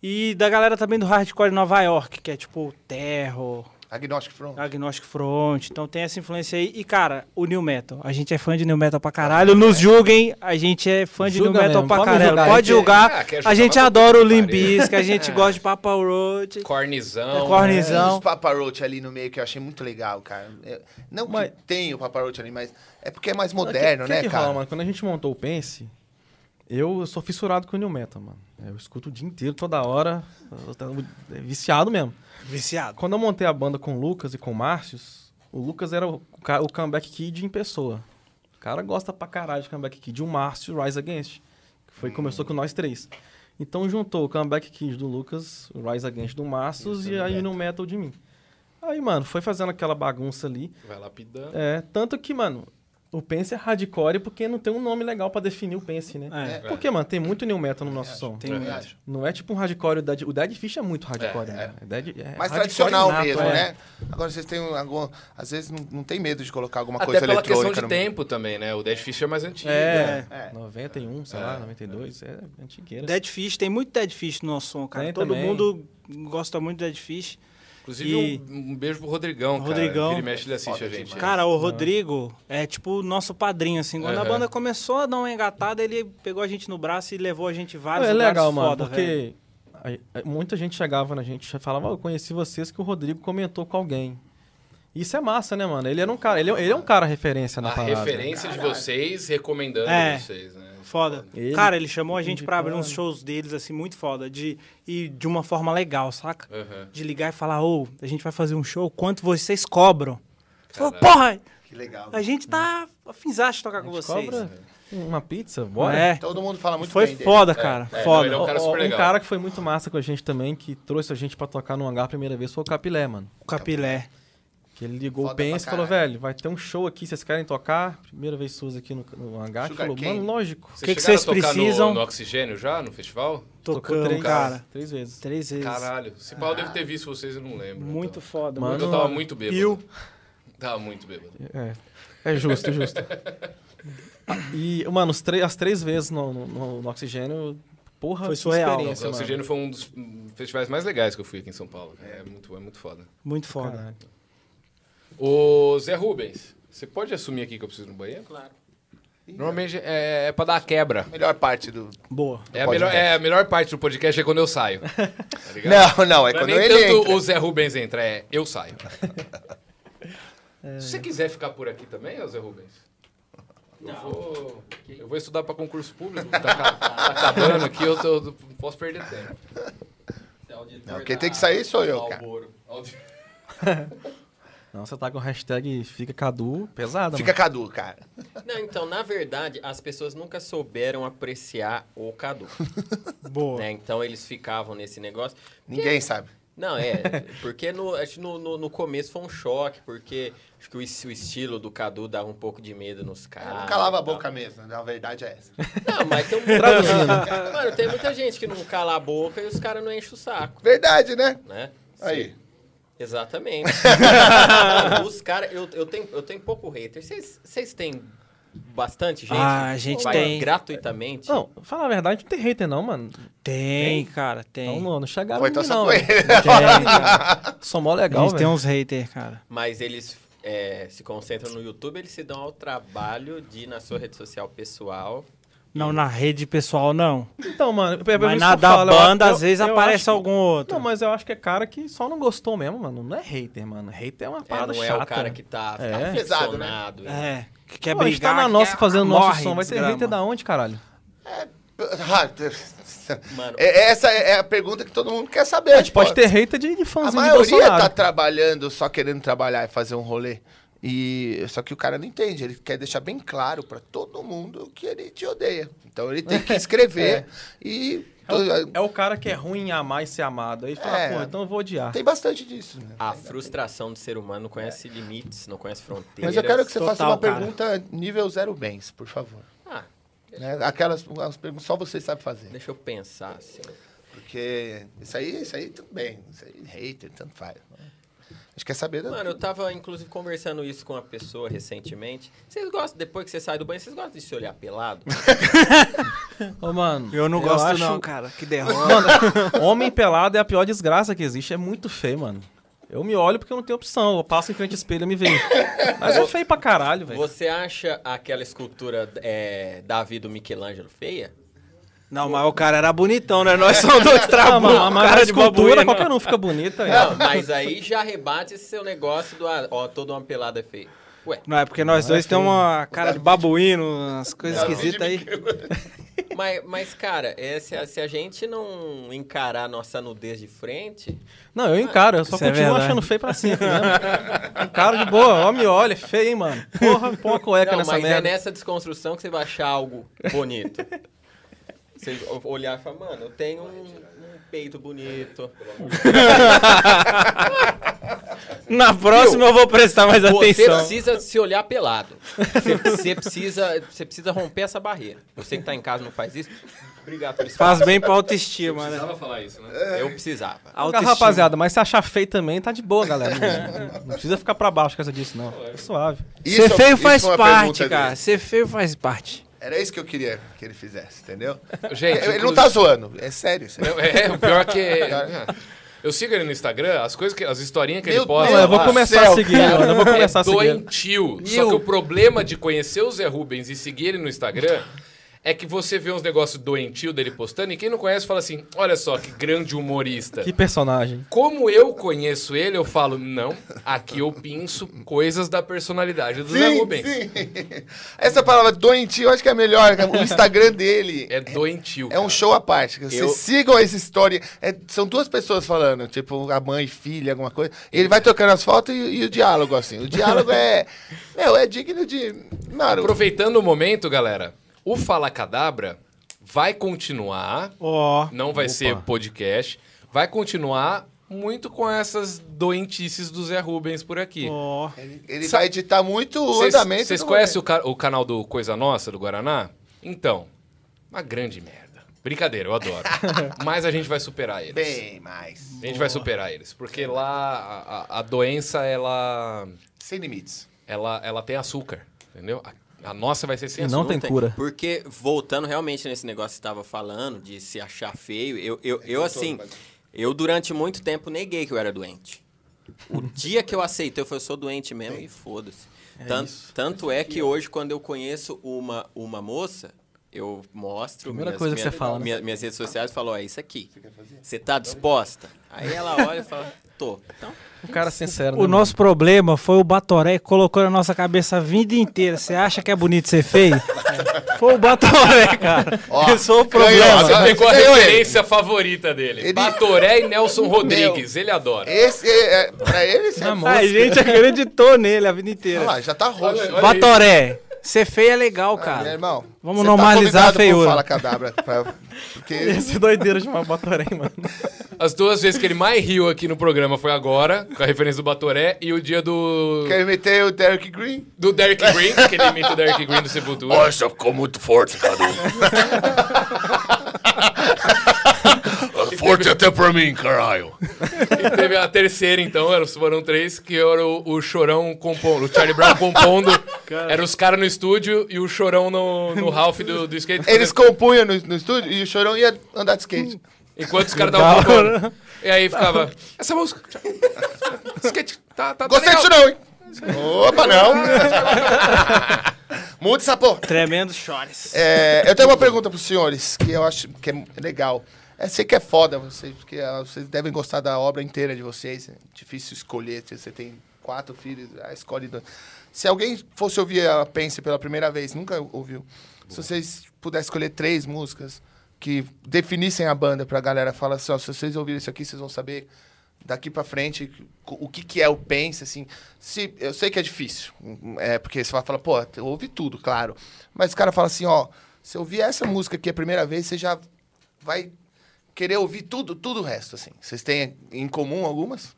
S7: E da galera também do hardcore de Nova York, que é tipo Terror,
S2: Agnostic Front.
S7: Agnostic Front. Então tem essa influência aí. E cara, o New Metal. A gente é fã de New Metal pra caralho. Nos julguem. A gente é fã de
S6: Julga
S7: New Metal
S6: mesmo,
S7: pra
S6: pode
S7: caralho.
S6: julgar.
S7: Pode
S6: É,
S7: julgar.
S1: ah, quer
S7: a
S1: julgar,
S7: gente
S1: mas
S7: adora o
S1: puta que pariu.
S7: Limbisk. A gente gosta de Papa
S6: é.
S7: Road.
S1: Cornizão.
S2: É, Os
S7: Cornizão.
S2: Papa Roach ali no meio que eu achei muito legal, cara. Eu- não
S6: Mas-
S2: que tem o Papa Roach ali, mas é porque é mais moderno,
S6: que,
S2: né,
S6: que que
S2: cara?
S6: rola, mano? Quando a gente montou o Pense, eu sou fissurado com o New Metal, mano. É, Eu escuto o dia inteiro, toda hora. Eu tô viciado mesmo.
S7: Viciado.
S6: Quando eu montei a banda com o Lucas e com o Márcio, o Lucas era o, ca- o comeback kid em pessoa. O cara gosta pra caralho de comeback kid. O Márcio, Rise Against, que foi, começou com nós três. Então juntou o comeback kid do Lucas, o Rise Against do Márcio e aí o New Metal de mim. Aí, mano, foi fazendo aquela bagunça ali.
S1: Vai lapidando.
S6: É, tanto que, mano, o Pense é hardcore porque não tem um nome legal pra definir o Pense, né?
S7: É.
S6: Porque, mano, tem muito new metal no nosso som.
S7: Tem um-
S2: Verdade.
S6: Não é tipo um hardcore, o Dead, o Dead Fish é muito hardcore,
S2: É,
S6: né? É Dead- é
S2: Mais
S6: hardcore
S2: tradicional
S6: nato,
S2: mesmo,
S6: é.
S2: né? Agora vocês têm algum. Às vezes não, não tem medo de colocar alguma
S1: Até
S2: coisa
S1: pela
S2: eletrônica
S1: questão de
S2: no
S1: tempo também, né? O Dead Fish é mais antigo. né?
S6: É,
S2: É.
S6: 91, sei lá, 92, é antigueira.
S7: Dead Fish, tem muito Dead Fish no nosso som, cara.
S6: Tem
S7: Todo
S6: também.
S7: mundo gosta muito de Dead Fish.
S1: Inclusive,
S7: E-
S1: um, um beijo pro Rodrigão, cara.
S7: Rodrigão.
S1: Vira e mexe, ele assiste
S2: Foda
S1: a gente.
S2: demais.
S7: Cara, o Rodrigo é tipo o nosso padrinho, assim. Quando a
S1: Aham.
S7: banda começou a dar uma engatada, ele pegou a gente no braço e levou a gente em vários
S6: É
S7: lugares
S6: legal, mano,
S7: um foda, velho.
S6: porque aí, aí, muita gente chegava na gente e falava, "Ó, eu conheci vocês que o Rodrigo comentou com alguém. Isso é massa, né, mano? Ele era um cara, ele, é- ele é um cara referência na
S1: a
S6: parada.
S1: referência de vocês recomendando
S7: Tá É.
S1: vocês, né?
S7: Foda.
S6: Ele-
S7: Cara, ele chamou a gente pra abrir
S6: Indicando.
S7: uns shows deles, assim, muito foda. De, e de uma forma legal, saca?
S1: Aham.
S7: De ligar e falar, ô, a gente vai fazer um show, quanto vocês cobram? Falou,
S1: Caralho.
S7: porra,
S2: Que legal.
S7: a gente tá afinzaste de tocar
S6: A
S7: com
S6: gente
S7: vocês.
S6: cobra uma pizza, bora.
S7: É.
S1: então
S2: Todo mundo fala muito
S7: Foi
S2: bem dele.
S7: foda, cara.
S1: tá é,
S7: foda.
S1: não, ele é um cara
S6: Ó, ó,
S1: super
S6: um
S1: legal.
S6: cara que foi muito massa com a gente também, que trouxe a gente pra tocar no hangar a primeira vez, foi o Capilé, mano.
S7: O Capilé.
S6: Que ele ligou
S2: Foda
S6: o Pense e
S2: pra
S6: falou,
S2: caralho.
S6: velho, vai ter um show aqui, vocês querem tocar? Primeira vez suas aqui no, no hangar. Ele
S2: Sugar
S6: falou,
S2: Cane.
S6: mano, lógico.
S1: Vocês
S7: O que que
S1: chegaram a
S7: vocês
S1: tocar no-
S7: precisam?
S1: No, Oxigênio já, no festival?
S7: Tocando,
S6: três,
S7: cara.
S6: três vezes.
S7: Três vezes.
S1: Caralho. Se pau, eu devo ter visto vocês, eu não lembro.
S7: Muito
S1: então.
S7: foda,
S6: Mano,
S1: Porque
S7: mano.
S1: eu tava muito bêbado.
S7: Pio.
S1: Tava muito bêbado.
S6: É, é justo, é justo. Ah, E, mano, os três- as três vezes no, no- no Oxigênio, porra,
S7: Foi
S6: que
S7: surreal.
S1: Nossa,
S6: experiência,
S1: o
S6: mano.
S1: Oxigênio foi um dos hum, festivais mais legais que eu fui aqui em São Paulo. cara. É, muito, é muito foda.
S7: Muito foda.
S6: Caralho.
S1: Ô, Zé Rubens, você pode assumir aqui que eu preciso ir no banheiro?
S3: Claro.
S1: Normalmente é, é pra dar a quebra.
S2: Melhor parte do.
S7: Boa.
S1: É a,
S2: Pode
S1: melhor,
S2: entrar.
S1: é a melhor parte do podcast é quando eu saio. Tá ligado?
S2: Não, não, é
S1: Não
S2: quando
S1: nem
S2: ele
S1: tanto
S2: entra.
S1: o Zé Rubens entra, é eu saio. Se você quiser ficar por aqui também, ô Zé Rubens, eu vou, eu vou estudar pra concurso público. Tá, ca- tá acabando aqui, eu, tô- eu não posso perder tempo.
S2: Não, quem tem que sair sou eu, cara.
S6: Não, você tá com hashtag fica cadu pesada,
S2: Fica
S6: mano.
S2: Cadu, cara.
S5: Não, então, na verdade, as pessoas nunca souberam apreciar o Cadu.
S7: Boa.
S5: né? Então eles ficavam nesse negócio.
S2: Ninguém sabe.
S5: Não, é. Porque no, acho que no, no, no começo foi um choque, porque acho que o, es- o estilo do Cadu dava um pouco de medo nos
S1: Ah,
S5: caras.
S2: Não calava a
S5: e tal.
S2: boca mesmo, na verdade é essa.
S5: Não, mas tem um... Traduzindo. Mano, tem muita gente que não cala a boca e os caras não enchem o saco,
S2: Verdade, né?
S5: né?
S2: Aí.
S5: Exatamente. Mano, os caras... Eu, eu, tenho, eu tenho pouco hater. Vocês vocês têm bastante gente?
S7: Ah, a gente
S5: Vai
S7: tem.
S5: Gratuitamente?
S6: Não, fala a verdade, não tem hater não, mano.
S7: Tem, cara, tem.
S6: Então, não, não chegaram
S2: Foi
S6: em
S2: então
S6: mim,
S2: só
S6: não.
S2: com
S6: velho.
S2: ele.
S7: Tem, cara.
S6: Sou mó
S7: A
S6: legal,
S7: gente tem
S6: velho.
S7: uns haters, cara.
S5: Mas eles é, se concentram no YouTube, eles se dão ao trabalho de ir na sua rede social pessoal.
S7: Não, na rede pessoal, não.
S6: Então, mano... é- é isso que
S7: um- Mas
S6: eu
S7: na da
S6: falo, eu-
S7: banda,
S6: eu-
S7: às vezes,
S6: eu acho
S7: aparece
S6: que-
S7: algum outro.
S6: Não, mas eu acho que é cara que só não gostou mesmo, mano. Não é hater, mano. Hater é uma
S5: É,
S6: parada
S5: não
S6: chata.
S5: é o cara que tá
S6: É.
S2: Pesado, né?
S5: aficionado.
S7: né? É, que quer
S6: Pô, a gente
S7: brigar.
S6: tá na
S7: que
S6: nossa
S7: é-
S6: fazendo
S7: morre,
S6: nosso som. Vai ter
S7: desgrama.
S6: hater da onde, caralho?
S5: Mano.
S2: ah, É, essa é a pergunta que todo mundo quer saber.
S6: A gente pode
S2: Pô,
S6: ter hater de, de fãzinho
S2: A
S6: de
S2: maioria
S6: Bolsonaro.
S2: tá trabalhando, só querendo trabalhar e fazer um rolê. E só que o cara não entende, ele quer deixar bem claro pra todo mundo que ele te odeia. Então ele tem que escrever e to-
S6: É o cara que é ruim em amar e ser amado. Aí fala,
S2: É.
S6: pô, então eu vou odiar.
S2: tem bastante disso, né?
S5: A frustração do ser humano não conhece limites, não conhece fronteiras.
S2: Mas eu quero que você faça
S7: Total,
S2: uma
S7: cara.
S2: pergunta nível zero bens, por favor.
S5: Ah,
S2: Né? Aquelas as perguntas só você sabe fazer.
S5: deixa eu pensar, assim.
S2: Porque isso aí, isso aí tudo bem. Isso aí, hater, tanto faz. A gente quer saber da.
S5: Mano, eu tava, inclusive, conversando isso com uma pessoa recentemente. Vocês gostam, depois que você sai do banho, vocês gostam de se olhar pelado?
S6: Ô, mano.
S7: Eu não gosto,
S6: acho-
S7: não, cara. Que derrota.
S6: Mano, homem pelado é a pior desgraça que existe. É muito feio, mano. Eu me olho porque eu não tenho opção. Eu passo em frente ao espelho e me vejo. Mas é feio pra caralho, velho.
S5: Você acha aquela escultura é, Davi do Michelangelo feia?
S7: Não, mas o cara era bonitão, né? Nós somos dois
S6: Ah,
S7: trabos.
S6: mano,
S7: Ah,
S6: mas a
S7: cara de
S6: escultura
S7: babuína.
S6: qualquer um fica bonita. velho.
S5: Não, mas aí já rebate esse seu negócio do, ah, ó, toda uma pelada é feia. Ué,
S6: um.
S7: Não, é porque nós dois temos uma cara de babuíno, umas coisas esquisitas aí.
S5: mas, mas cara, é, se, a, se a gente não encarar nossa nudez de frente,
S6: Não, eu encaro. Eu só
S7: Isso é
S6: continuo
S7: verdade.
S6: achando feio pra sempre, né? mano? Encaro de boa. Ó, me olha. É feio, hein, mano. Porra, põe uma cueca
S5: não,
S6: nessa
S5: mas é
S6: merda.
S5: nessa desconstrução que você vai achar algo bonito. Você olhar e falar, mano, eu tenho um, um peito bonito.
S7: Na próxima eu vou prestar mais
S5: Você assim
S7: atenção.
S5: precisa se olhar pelado. Você, você precisa, você precisa romper essa barreira. Você que tá em casa não faz isso. Obrigado por isso.
S7: Faz bem pra autoestima, né?
S1: falar isso, né?
S5: Eu precisava.
S7: Autoestima.
S6: rapaziada, mas se achar feio também, tá de boa, galera. Não, não precisa ficar pra baixo por causa disso, não. É suave.
S7: Ser
S2: Isso-
S7: feio
S2: isso
S7: faz
S2: é uma
S7: parte,
S2: pergunta
S7: cara.
S2: dele.
S7: Ser feio faz parte.
S2: Era isso que eu queria que ele fizesse, entendeu?
S1: Gente,
S2: ele
S1: inclusive-
S2: não tá zoando, é sério. sério.
S1: É, o pior que. Eu sigo ele no Instagram, as coisas que. As historinhas que
S2: Meu
S1: ele posta.
S2: Deus,
S6: Não, eu vou
S2: Ah,
S6: começar
S2: céu,
S6: a seguir, ele, mano. Eu vou começar
S1: é
S6: a seguir. ele.
S1: doentio. Só que o problema de conhecer o Zé Rubens e seguir ele no Instagram é que você vê uns negócios doentio dele postando e quem não conhece fala assim: olha só que grande humorista.
S6: Que personagem.
S1: Como eu conheço ele, eu falo, não, aqui eu pinço coisas da personalidade do Zé
S2: Sim,
S1: Rubens.
S2: sim. Essa palavra doentio, eu acho que é a melhor. cara. O Instagram dele
S1: É doentio.
S2: É um
S1: cara.
S2: show à parte. Vocês
S5: Eu-
S2: sigam essa história. É- são duas pessoas falando, tipo, a mãe, filha, alguma coisa. Ele vai tocando as fotos e, e o diálogo, assim. O diálogo é. Meu, é digno de. Mano,
S1: Aproveitando o momento, galera, o Fala Cadabra vai continuar,
S7: Ó.
S1: não vai ser podcast, vai continuar muito com essas doentices do Zé Rubens por aqui.
S7: Ó.
S2: ele
S1: sa-
S2: vai editar muito o
S1: Vocês
S2: andamento.
S1: vocês
S2: do-
S1: conhecem o, ca- o canal do Coisa Nossa, do Guaraná? Então, uma grande merda. Brincadeira, eu adoro. Mas a gente vai superar eles.
S2: Bem mais.
S1: a gente vai superar eles, porque lá a, a- a doença, ela,
S2: Sem limites.
S1: ela, ela tem açúcar, entendeu? A, a nossa vai ser sem
S6: E
S1: açúcar.
S6: não tem cura.
S5: Porque, voltando realmente nesse negócio que você estava falando, de se achar feio, eu, eu, eu assim, eu durante muito tempo neguei que eu era doente. O dia que eu aceitei, eu falei, eu sou doente mesmo e foda-se. Tan- tanto é que hoje, quando eu conheço uma, uma moça, eu mostro
S6: Primeira coisa que você fala, né?
S5: minha- minhas redes sociais e falo, ó, é isso aqui. Você tá disposta? Aí ela olha e fala, tô. Então,
S6: Um cara sincero.
S7: O nosso problema foi o Batoré que colocou na nossa cabeça a vida inteira. Você acha que é bonito ser feio? Foi o Batoré, cara.
S2: Ó,
S7: Esse foi o
S2: ganhou,
S7: é um problema.
S1: Você
S2: agora-
S1: pegou a
S2: ganhou ele.
S1: referência favorita dele.
S2: Ele-
S1: Batoré e Nelson Rodrigues. Ele adora.
S2: Esse, é, é- pra ele, esse é.
S7: A gente acreditou nele a vida
S2: Olha lá,
S7: inteira.
S2: já tá roxo.
S1: olha aí.
S7: Batoré, ser feio é legal,
S2: Meu
S7: cara.
S2: irmão,
S7: Vamos
S2: você
S7: normalizar a
S2: tá convidado pro
S7: feiura. é
S2: Fala cadabra. pra- porque
S6: Esse doideira de uma Batoré, mano.
S1: As duas vezes que ele mais riu aqui no programa foi agora, com a referência do Batoré, e o dia do.
S2: quer meter o Derek Green?
S1: Do Derek Green, que ele imita o Derek Green do Sepultura.
S2: Nossa, ficou muito forte, Cadu. forte até pra mim, caralho.
S1: E teve a terceira, então, era o Subarão 3, que era o, o Chorão compondo, o Charlie Brown compondo. Era os caras no estúdio e o Chorão no, no Ralph do, do skate.
S2: Eles compunham no, no estúdio e o Chorão ia andar de
S1: Hum,
S2: skate.
S1: Enquanto os caras estavam compondo. E aí ficava. Essa música. tchau. Skate. Tá, tá, tá
S2: Gostei
S1: legal.
S2: disso não, hein? Opa, não. Muito sapô.
S7: Tremendo chores.
S2: É, eu tenho uma pergunta pros senhores, que eu acho que é legal. É, sei que é foda, vocês, porque ah, vocês devem gostar da obra inteira de vocês. É difícil escolher, se você tem quatro filhos, ah, escolhe dois. Se alguém fosse ouvir a Pense pela primeira vez, nunca ouviu, se vocês pudessem escolher três músicas que definissem a banda pra galera falar assim, ó, se vocês ouvirem isso aqui, vocês vão saber daqui pra frente co- o que que é o pense assim se eu sei que é difícil hum, é porque você vai falar pô eu ouvi tudo claro mas o cara fala assim ó se eu ouvir essa música aqui a primeira vez você já vai querer ouvir tudo tudo o resto assim vocês têm em comum algumas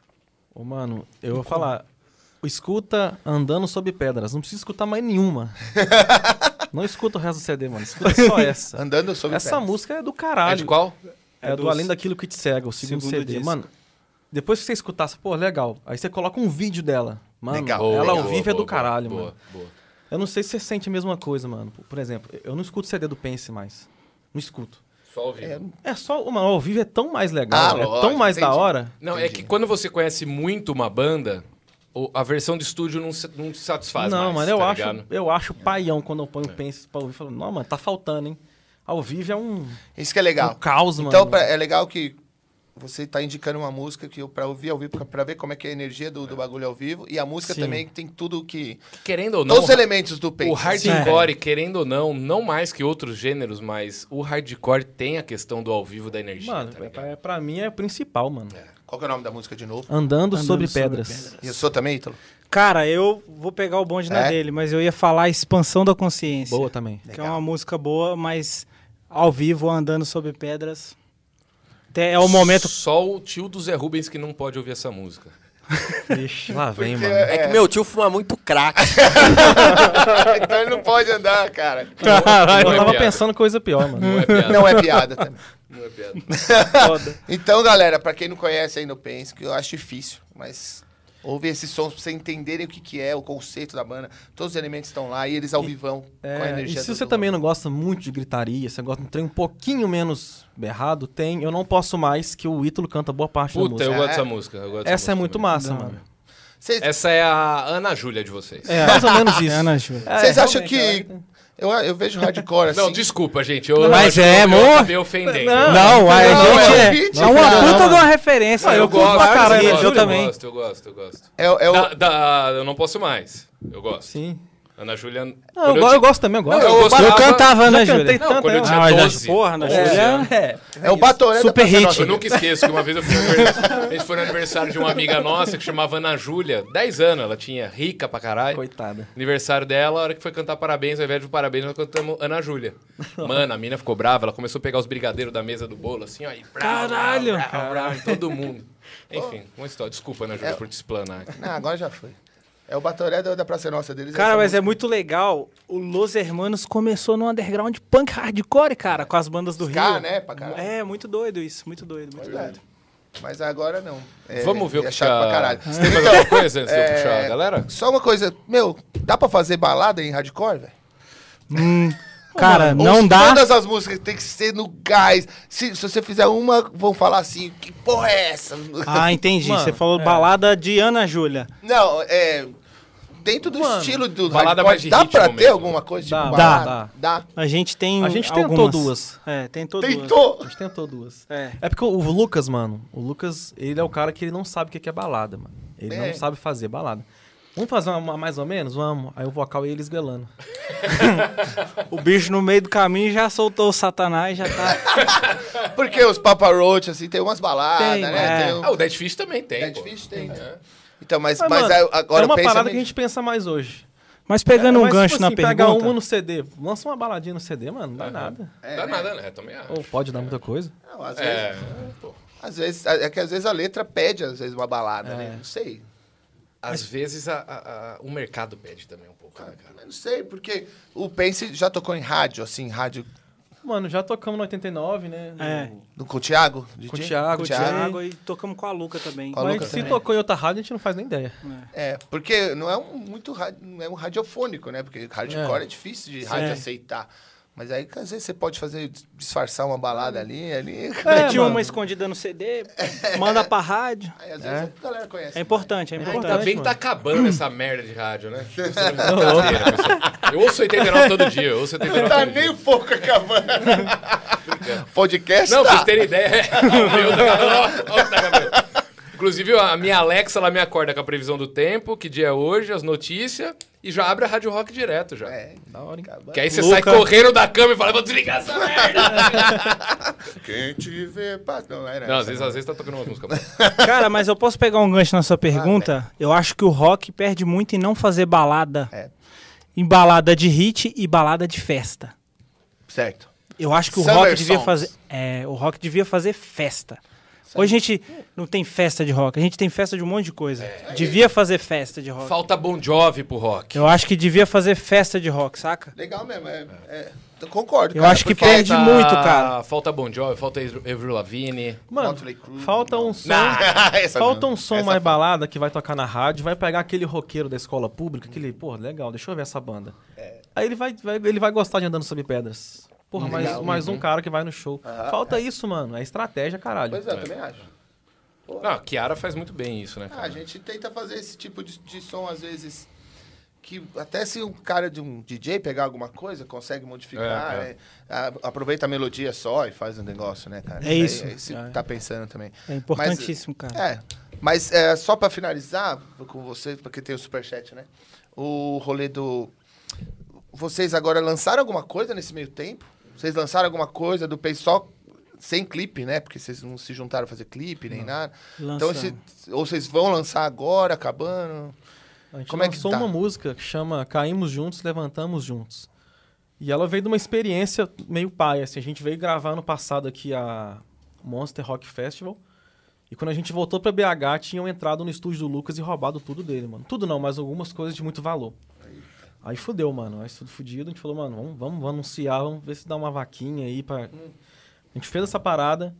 S6: Ô, mano, eu vou falar. Escuta Andando Sob Pedras. Não precisa escutar mais nenhuma. não escuta o resto do CD, mano. Escuta só essa.
S2: andando sobre
S6: Essa
S2: pedras.
S6: música é do
S1: É
S6: caralho.
S1: de qual?
S6: É, do
S7: dos-
S6: Além Daquilo Que Te Cega, o segundo,
S4: Segundo
S6: CD.
S4: disco.
S6: Mano, depois que você escutar, você, pô, legal. Aí você coloca um vídeo dela. Mano,
S2: Legal.
S6: ela ao
S1: Boa,
S6: vivo é
S1: boa,
S6: do caralho,
S1: boa,
S6: mano.
S1: Boa,
S6: Eu não sei se você sente a mesma coisa, mano. Por exemplo, eu não escuto CD do Pense mais. Não escuto.
S1: Só ouvir.
S6: É só. Mano, ao vivo é tão mais legal.
S2: Ah,
S6: é
S2: lógico,
S6: tão mais da
S2: entendi.
S6: hora.
S1: Não, é que quando você conhece muito uma banda, o- a versão de estúdio não, se- não te satisfaz
S6: não,
S1: mais.
S6: mano, eu
S1: tá
S6: acho,
S1: ligado? É.
S6: eu acho paião quando eu ponho o Pense pra ouvir. Falo, não, mano, tá faltando, hein? Ao vivo é um,
S2: isso que é legal
S6: um caos, mano.
S2: então pra- é legal que você está indicando uma música que eu para ouvir ao vivo para ver como é que é a energia do, do bagulho ao vivo e a música
S6: Sim.
S2: também tem tudo que
S1: Querendo ou não,
S2: todos os elementos do pense
S1: o hardcore, querendo ou não, não mais que outros gêneros, mas o hardcore tem a questão do ao vivo da energia.
S6: Mano,
S1: tá ligado?
S6: pra, pra mim é o principal, mano.
S2: qual que é o nome da música de novo
S6: Andando, sobre,
S7: sobre
S6: pedras.
S2: e eu sou também Ítalo?
S7: Cara, eu vou pegar o bonde na
S2: É?
S7: dele, mas eu ia falar a expansão da consciência.
S6: Boa também.
S7: Que é uma música boa, mas ao vivo, andando sobre pedras. Até é o momento.
S1: Só o tio do Zé Rubens que não pode ouvir essa música.
S6: Lá vem,
S2: Porque
S6: mano.
S5: É que meu tio fuma muito crack.
S2: então ele não pode andar, cara.
S6: eu
S1: é
S6: tava
S1: piada.
S6: pensando coisa pior,
S1: Não
S6: mano.
S1: é piada.
S2: Não é piada também.
S1: Não é piada.
S7: Foda.
S2: Então, galera, pra quem não conhece ainda o Pense, que eu acho difícil, mas ouvir esses sons pra vocês entenderem o que, que é, o conceito da banda. Todos os elementos estão lá e eles ao vivão com a
S6: É, e
S2: energia.
S6: se você também não gosta muito de gritaria, você gosta de um trem um pouquinho menos berrado, tem Eu Não Posso Mais, que o Ítalo canta boa parte da
S1: Puta,
S6: música.
S1: eu gosto dessa
S2: É.
S1: música. eu gosto dessa
S6: Essa é
S1: música
S6: muito
S1: também.
S6: massa, mano.
S2: Vocês
S1: Essa é a Ana Júlia de vocês.
S7: É, mais ou menos isso. Ana Júlia.
S2: vocês
S6: É,
S2: acham
S6: realmente,
S2: que... Eu, eu vejo hardcore assim...
S1: Não, desculpa, gente. Eu,
S7: Mas
S1: eu,
S7: é,
S1: eu,
S7: amor.
S1: me ofendendo.
S6: Não.
S7: Não, a
S2: Não,
S7: gente
S2: é
S7: é,
S2: um hit,
S7: é uma
S2: cara.
S7: puta de uma referência.
S1: eu,
S7: curto
S1: gosto,
S7: pra caralho,
S1: eu, gosto,
S7: eu também.
S1: gosto, eu gosto, eu gosto.
S2: É, o- é o-
S1: Da- da- eu não posso mais. Eu gosto.
S6: Sim.
S1: Ana Júlia.
S6: Não, eu, go- eu gosto também, eu né, gosto.
S1: eu gosto-
S7: Eu
S1: Tava-
S7: cantava,
S6: já
S7: Ana
S6: cantei
S7: Júlia.
S1: Não, quando eu tinha
S7: Ah, Ana-
S1: 12.
S7: porra, Ana
S1: 11 anos.
S7: Júlia. É.
S2: é o batoré da
S7: Super
S2: Praça
S7: hit.
S2: Nossa.
S1: Eu nunca esqueço que uma vez eu fui no aniversário- a gente foi no aniversário de uma amiga nossa que chamava Ana Júlia, 10 anos, ela tinha rica pra caralho.
S6: Coitada.
S1: Aniversário dela, a hora que foi cantar parabéns, ao invés de parabéns, nós cantamos Ana Júlia. Mano, a mina ficou brava, ela começou a pegar os brigadeiros da mesa do bolo, assim, ó. E brau,
S7: Caralho,
S1: brau, brau, brau, em todo mundo. Enfim, uma história. Desculpa, Ana
S2: É,
S1: Júlia, por te explanar.
S2: Não, Ah, agora já foi. É o Batoré da, da Praça Nossa deles.
S7: Cara,
S2: essa
S7: mas é
S2: música.
S7: muito legal. O Los Hermanos começou no underground punk hardcore, cara, com as bandas do
S2: Ska,
S7: Rio.
S2: né, pra caralho.
S7: É, muito doido isso, muito doido, muito doido.
S2: Verdade. Mas agora não. É-
S1: Vamos ver o que
S2: é chato pra caralho.
S1: Você tem mais alguma coisa antes de eu puxar a
S2: É,
S1: galera?
S2: Só uma coisa, meu, dá pra fazer balada em hardcore, velho?
S7: Cara,
S2: Ou
S7: É, não dá.
S2: Todas as músicas tem que ser no gás. Se, se você fizer uma, vão falar assim, que porra é essa?
S7: Ah, entendi.
S6: Mano,
S7: Você falou balada de Ana Júlia.
S2: Não, é... Dentro do estilo do
S1: balada mais de
S2: hardcore, dá
S1: ritmo
S2: pra ter
S1: mesmo.
S2: alguma coisa
S6: Dá,
S2: tipo
S7: dá,
S2: balada? Dá.
S7: A gente tem
S6: A gente tentou
S7: algumas.
S6: duas.
S7: É, tentou duas.
S2: Tentou.
S6: A gente tentou duas.
S7: É.
S6: É porque o Lucas, mano, o Lucas, ele é o cara que ele não sabe o que que é balada, mano. Ele
S2: É.
S6: não sabe fazer balada. Vamos fazer uma- uma mais ou menos? Vamos. Aí o vocal e eles esguelando.
S7: O bicho no meio do caminho já soltou o satanás, já tá...
S2: Porque os Papa Roach, assim, tem umas baladas,
S7: Tem,
S2: né?
S7: é.
S2: Tem o...
S1: Ah, o Dead Fish também tem.
S2: Dead
S1: pô.
S2: Fish tem, né? Então, mas,
S6: Mas,
S2: mas
S6: mano,
S2: aí, agora
S6: é uma
S2: eu penso
S6: parada que a
S2: mesmo.
S6: gente pensa mais hoje.
S7: Mas pegando
S6: É,
S7: um
S6: mas,
S7: gancho
S6: tipo
S7: na
S6: assim,
S7: pergunta...
S6: Pega uma no CD. Lança uma baladinha no CD, mano. Não dá nada.
S1: Não dá nada, né? Também acho.
S6: Ou pode dar muita coisa.
S2: Não, às vezes,
S1: É, pô.
S2: às vezes- é que às vezes a letra pede, às vezes, uma balada,
S6: É.
S2: né? Não sei.
S1: Às vezes a- a- a- o mercado pede também um pouco, né, cara?
S2: Eu não sei, porque o Pense já tocou em rádio, assim, rádio
S6: Mano, já tocamos no 89, né?
S7: É.
S6: No-
S2: no, com o Thiago? DJ?
S6: Com o Thiago,
S7: Com o
S2: Thiago.
S7: Thiago e tocamos com a Luca também.
S2: Com a
S6: Mas
S2: Lucas
S6: se
S2: também.
S6: tocou em outra rádio, a gente não faz nem ideia.
S2: É, porque não é um muito ra- não é um radiofônico, né? Porque hardcore é, difícil de rádio aceitar. Mas aí, às vezes, você pode fazer, disfarçar uma balada ali, ali.
S7: Mete uma
S6: mano.
S7: escondida no CD, manda pra rádio.
S2: Aí, às vezes, a galera conhece.
S7: É importante, é importante.
S1: Ainda bem que tá acabando essa merda de rádio, né? eu ouço 89 todo dia, eu ouço 89
S2: Não
S1: todo
S2: tá
S1: dia.
S2: nem um pouco acabando. Podcast
S1: Não, pra
S2: tá.
S1: vocês terem ideia, é. o meu tá acabando, ó, ó, tá acabando. Inclusive, ó, a minha Alexa, ela me acorda com a previsão do tempo, que dia é hoje, as notícias, e já abre a Rádio Rock direto já.
S2: É,
S6: Da hora, hein?
S1: Que aí você
S7: Luca.
S1: sai correndo da cama e fala, vou desligar essa merda.
S2: quem te vê... pa- Não, era
S1: Não,
S2: essa,
S1: às vezes, às vezes tá tocando umas músicas. boas.
S7: Cara, mas eu posso pegar um gancho na sua pergunta? eu acho que o rock perde muito em não fazer balada.
S2: É.
S7: Em balada de hit e balada de festa.
S2: Certo.
S7: Eu acho que o
S2: Summer
S7: rock devia
S2: songs.
S7: fazer. É, o rock devia fazer festa. Hoje a gente não tem festa de rock, a gente tem festa de um monte de coisa. Devia fazer festa de rock.
S1: Falta Bon Jovi pro rock.
S7: Eu acho que devia fazer festa de rock, saca?
S2: Legal mesmo, é, é, eu concordo.
S7: Eu
S2: cara,
S7: acho que
S2: porque-
S1: tá-
S7: perde muito, cara.
S1: Falta Bon Jovi, falta Avril Lavigne.
S6: Mano,
S2: Motley Crue,
S6: falta um
S2: não.
S6: som.
S2: Ah, essa
S6: Falta
S2: não.
S6: um som
S2: Essa
S6: mais
S2: foi.
S6: balada que vai tocar na rádio, vai pegar aquele roqueiro da escola pública, aquele, porra, legal, deixa eu ver essa banda.
S2: É.
S6: Aí ele vai, vai- ele vai gostar de andando sob pedras.
S2: Uhum.
S6: Porra, mais, mais um cara que vai no show. Falta isso, mano. É estratégia, caralho.
S2: Pois é, eu também acho.
S1: Não, a Kiara faz muito bem isso, né,
S2: Ah,
S1: cara?
S2: a gente tenta fazer esse tipo de, de som, às vezes, que até se um cara de um DJ pegar alguma coisa, consegue modificar,
S1: É, é.
S2: né? A- aproveita a melodia só e faz um negócio, né, cara?
S7: É isso.
S2: Aí, aí você tá pensando também.
S7: É importantíssimo, cara.
S2: É, mas é, só pra finalizar com vocês, porque tem o superchat, né? O rolê do... Vocês agora lançaram alguma coisa nesse meio tempo? Vocês lançaram alguma coisa do Peixe só sem clipe, né? Porque vocês não se juntaram a fazer clipe nem nada. Então,
S7: Lançamos.
S2: esse- ou vocês vão lançar agora, acabando?
S6: A gente
S2: Como é que
S6: lançou
S2: tá?
S6: uma música que chama Caímos Juntos, Levantamos Juntos. E ela veio de uma experiência meio paia, assim. A gente veio gravar ano passado aqui a Monster Rock Festival. E quando a gente voltou pra BH, tinham entrado no estúdio do Lucas e roubado tudo dele, mano. Tudo não, mas algumas coisas de muito valor. Aí fudeu, mano. Aí tudo fudido. A gente falou, mano, vamos, vamos anunciar, vamos ver se dá uma vaquinha aí pra... A gente fez essa parada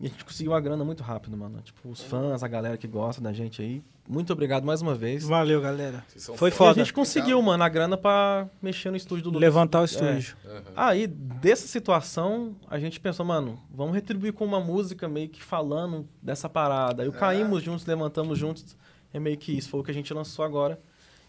S6: e a gente conseguiu uma grana muito rápido, mano. Tipo, os fãs, a galera que gosta da gente aí. Muito obrigado mais uma vez.
S7: Valeu, galera.
S1: Vocês são
S7: Foi
S6: E a
S7: foda.
S6: gente conseguiu, mano, a grana pra mexer no estúdio do Lucas. É.
S7: Levantar o estúdio.
S6: Aí, dessa situação, a gente pensou, mano, vamos retribuir com uma música meio que falando dessa parada. Aí o caímos juntos, levantamos juntos. É meio que isso, foi o que a gente lançou agora.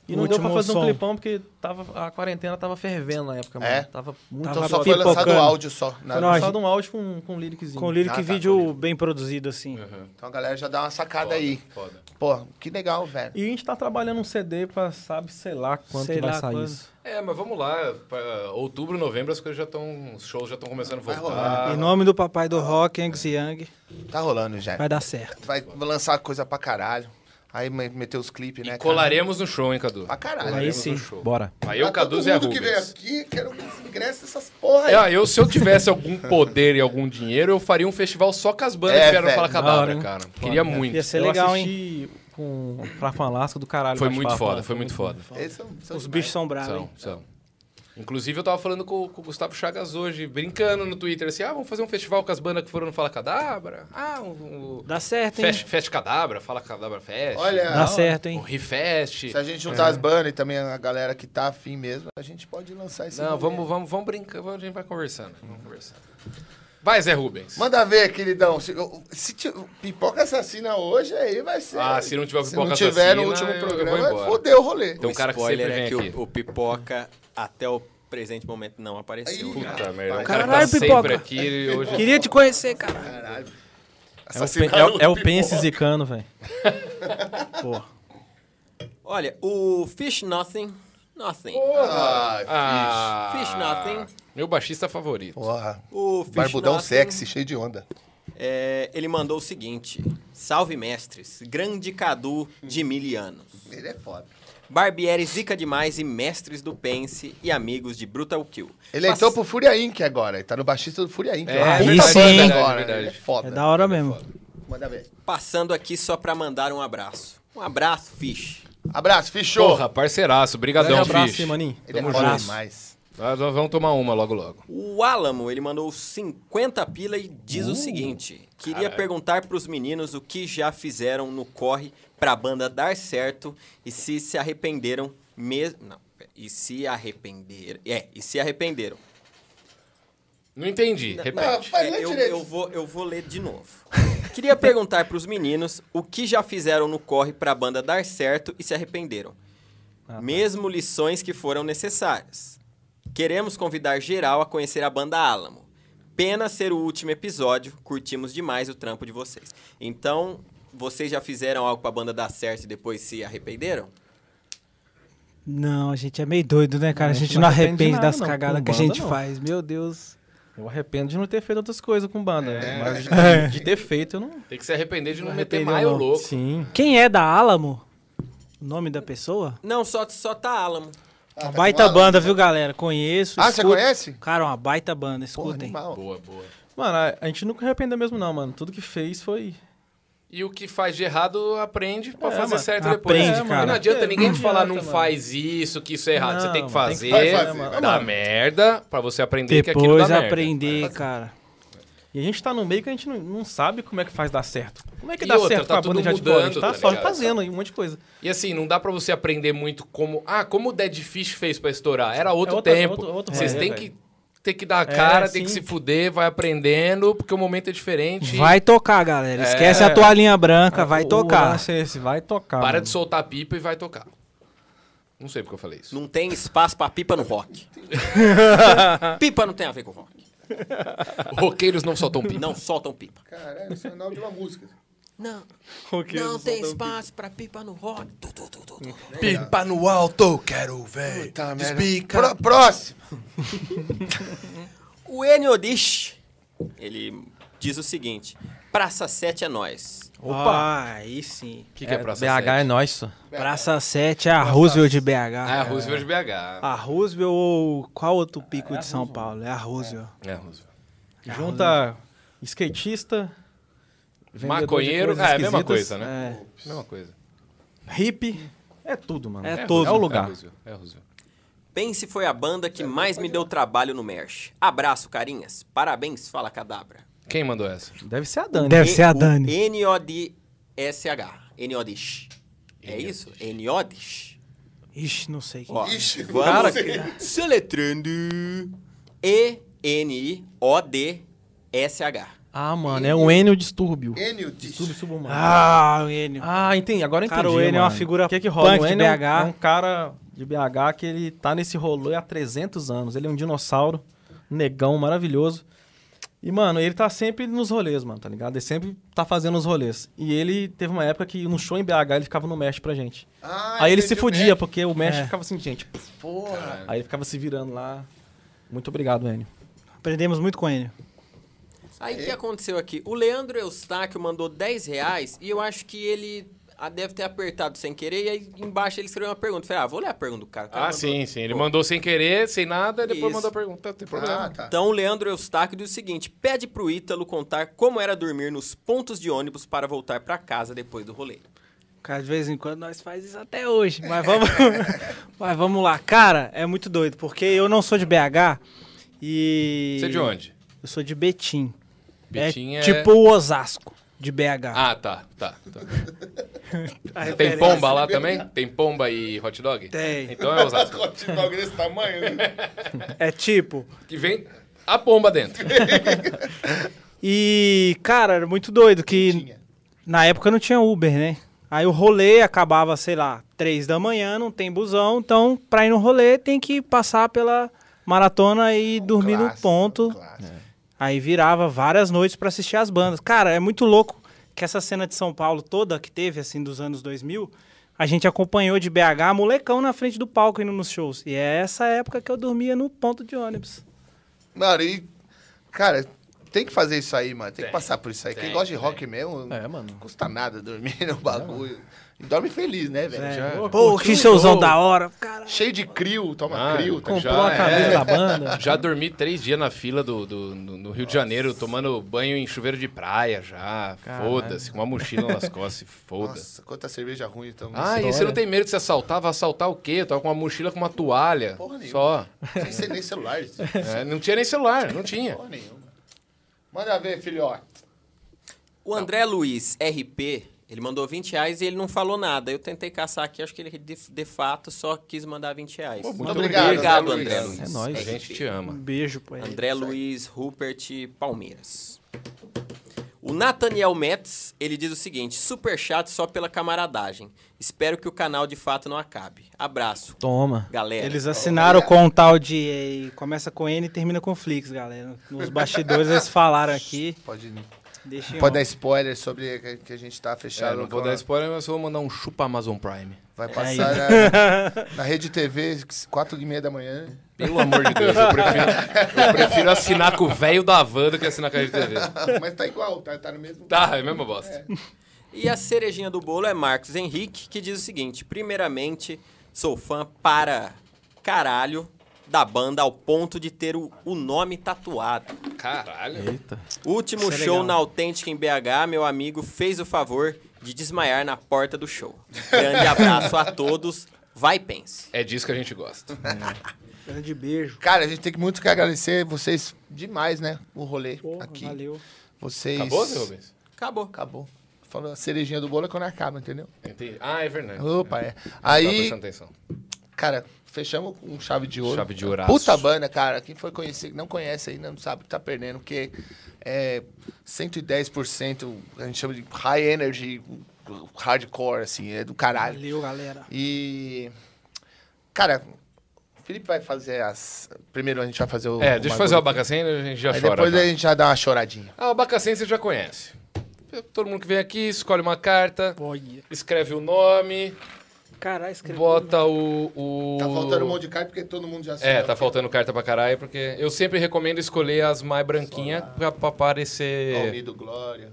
S6: E
S7: O
S6: não deu
S7: último
S6: pra fazer
S7: som.
S6: um clipão, porque tava, a quarentena tava fervendo na época, mano.
S2: É?
S6: Tava muito
S2: Então
S7: Tava
S2: só foi lançado
S7: pipocando.
S2: áudio só.
S6: Foi
S2: nada.
S7: Não, a
S6: lançado um áudio com, com um lyriczinho.
S7: Com o lyric
S2: Ah, tá, com
S7: vídeo bem produzido, assim.
S2: Então a galera já dá uma sacada aí.
S1: Foda.
S2: Pô, que legal, velho.
S6: E a gente tá trabalhando um CD pra, sabe, sei lá quando
S7: Sei
S6: que vai
S7: lá
S6: sair
S7: quando.
S6: isso.
S1: É, mas vamos lá. pra outubro, novembro, as coisas já estão. Os shows já estão começando a
S2: Vai
S1: voltar.
S2: rolar.
S7: Em nome do papai do rock, Angus Young,
S2: Tá rolando já.
S7: vai dar certo.
S2: Vai lançar coisa pra caralho. Aí me- meteu os clipes, né?
S1: E
S2: cara?
S1: colaremos no show, hein, Cadu?
S2: Pra caralho.
S7: Aí
S1: Colaremos
S7: sim.
S1: no show.
S6: Bora.
S1: Aí eu,
S2: Pra
S1: Cadu
S2: todo
S1: e a
S2: mundo que veio
S1: Rubens.
S2: aqui, quero que os ingressos dessas porra aí.
S1: É, eu, se eu tivesse algum poder e algum dinheiro, eu faria um festival só com as bandas
S2: É,
S1: que vieram
S2: velho.
S1: falar
S6: Da
S1: cadabra,
S6: hora, hein?
S1: cara. Queria muito.
S7: Ia ser
S6: Eu
S7: legal, hein?
S6: assisti com Fraco Alasca do caralho.
S1: Foi
S6: bate-papo,
S1: muito foda,
S6: mano.
S1: foi muito foda.
S2: Esse é um- são
S7: Os
S2: demais.
S7: bichos são bravos,
S1: São,
S7: hein?
S1: são. Tá, É. Inclusive, eu tava falando com, com o Gustavo Chagas hoje, brincando no Twitter, assim, ah, vamos fazer um festival com as bandas que foram no Fala Cadabra. Ah, um, um
S7: Dá certo, hein?
S1: Fest, Fest Cadabra, Fala Cadabra Fest.
S2: Olha, é
S7: Dá certo,
S1: O
S7: hein?
S1: Refest.
S2: se a gente
S1: é.
S2: juntar as bandas e também a galera que tá afim mesmo, a gente pode lançar esse
S1: Não,
S2: rolê.
S1: vamos, vamos, vamos brincar, vamos- a gente vai conversando. Vamos conversando. Vai, Zé Rubens.
S2: Manda ver, queridão. Se, se ti- pipoca assassina hoje, aí vai ser.
S1: Ah, se não tiver o
S2: se
S1: Pipoca
S2: não tiver
S1: Assassina,
S2: no último
S1: eu- eu
S2: programa,
S1: vou embora.
S2: fodeu o rolê.
S1: Tem um cara que
S5: spoiler
S1: sempre vem
S5: é
S1: aqui.
S5: que o, o Pipoca, até o presente momento, não apareceu.
S2: Ih,
S1: Puta merda, o cara
S2: Caralho,
S1: tá sempre
S7: Pipoca.
S1: aqui e hoje...
S7: Queria te conhecer, cara.
S6: É o, Pen- é o- é o Pense zicano, velho.
S5: Olha, o Fish Nothing. Nothing.
S2: Ah,
S1: Ah,
S5: Fish nothing.
S1: Meu baixista favorito.
S2: Porra.
S5: O Fish
S2: Barbudão
S5: Nothing,
S2: sexy, cheio de onda.
S5: é, ele mandou o seguinte: Salve mestres, grande Cadu de mil anos.
S2: Ele é foda.
S5: Barbieri zica demais e mestres do Pense e amigos de Brutal Kill.
S2: Ele é
S5: Pass-
S2: entrou pro Fúria Inc. agora. Ele tá no baixista do Fúria Inc.
S1: É,
S2: lá.
S7: aí
S2: Ele tá
S7: sim.
S2: banda
S1: Verdade,
S2: Agora,
S1: verdade.
S2: Ele é foda.
S7: É da hora mesmo.
S2: Manda ver.
S5: Passando aqui só pra mandar um abraço. Um abraço, Fish.
S2: Abraço, fechou.
S1: Porra, parceiraço. Brigadão,
S6: Grande abraço,
S1: Fish.
S6: hein, maninho.
S2: Ele é
S1: tamo
S2: foda
S1: junto.
S2: demais.
S1: Nós nós vamos tomar uma logo, logo.
S5: O Álamo, ele mandou 50 pila e diz o seguinte: Queria perguntar pros meninos o que já fizeram no corre pra banda dar certo e se se arrependeram mesmo. Não, e se arrependeram. É, e se arrependeram.
S1: Não entendi.
S5: Não,
S1: Repete.
S2: faz, lê
S5: É, eu,
S2: direito.
S5: eu vou, eu vou ler de novo. Queria perguntar pros meninos o que já fizeram no corre pra banda dar certo e se arrependeram. Mesmo lições que foram necessárias. Queremos convidar geral a conhecer a banda Álamo. Pena ser o último episódio, curtimos demais o trampo de vocês. Então, vocês já fizeram algo pra banda dar certo e depois se arrependeram?
S7: Não, a gente é meio doido, né, cara? A gente não arrepende das cagadas que a gente faz. Meu Deus.
S6: Eu arrependo de não ter feito outras coisas com banda.
S1: É,
S6: né? Mas de, de ter feito, eu não.
S1: Tem que se arrepender de não, meter
S6: arrependo,
S1: mais o
S6: não.
S1: louco.
S6: Sim.
S7: Quem é da Álamo? O nome da pessoa?
S5: Não, só, só tá Álamo.
S2: Ah, tá
S7: Uma baita
S2: com o Alan.
S7: banda, viu, galera? Conheço.
S2: Ah, você
S7: escuto.
S2: conhece?
S7: Cara, uma baita
S2: Porra,
S7: banda, escutem.
S2: animal.
S1: Boa, boa.
S6: Mano, a, a gente nunca arrependeu mesmo, não, mano. Tudo que fez foi.
S1: E o que faz de errado, aprende pra
S6: É,
S1: fazer
S6: mano.
S1: certo
S7: Aprende,
S1: depois.
S7: cara.
S1: E Não adianta
S6: É,
S1: ninguém te
S6: não
S1: falar,
S6: adianta,
S1: não
S6: mano.
S1: faz isso, que isso é errado.
S6: Não,
S1: você tem que
S6: mano, tem
S1: fazer,
S6: que
S2: fazer,
S1: vai
S2: mano.
S1: dar
S6: Mano.
S1: merda, pra você aprender que aquilo dá
S7: Depois
S1: merda.
S7: aprender, cara.
S6: E a gente tá no meio que a gente não, não sabe como é que faz dar certo. Como é que
S1: E
S6: dá
S1: outra,
S6: certo
S1: tá
S6: com a
S1: tudo
S6: banda já de
S1: mudando,
S6: bola? A gente tá,
S1: tá
S6: só
S1: ligado?
S6: fazendo aí um monte de coisa.
S1: E assim, não dá pra você aprender muito como... Ah, como o Dead Fish fez pra estourar? Era outro
S6: É outra-
S1: tempo.
S6: outro- outro
S1: Vocês
S6: rolê,
S1: têm
S6: velho. É,
S1: que... Tem que dar a cara, tem que se
S6: sim.
S1: fuder, vai aprendendo, porque o momento é diferente.
S7: Vai tocar, galera. Esquece a toalhinha branca, vai
S6: O- O
S7: tocar.
S6: lance é esse, vai tocar.
S1: Para
S6: mano.
S1: de soltar a pipa e vai tocar. Não sei porque eu falei isso.
S5: Não tem espaço pra pipa no rock. pipa não tem a ver com rock.
S1: Roqueiros não soltam pipa.
S5: Não soltam pipa.
S2: Caralho, isso é o nome de uma música.
S5: Não. não tem espaço pra pipa no rock. Tu, tu, tu, tu, tu.
S8: Pipa no alto, quero ver.
S2: Tá, merda.
S8: Despica.
S2: Pró- próximo.
S5: O Enio Dish, ele diz o seguinte: Praça 7 é nós.
S7: Opa! Ah, aí sim.
S1: O que, que é, Praça
S6: BH
S1: 7?
S6: é nosso.
S7: Praça 7 é a Roosevelt de BH.
S1: Ah, é
S7: cara.
S1: Roosevelt de
S6: Ah.
S1: BH.
S7: A Roosevelt ou qual outro pico de São Paulo? É a Roosevelt.
S1: É, Roosevelt.
S6: Junta skatista, vendedor de
S1: Maconheiro,
S6: coisas
S1: é a mesma
S6: esquisitas,
S1: coisa, né? Mesma coisa.
S6: Hippie, é tudo, mano.
S7: É
S6: É,
S7: todo.
S6: o lugar.
S1: Roosevelt, é Roosevelt.
S5: Pense foi a banda que mais me deu trabalho no Merch. Abraço, carinhas. Parabéns, fala cadabra.
S1: Ah, Quem mandou essa?
S6: Deve ser a Dani.
S7: Deve ser é a
S5: E- o
S7: Dani.
S5: N-O-D-S-H. N-O-D-S. É isso? N-O-D-S.
S7: Ixi, não sei.
S5: Ó,
S2: Ixi,
S5: Cara,
S2: não sei.
S5: seletrando. E-N-I-O-D-S-H.
S6: Ah, mano, é o Enio Distúrbio.
S2: Enio diz.
S6: Distúrbio subhumano.
S7: Ah, o Enio.
S6: Ah, entendi. Agora eu entendi.
S7: Cara, o Enio é uma
S6: mano.
S7: figura
S6: O que, que rola? O
S7: punk de
S6: Enio é um-
S7: BH.
S6: é um cara de BH que ele tá nesse rolê há 300 anos. Ele é um dinossauro, um negão, maravilhoso. E, mano, ele tá sempre nos rolês, mano, tá ligado? Ele sempre tá fazendo os rolês. E ele teve uma época que no show em BH ele ficava no Mesh pra gente.
S2: Ah,
S6: Aí ele se
S2: entendi o
S6: fudia,
S2: Mac.
S6: porque o Mesh
S7: É.
S6: ficava assim, gente. pff,
S2: Porra.
S6: Aí ele ficava se virando lá. Muito obrigado, Enio.
S7: Aprendemos muito com o Enio.
S5: Aí o que aconteceu aqui? O Leandro Eustáquio mandou 10 reais e eu acho que ele ah, deve ter apertado sem querer. E aí embaixo ele escreveu uma pergunta. Falei, ah, vou ler a pergunta do cara. O cara
S1: Ah,
S5: mandou-
S1: sim, sim. Ele mandou sem querer, sem nada, e depois
S5: Isso.
S1: mandou a pergunta. Não tem problema.
S2: Ah, tá.
S5: Então o Leandro Eustáquio diz o seguinte: pede pro Ítalo contar como era dormir nos pontos de ônibus para voltar pra casa depois do rolê.
S7: Cara, de vez em quando nós faz isso até hoje. Mas vamos, mas vamos lá. Cara, é muito doido, porque eu não sou de BH e.
S1: Você é de onde?
S7: Eu sou de Betim.
S1: Betim é-
S7: Tipo o Osasco de BH.
S1: Ah, tá, tá. tá.
S7: A
S1: Tem
S7: referência.
S1: pomba lá também? Tem pomba e hot dog?
S7: Tem.
S1: Então é Osasco.
S2: Hot dog desse tamanho. né?
S7: É tipo.
S1: Que vem a pomba dentro.
S7: E, cara, era muito doido que na época não tinha Uber, né? Aí o rolê acabava, sei lá, três da manhã, não tem busão, então pra ir no rolê tem que passar pela maratona e dormir no
S2: É um Clássico, é um
S7: ponto.
S2: clássico.
S7: Aí virava várias noites pra assistir as bandas. Cara, é muito louco que essa cena de São Paulo toda que teve, assim, dos anos 2000, a gente acompanhou de BH molecão na frente do palco indo nos shows. E é essa época que eu dormia no ponto de ônibus.
S2: Mano, e. Cara, tem que fazer isso aí, mano. Tem, que passar por isso aí. Quem gosta de rock mesmo,
S6: É,
S2: não
S6: mano. É,
S2: custa nada dormir no bagulho. E dorme feliz, né, velho? Já-
S7: Pô, que showzão da hora. Cara,
S2: Cheio de crio, toma
S1: Ah,
S2: crio. Tá
S6: Comprou
S1: Já
S6: a camisa
S1: é.
S6: da banda.
S1: Já dormi três dias na fila do, do- no, no Rio de Janeiro, tomando banho em chuveiro de praia já. Foda-se, com uma mochila nas costas, se foda.
S2: Nossa, quanta cerveja ruim então. estamos.
S1: Ah, e você não tem medo de se assaltar? Vai assaltar o quê? Eu tava com uma mochila com uma toalha.
S2: Porra nenhuma.
S1: só.
S2: Sem ser nem celular.
S1: É, não tinha nem celular, não tinha.
S2: Porra nenhuma. Manda ver, filhote.
S5: O André Luiz, RP, ele mandou 20 reais e ele não falou nada. Eu tentei caçar aqui, acho que ele de, de fato só quis mandar 20 reais.
S1: muito
S2: obrigado,
S5: obrigado,
S2: André
S5: André
S2: Luiz.
S5: Luiz.
S6: É nóis.
S1: A gente te
S7: um
S1: ama.
S7: beijo, pô.
S5: André Luiz, Rupert e Palmeiras. O Nathaniel Metz, ele diz o seguinte: super chato só pela camaradagem. Espero que o canal de fato não acabe. Abraço,
S6: Toma.
S5: galera.
S7: Eles assinaram com um tal de. Começa com N e termina com Flix, galera. Nos bastidores eles falaram aqui.
S2: Pode,
S7: Deixa em
S2: pode dar
S7: off.
S2: spoiler sobre que- que a gente tá
S1: É,
S2: fechado.
S1: não
S2: com
S1: vou
S2: a-
S1: dar spoiler, mas eu vou mandar um chupa Amazon Prime.
S2: Vai passar na, na rede TV, 4 e meia da manhã.
S1: Pelo amor de Deus, eu prefiro, eu prefiro assinar com o velho da van do que assinar com a RedeTV.
S2: Mas tá igual, tá, tá no mesmo.
S1: Tá, é a mesma bosta.
S5: E a cerejinha do bolo é Marcos Henrique, que diz o seguinte: primeiramente, sou fã para caralho da banda ao ponto de ter o, o nome tatuado.
S1: Caralho.
S6: Eita.
S5: Último
S7: Isso é
S5: show
S7: legal.
S5: na Autêntica em BH, meu amigo fez o favor de desmaiar na porta do show. Grande abraço a todos. Vai, pense.
S1: É disso que a gente gosta.
S7: Grande beijo.
S2: Cara, a gente tem que muito que agradecer vocês demais, né? O rolê
S7: Porra,
S2: aqui.
S7: valeu.
S2: Vocês.
S1: Acabou, Zé Rubens?
S5: Acabou.
S2: Acabou. Falou a cerejinha do bolo é quando acaba, entendeu?
S1: Entendi. Ah, é verdade.
S2: Opa, é.
S1: Tava
S2: Aí,
S1: prestando atenção.
S2: cara, fechamos com chave de ouro.
S1: Chave de ouraço.
S2: Puta banda, cara. Quem foi conhecer, que não conhece ainda, não sabe o que tá perdendo, porque é 110%, a gente chama de high energy, hardcore, assim, é do caralho.
S7: Valeu, galera.
S2: E. Cara, o Felipe vai fazer as. Primeiro a gente vai fazer o.
S1: É, deixa eu fazer o
S2: bagulho.
S1: abacacinho e a gente já
S2: Aí
S1: chora.
S2: depois
S1: já.
S2: a gente já dá uma choradinha.
S1: Ah, o abacacinho você já conhece. Todo mundo que vem aqui escolhe uma carta,
S7: Olha.
S1: escreve o nome,
S7: Caralho, escreveu.
S1: bota o... o-
S2: Tá faltando um monte de carta porque todo mundo já
S1: É, tá faltando carta pra caralho, porque eu sempre recomendo escolher as mais branquinhas pra, pra
S2: Ó, o
S1: aparecer...
S2: Nido Glória.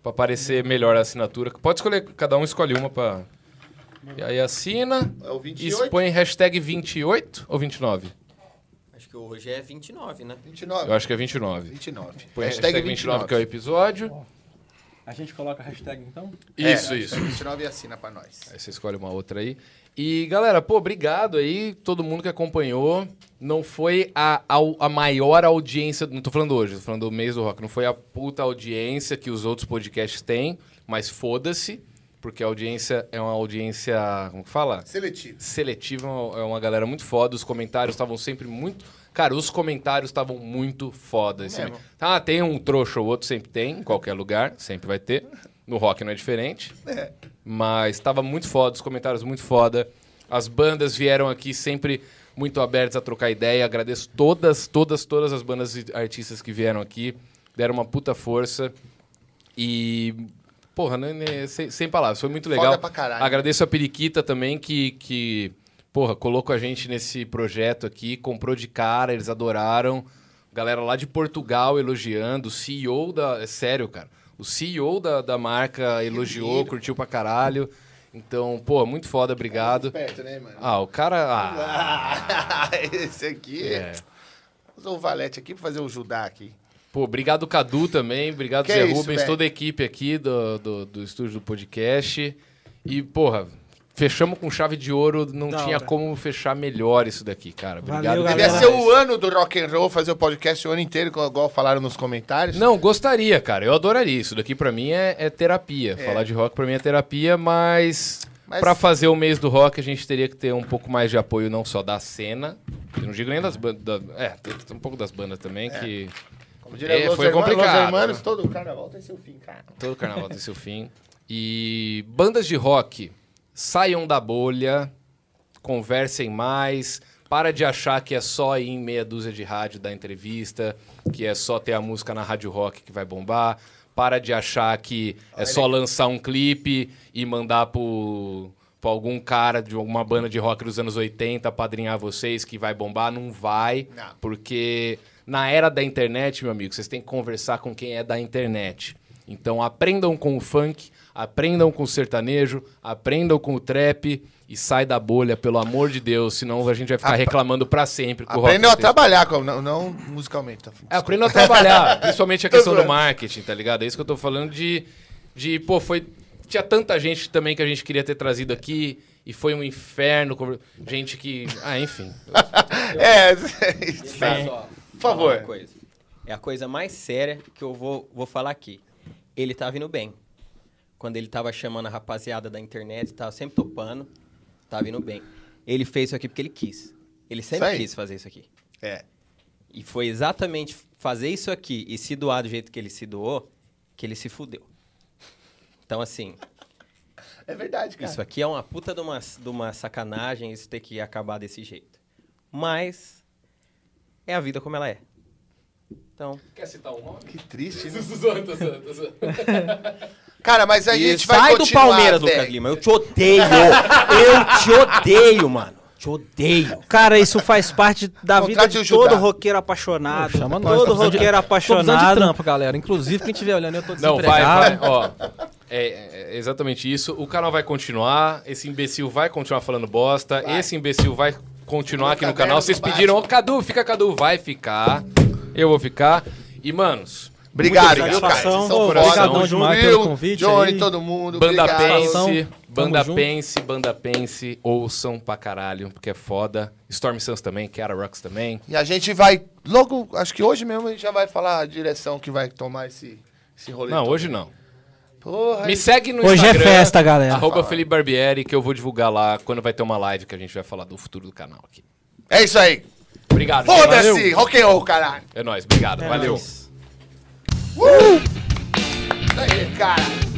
S1: Pra aparecer melhor a assinatura. Pode escolher, cada um escolhe uma pra. E aí assina,
S2: É o
S1: e
S2: 28?
S1: expõe hashtag 28 ou 29?
S5: Acho que hoje é 29, né?
S2: 29.
S1: Eu acho que é 29.
S2: 29.
S1: Põe hashtag, 29, que é o episódio.
S4: A gente coloca a hashtag então?
S1: Isso,
S2: É,
S1: isso.
S2: 29 e assina pra nós.
S1: Aí você escolhe uma outra aí. E, galera, pô, obrigado aí, todo mundo que acompanhou. Não foi a, a, a maior audiência, não tô falando hoje, tô falando do mês do rock. Não foi a puta audiência que os outros podcasts têm, mas foda-se, porque a audiência é uma audiência, como que fala?
S2: Seletivo.
S1: seletiva, é uma- é uma galera muito foda. Os comentários estavam sempre muito. Cara, os comentários estavam muito foda. esse
S2: Mesmo.
S1: mês. Ah, tem um trouxa ou outro, sempre tem, em qualquer lugar, sempre vai ter. No rock não é diferente. Mas estava muito foda, os comentários muito foda. As bandas vieram aqui sempre muito abertas a trocar ideia. Agradeço todas, todas, todas as bandas e artistas que vieram aqui. Deram uma puta força. E. Porra, né, né, sem, sem palavras, foi muito
S2: Foda
S1: legal.
S2: pra caralho.
S1: Agradeço a Periquita também, que, que porra, colocou a gente nesse projeto aqui, comprou de cara, eles adoraram. Galera lá de Portugal elogiando, o CEO da. É sério, cara. O CEO da, da marca elogiou, curtiu pra caralho. Então, pô, muito foda, obrigado.
S2: Esperto, né, mano?
S1: Ah, o cara. ah,
S2: Ah, esse aqui.
S1: é.
S2: Usou o valete aqui pra fazer o Judá aqui.
S1: Pô, obrigado Cadu também, obrigado
S2: Que
S1: Zé
S2: isso,
S1: Rubens,
S2: velho.
S1: toda a equipe aqui do, do, do estúdio do podcast. E, porra, fechamos com chave de ouro, não
S7: Da
S1: tinha
S7: hora.
S1: como fechar melhor isso daqui, cara. Obrigado. é
S7: Valeu,
S1: mesmo.
S2: Devia
S7: Galera,
S2: ser o ano do rock and roll, fazer o podcast o ano inteiro, igual falaram nos comentários.
S1: Não, gostaria, cara, eu adoraria. Isso daqui pra mim é, é terapia. Falar de rock pra mim é terapia, mas,
S2: Mas-
S1: pra fazer o mês do rock a gente teria que ter um pouco mais de apoio, não só da cena. Eu não digo nem das bandas. Da, é, tem tem um pouco das bandas também, que
S2: Como diria
S1: É,
S2: Los
S1: foi
S2: Hermanos,
S1: complicado,
S2: Los Hermanos,
S1: né?
S2: todo carnaval tem seu fim, cara.
S1: Todo carnaval tem seu fim. E bandas de rock, saiam da bolha, conversem mais, para de achar que é só ir em meia dúzia de rádio dar entrevista, que é só ter a música na rádio rock que vai bombar, para de achar que é só lançar um clipe e mandar pro pra algum cara de alguma banda de rock dos anos 80 apadrinhar vocês que vai bombar, não vai,
S2: Não.
S1: porque na era da internet, meu amigo, vocês têm que conversar com quem é da internet. Então aprendam com o funk, aprendam com o sertanejo, aprendam com o trap e sai da bolha, pelo amor de Deus, senão a gente vai ficar reclamando pra sempre. que o rock
S2: Aprendeu a
S1: não tem-
S2: trabalhar, com, não, não musicalmente. Tá?
S1: é, aprendam a trabalhar, principalmente a questão do marketing, tá ligado? É isso que eu tô falando de, de pô, foi tinha tanta gente também que a gente queria ter trazido aqui e foi um inferno, conver- gente que, ah, enfim.
S2: É,
S5: Deixa eu só
S2: Por
S5: falar
S2: favor.
S5: uma coisa. É a coisa mais séria que eu vou, vou falar aqui. Ele tava indo bem. Quando ele tava chamando a rapaziada da internet, tava sempre topando, tava indo bem. Ele fez isso aqui porque ele quis. Ele
S2: Isso
S5: sempre
S2: aí.
S5: quis fazer isso aqui.
S2: é.
S5: E foi exatamente fazer isso aqui e se doar do jeito que ele se doou, que ele se fudeu. Então, assim,
S2: É verdade, cara.
S5: isso aqui é uma puta de uma, de uma sacanagem isso ter que acabar desse jeito. Mas é a vida como ela é. Então,
S1: Quer citar um nome?
S2: Que triste, né?
S1: Você
S2: Cara, mas aí Então a
S5: E
S2: gente vai
S5: sai do
S2: continuar,
S5: Palmeiras,
S2: velho.
S5: Lucas Lima. Eu te odeio. Eu te odeio, mano. Te odeio.
S7: Cara, isso faz parte da
S2: Contrate
S7: vida
S2: o
S7: de
S2: Judá.
S7: todo roqueiro apaixonado.
S6: Chama nós.
S7: todo
S6: tá precisando de-
S7: roqueiro
S6: Tô precisando de
S7: apaixonado.
S6: trampo, galera. Inclusive, quem estiver olhando, eu tô
S1: Não,
S6: desempregado.
S1: vai, vai, ó. É, é exatamente isso. O canal vai continuar, esse imbecil vai continuar falando bosta, esse imbecil vai continuar aqui no
S2: Caderno
S1: canal.
S2: do
S1: Vocês
S2: Batman.
S1: pediram, ô Cadu, fica Cadu, vai ficar. Eu vou ficar. E, manos,
S2: Obrigado,
S7: Muita
S2: viu, cara? Vocês
S7: satisfação.
S2: são
S7: Pô,
S2: foda.
S6: obrigadão
S2: Will,
S6: demais pelo convite
S2: Johnny,
S6: aí.
S2: todo mundo.
S1: Banda
S2: obrigado.
S6: Satisfação.
S1: Pense,
S6: Tamo
S1: Banda
S6: junto.
S1: Pense, Banda Pense, ouçam pra caralho, porque é foda. Storm Suns também, Kiara Rocks também.
S2: E a gente vai logo, acho que hoje mesmo a gente já vai falar a direção que vai tomar esse, esse rolê.
S1: Não,
S2: todo.
S1: hoje não.
S2: Porra,
S1: Me segue no
S7: Hoje é
S1: Instagram.
S7: festa, galera.
S1: Arroba Felipe Barbieri, que eu vou divulgar lá quando vai ter uma live que a gente vai falar do futuro do canal aqui.
S2: é isso aí.
S1: Obrigado. gente.
S2: Foda-se,
S1: Valeu.
S2: rock and roll, caralho.
S1: É nóis, obrigado. valeu.
S2: Isso aí, cara.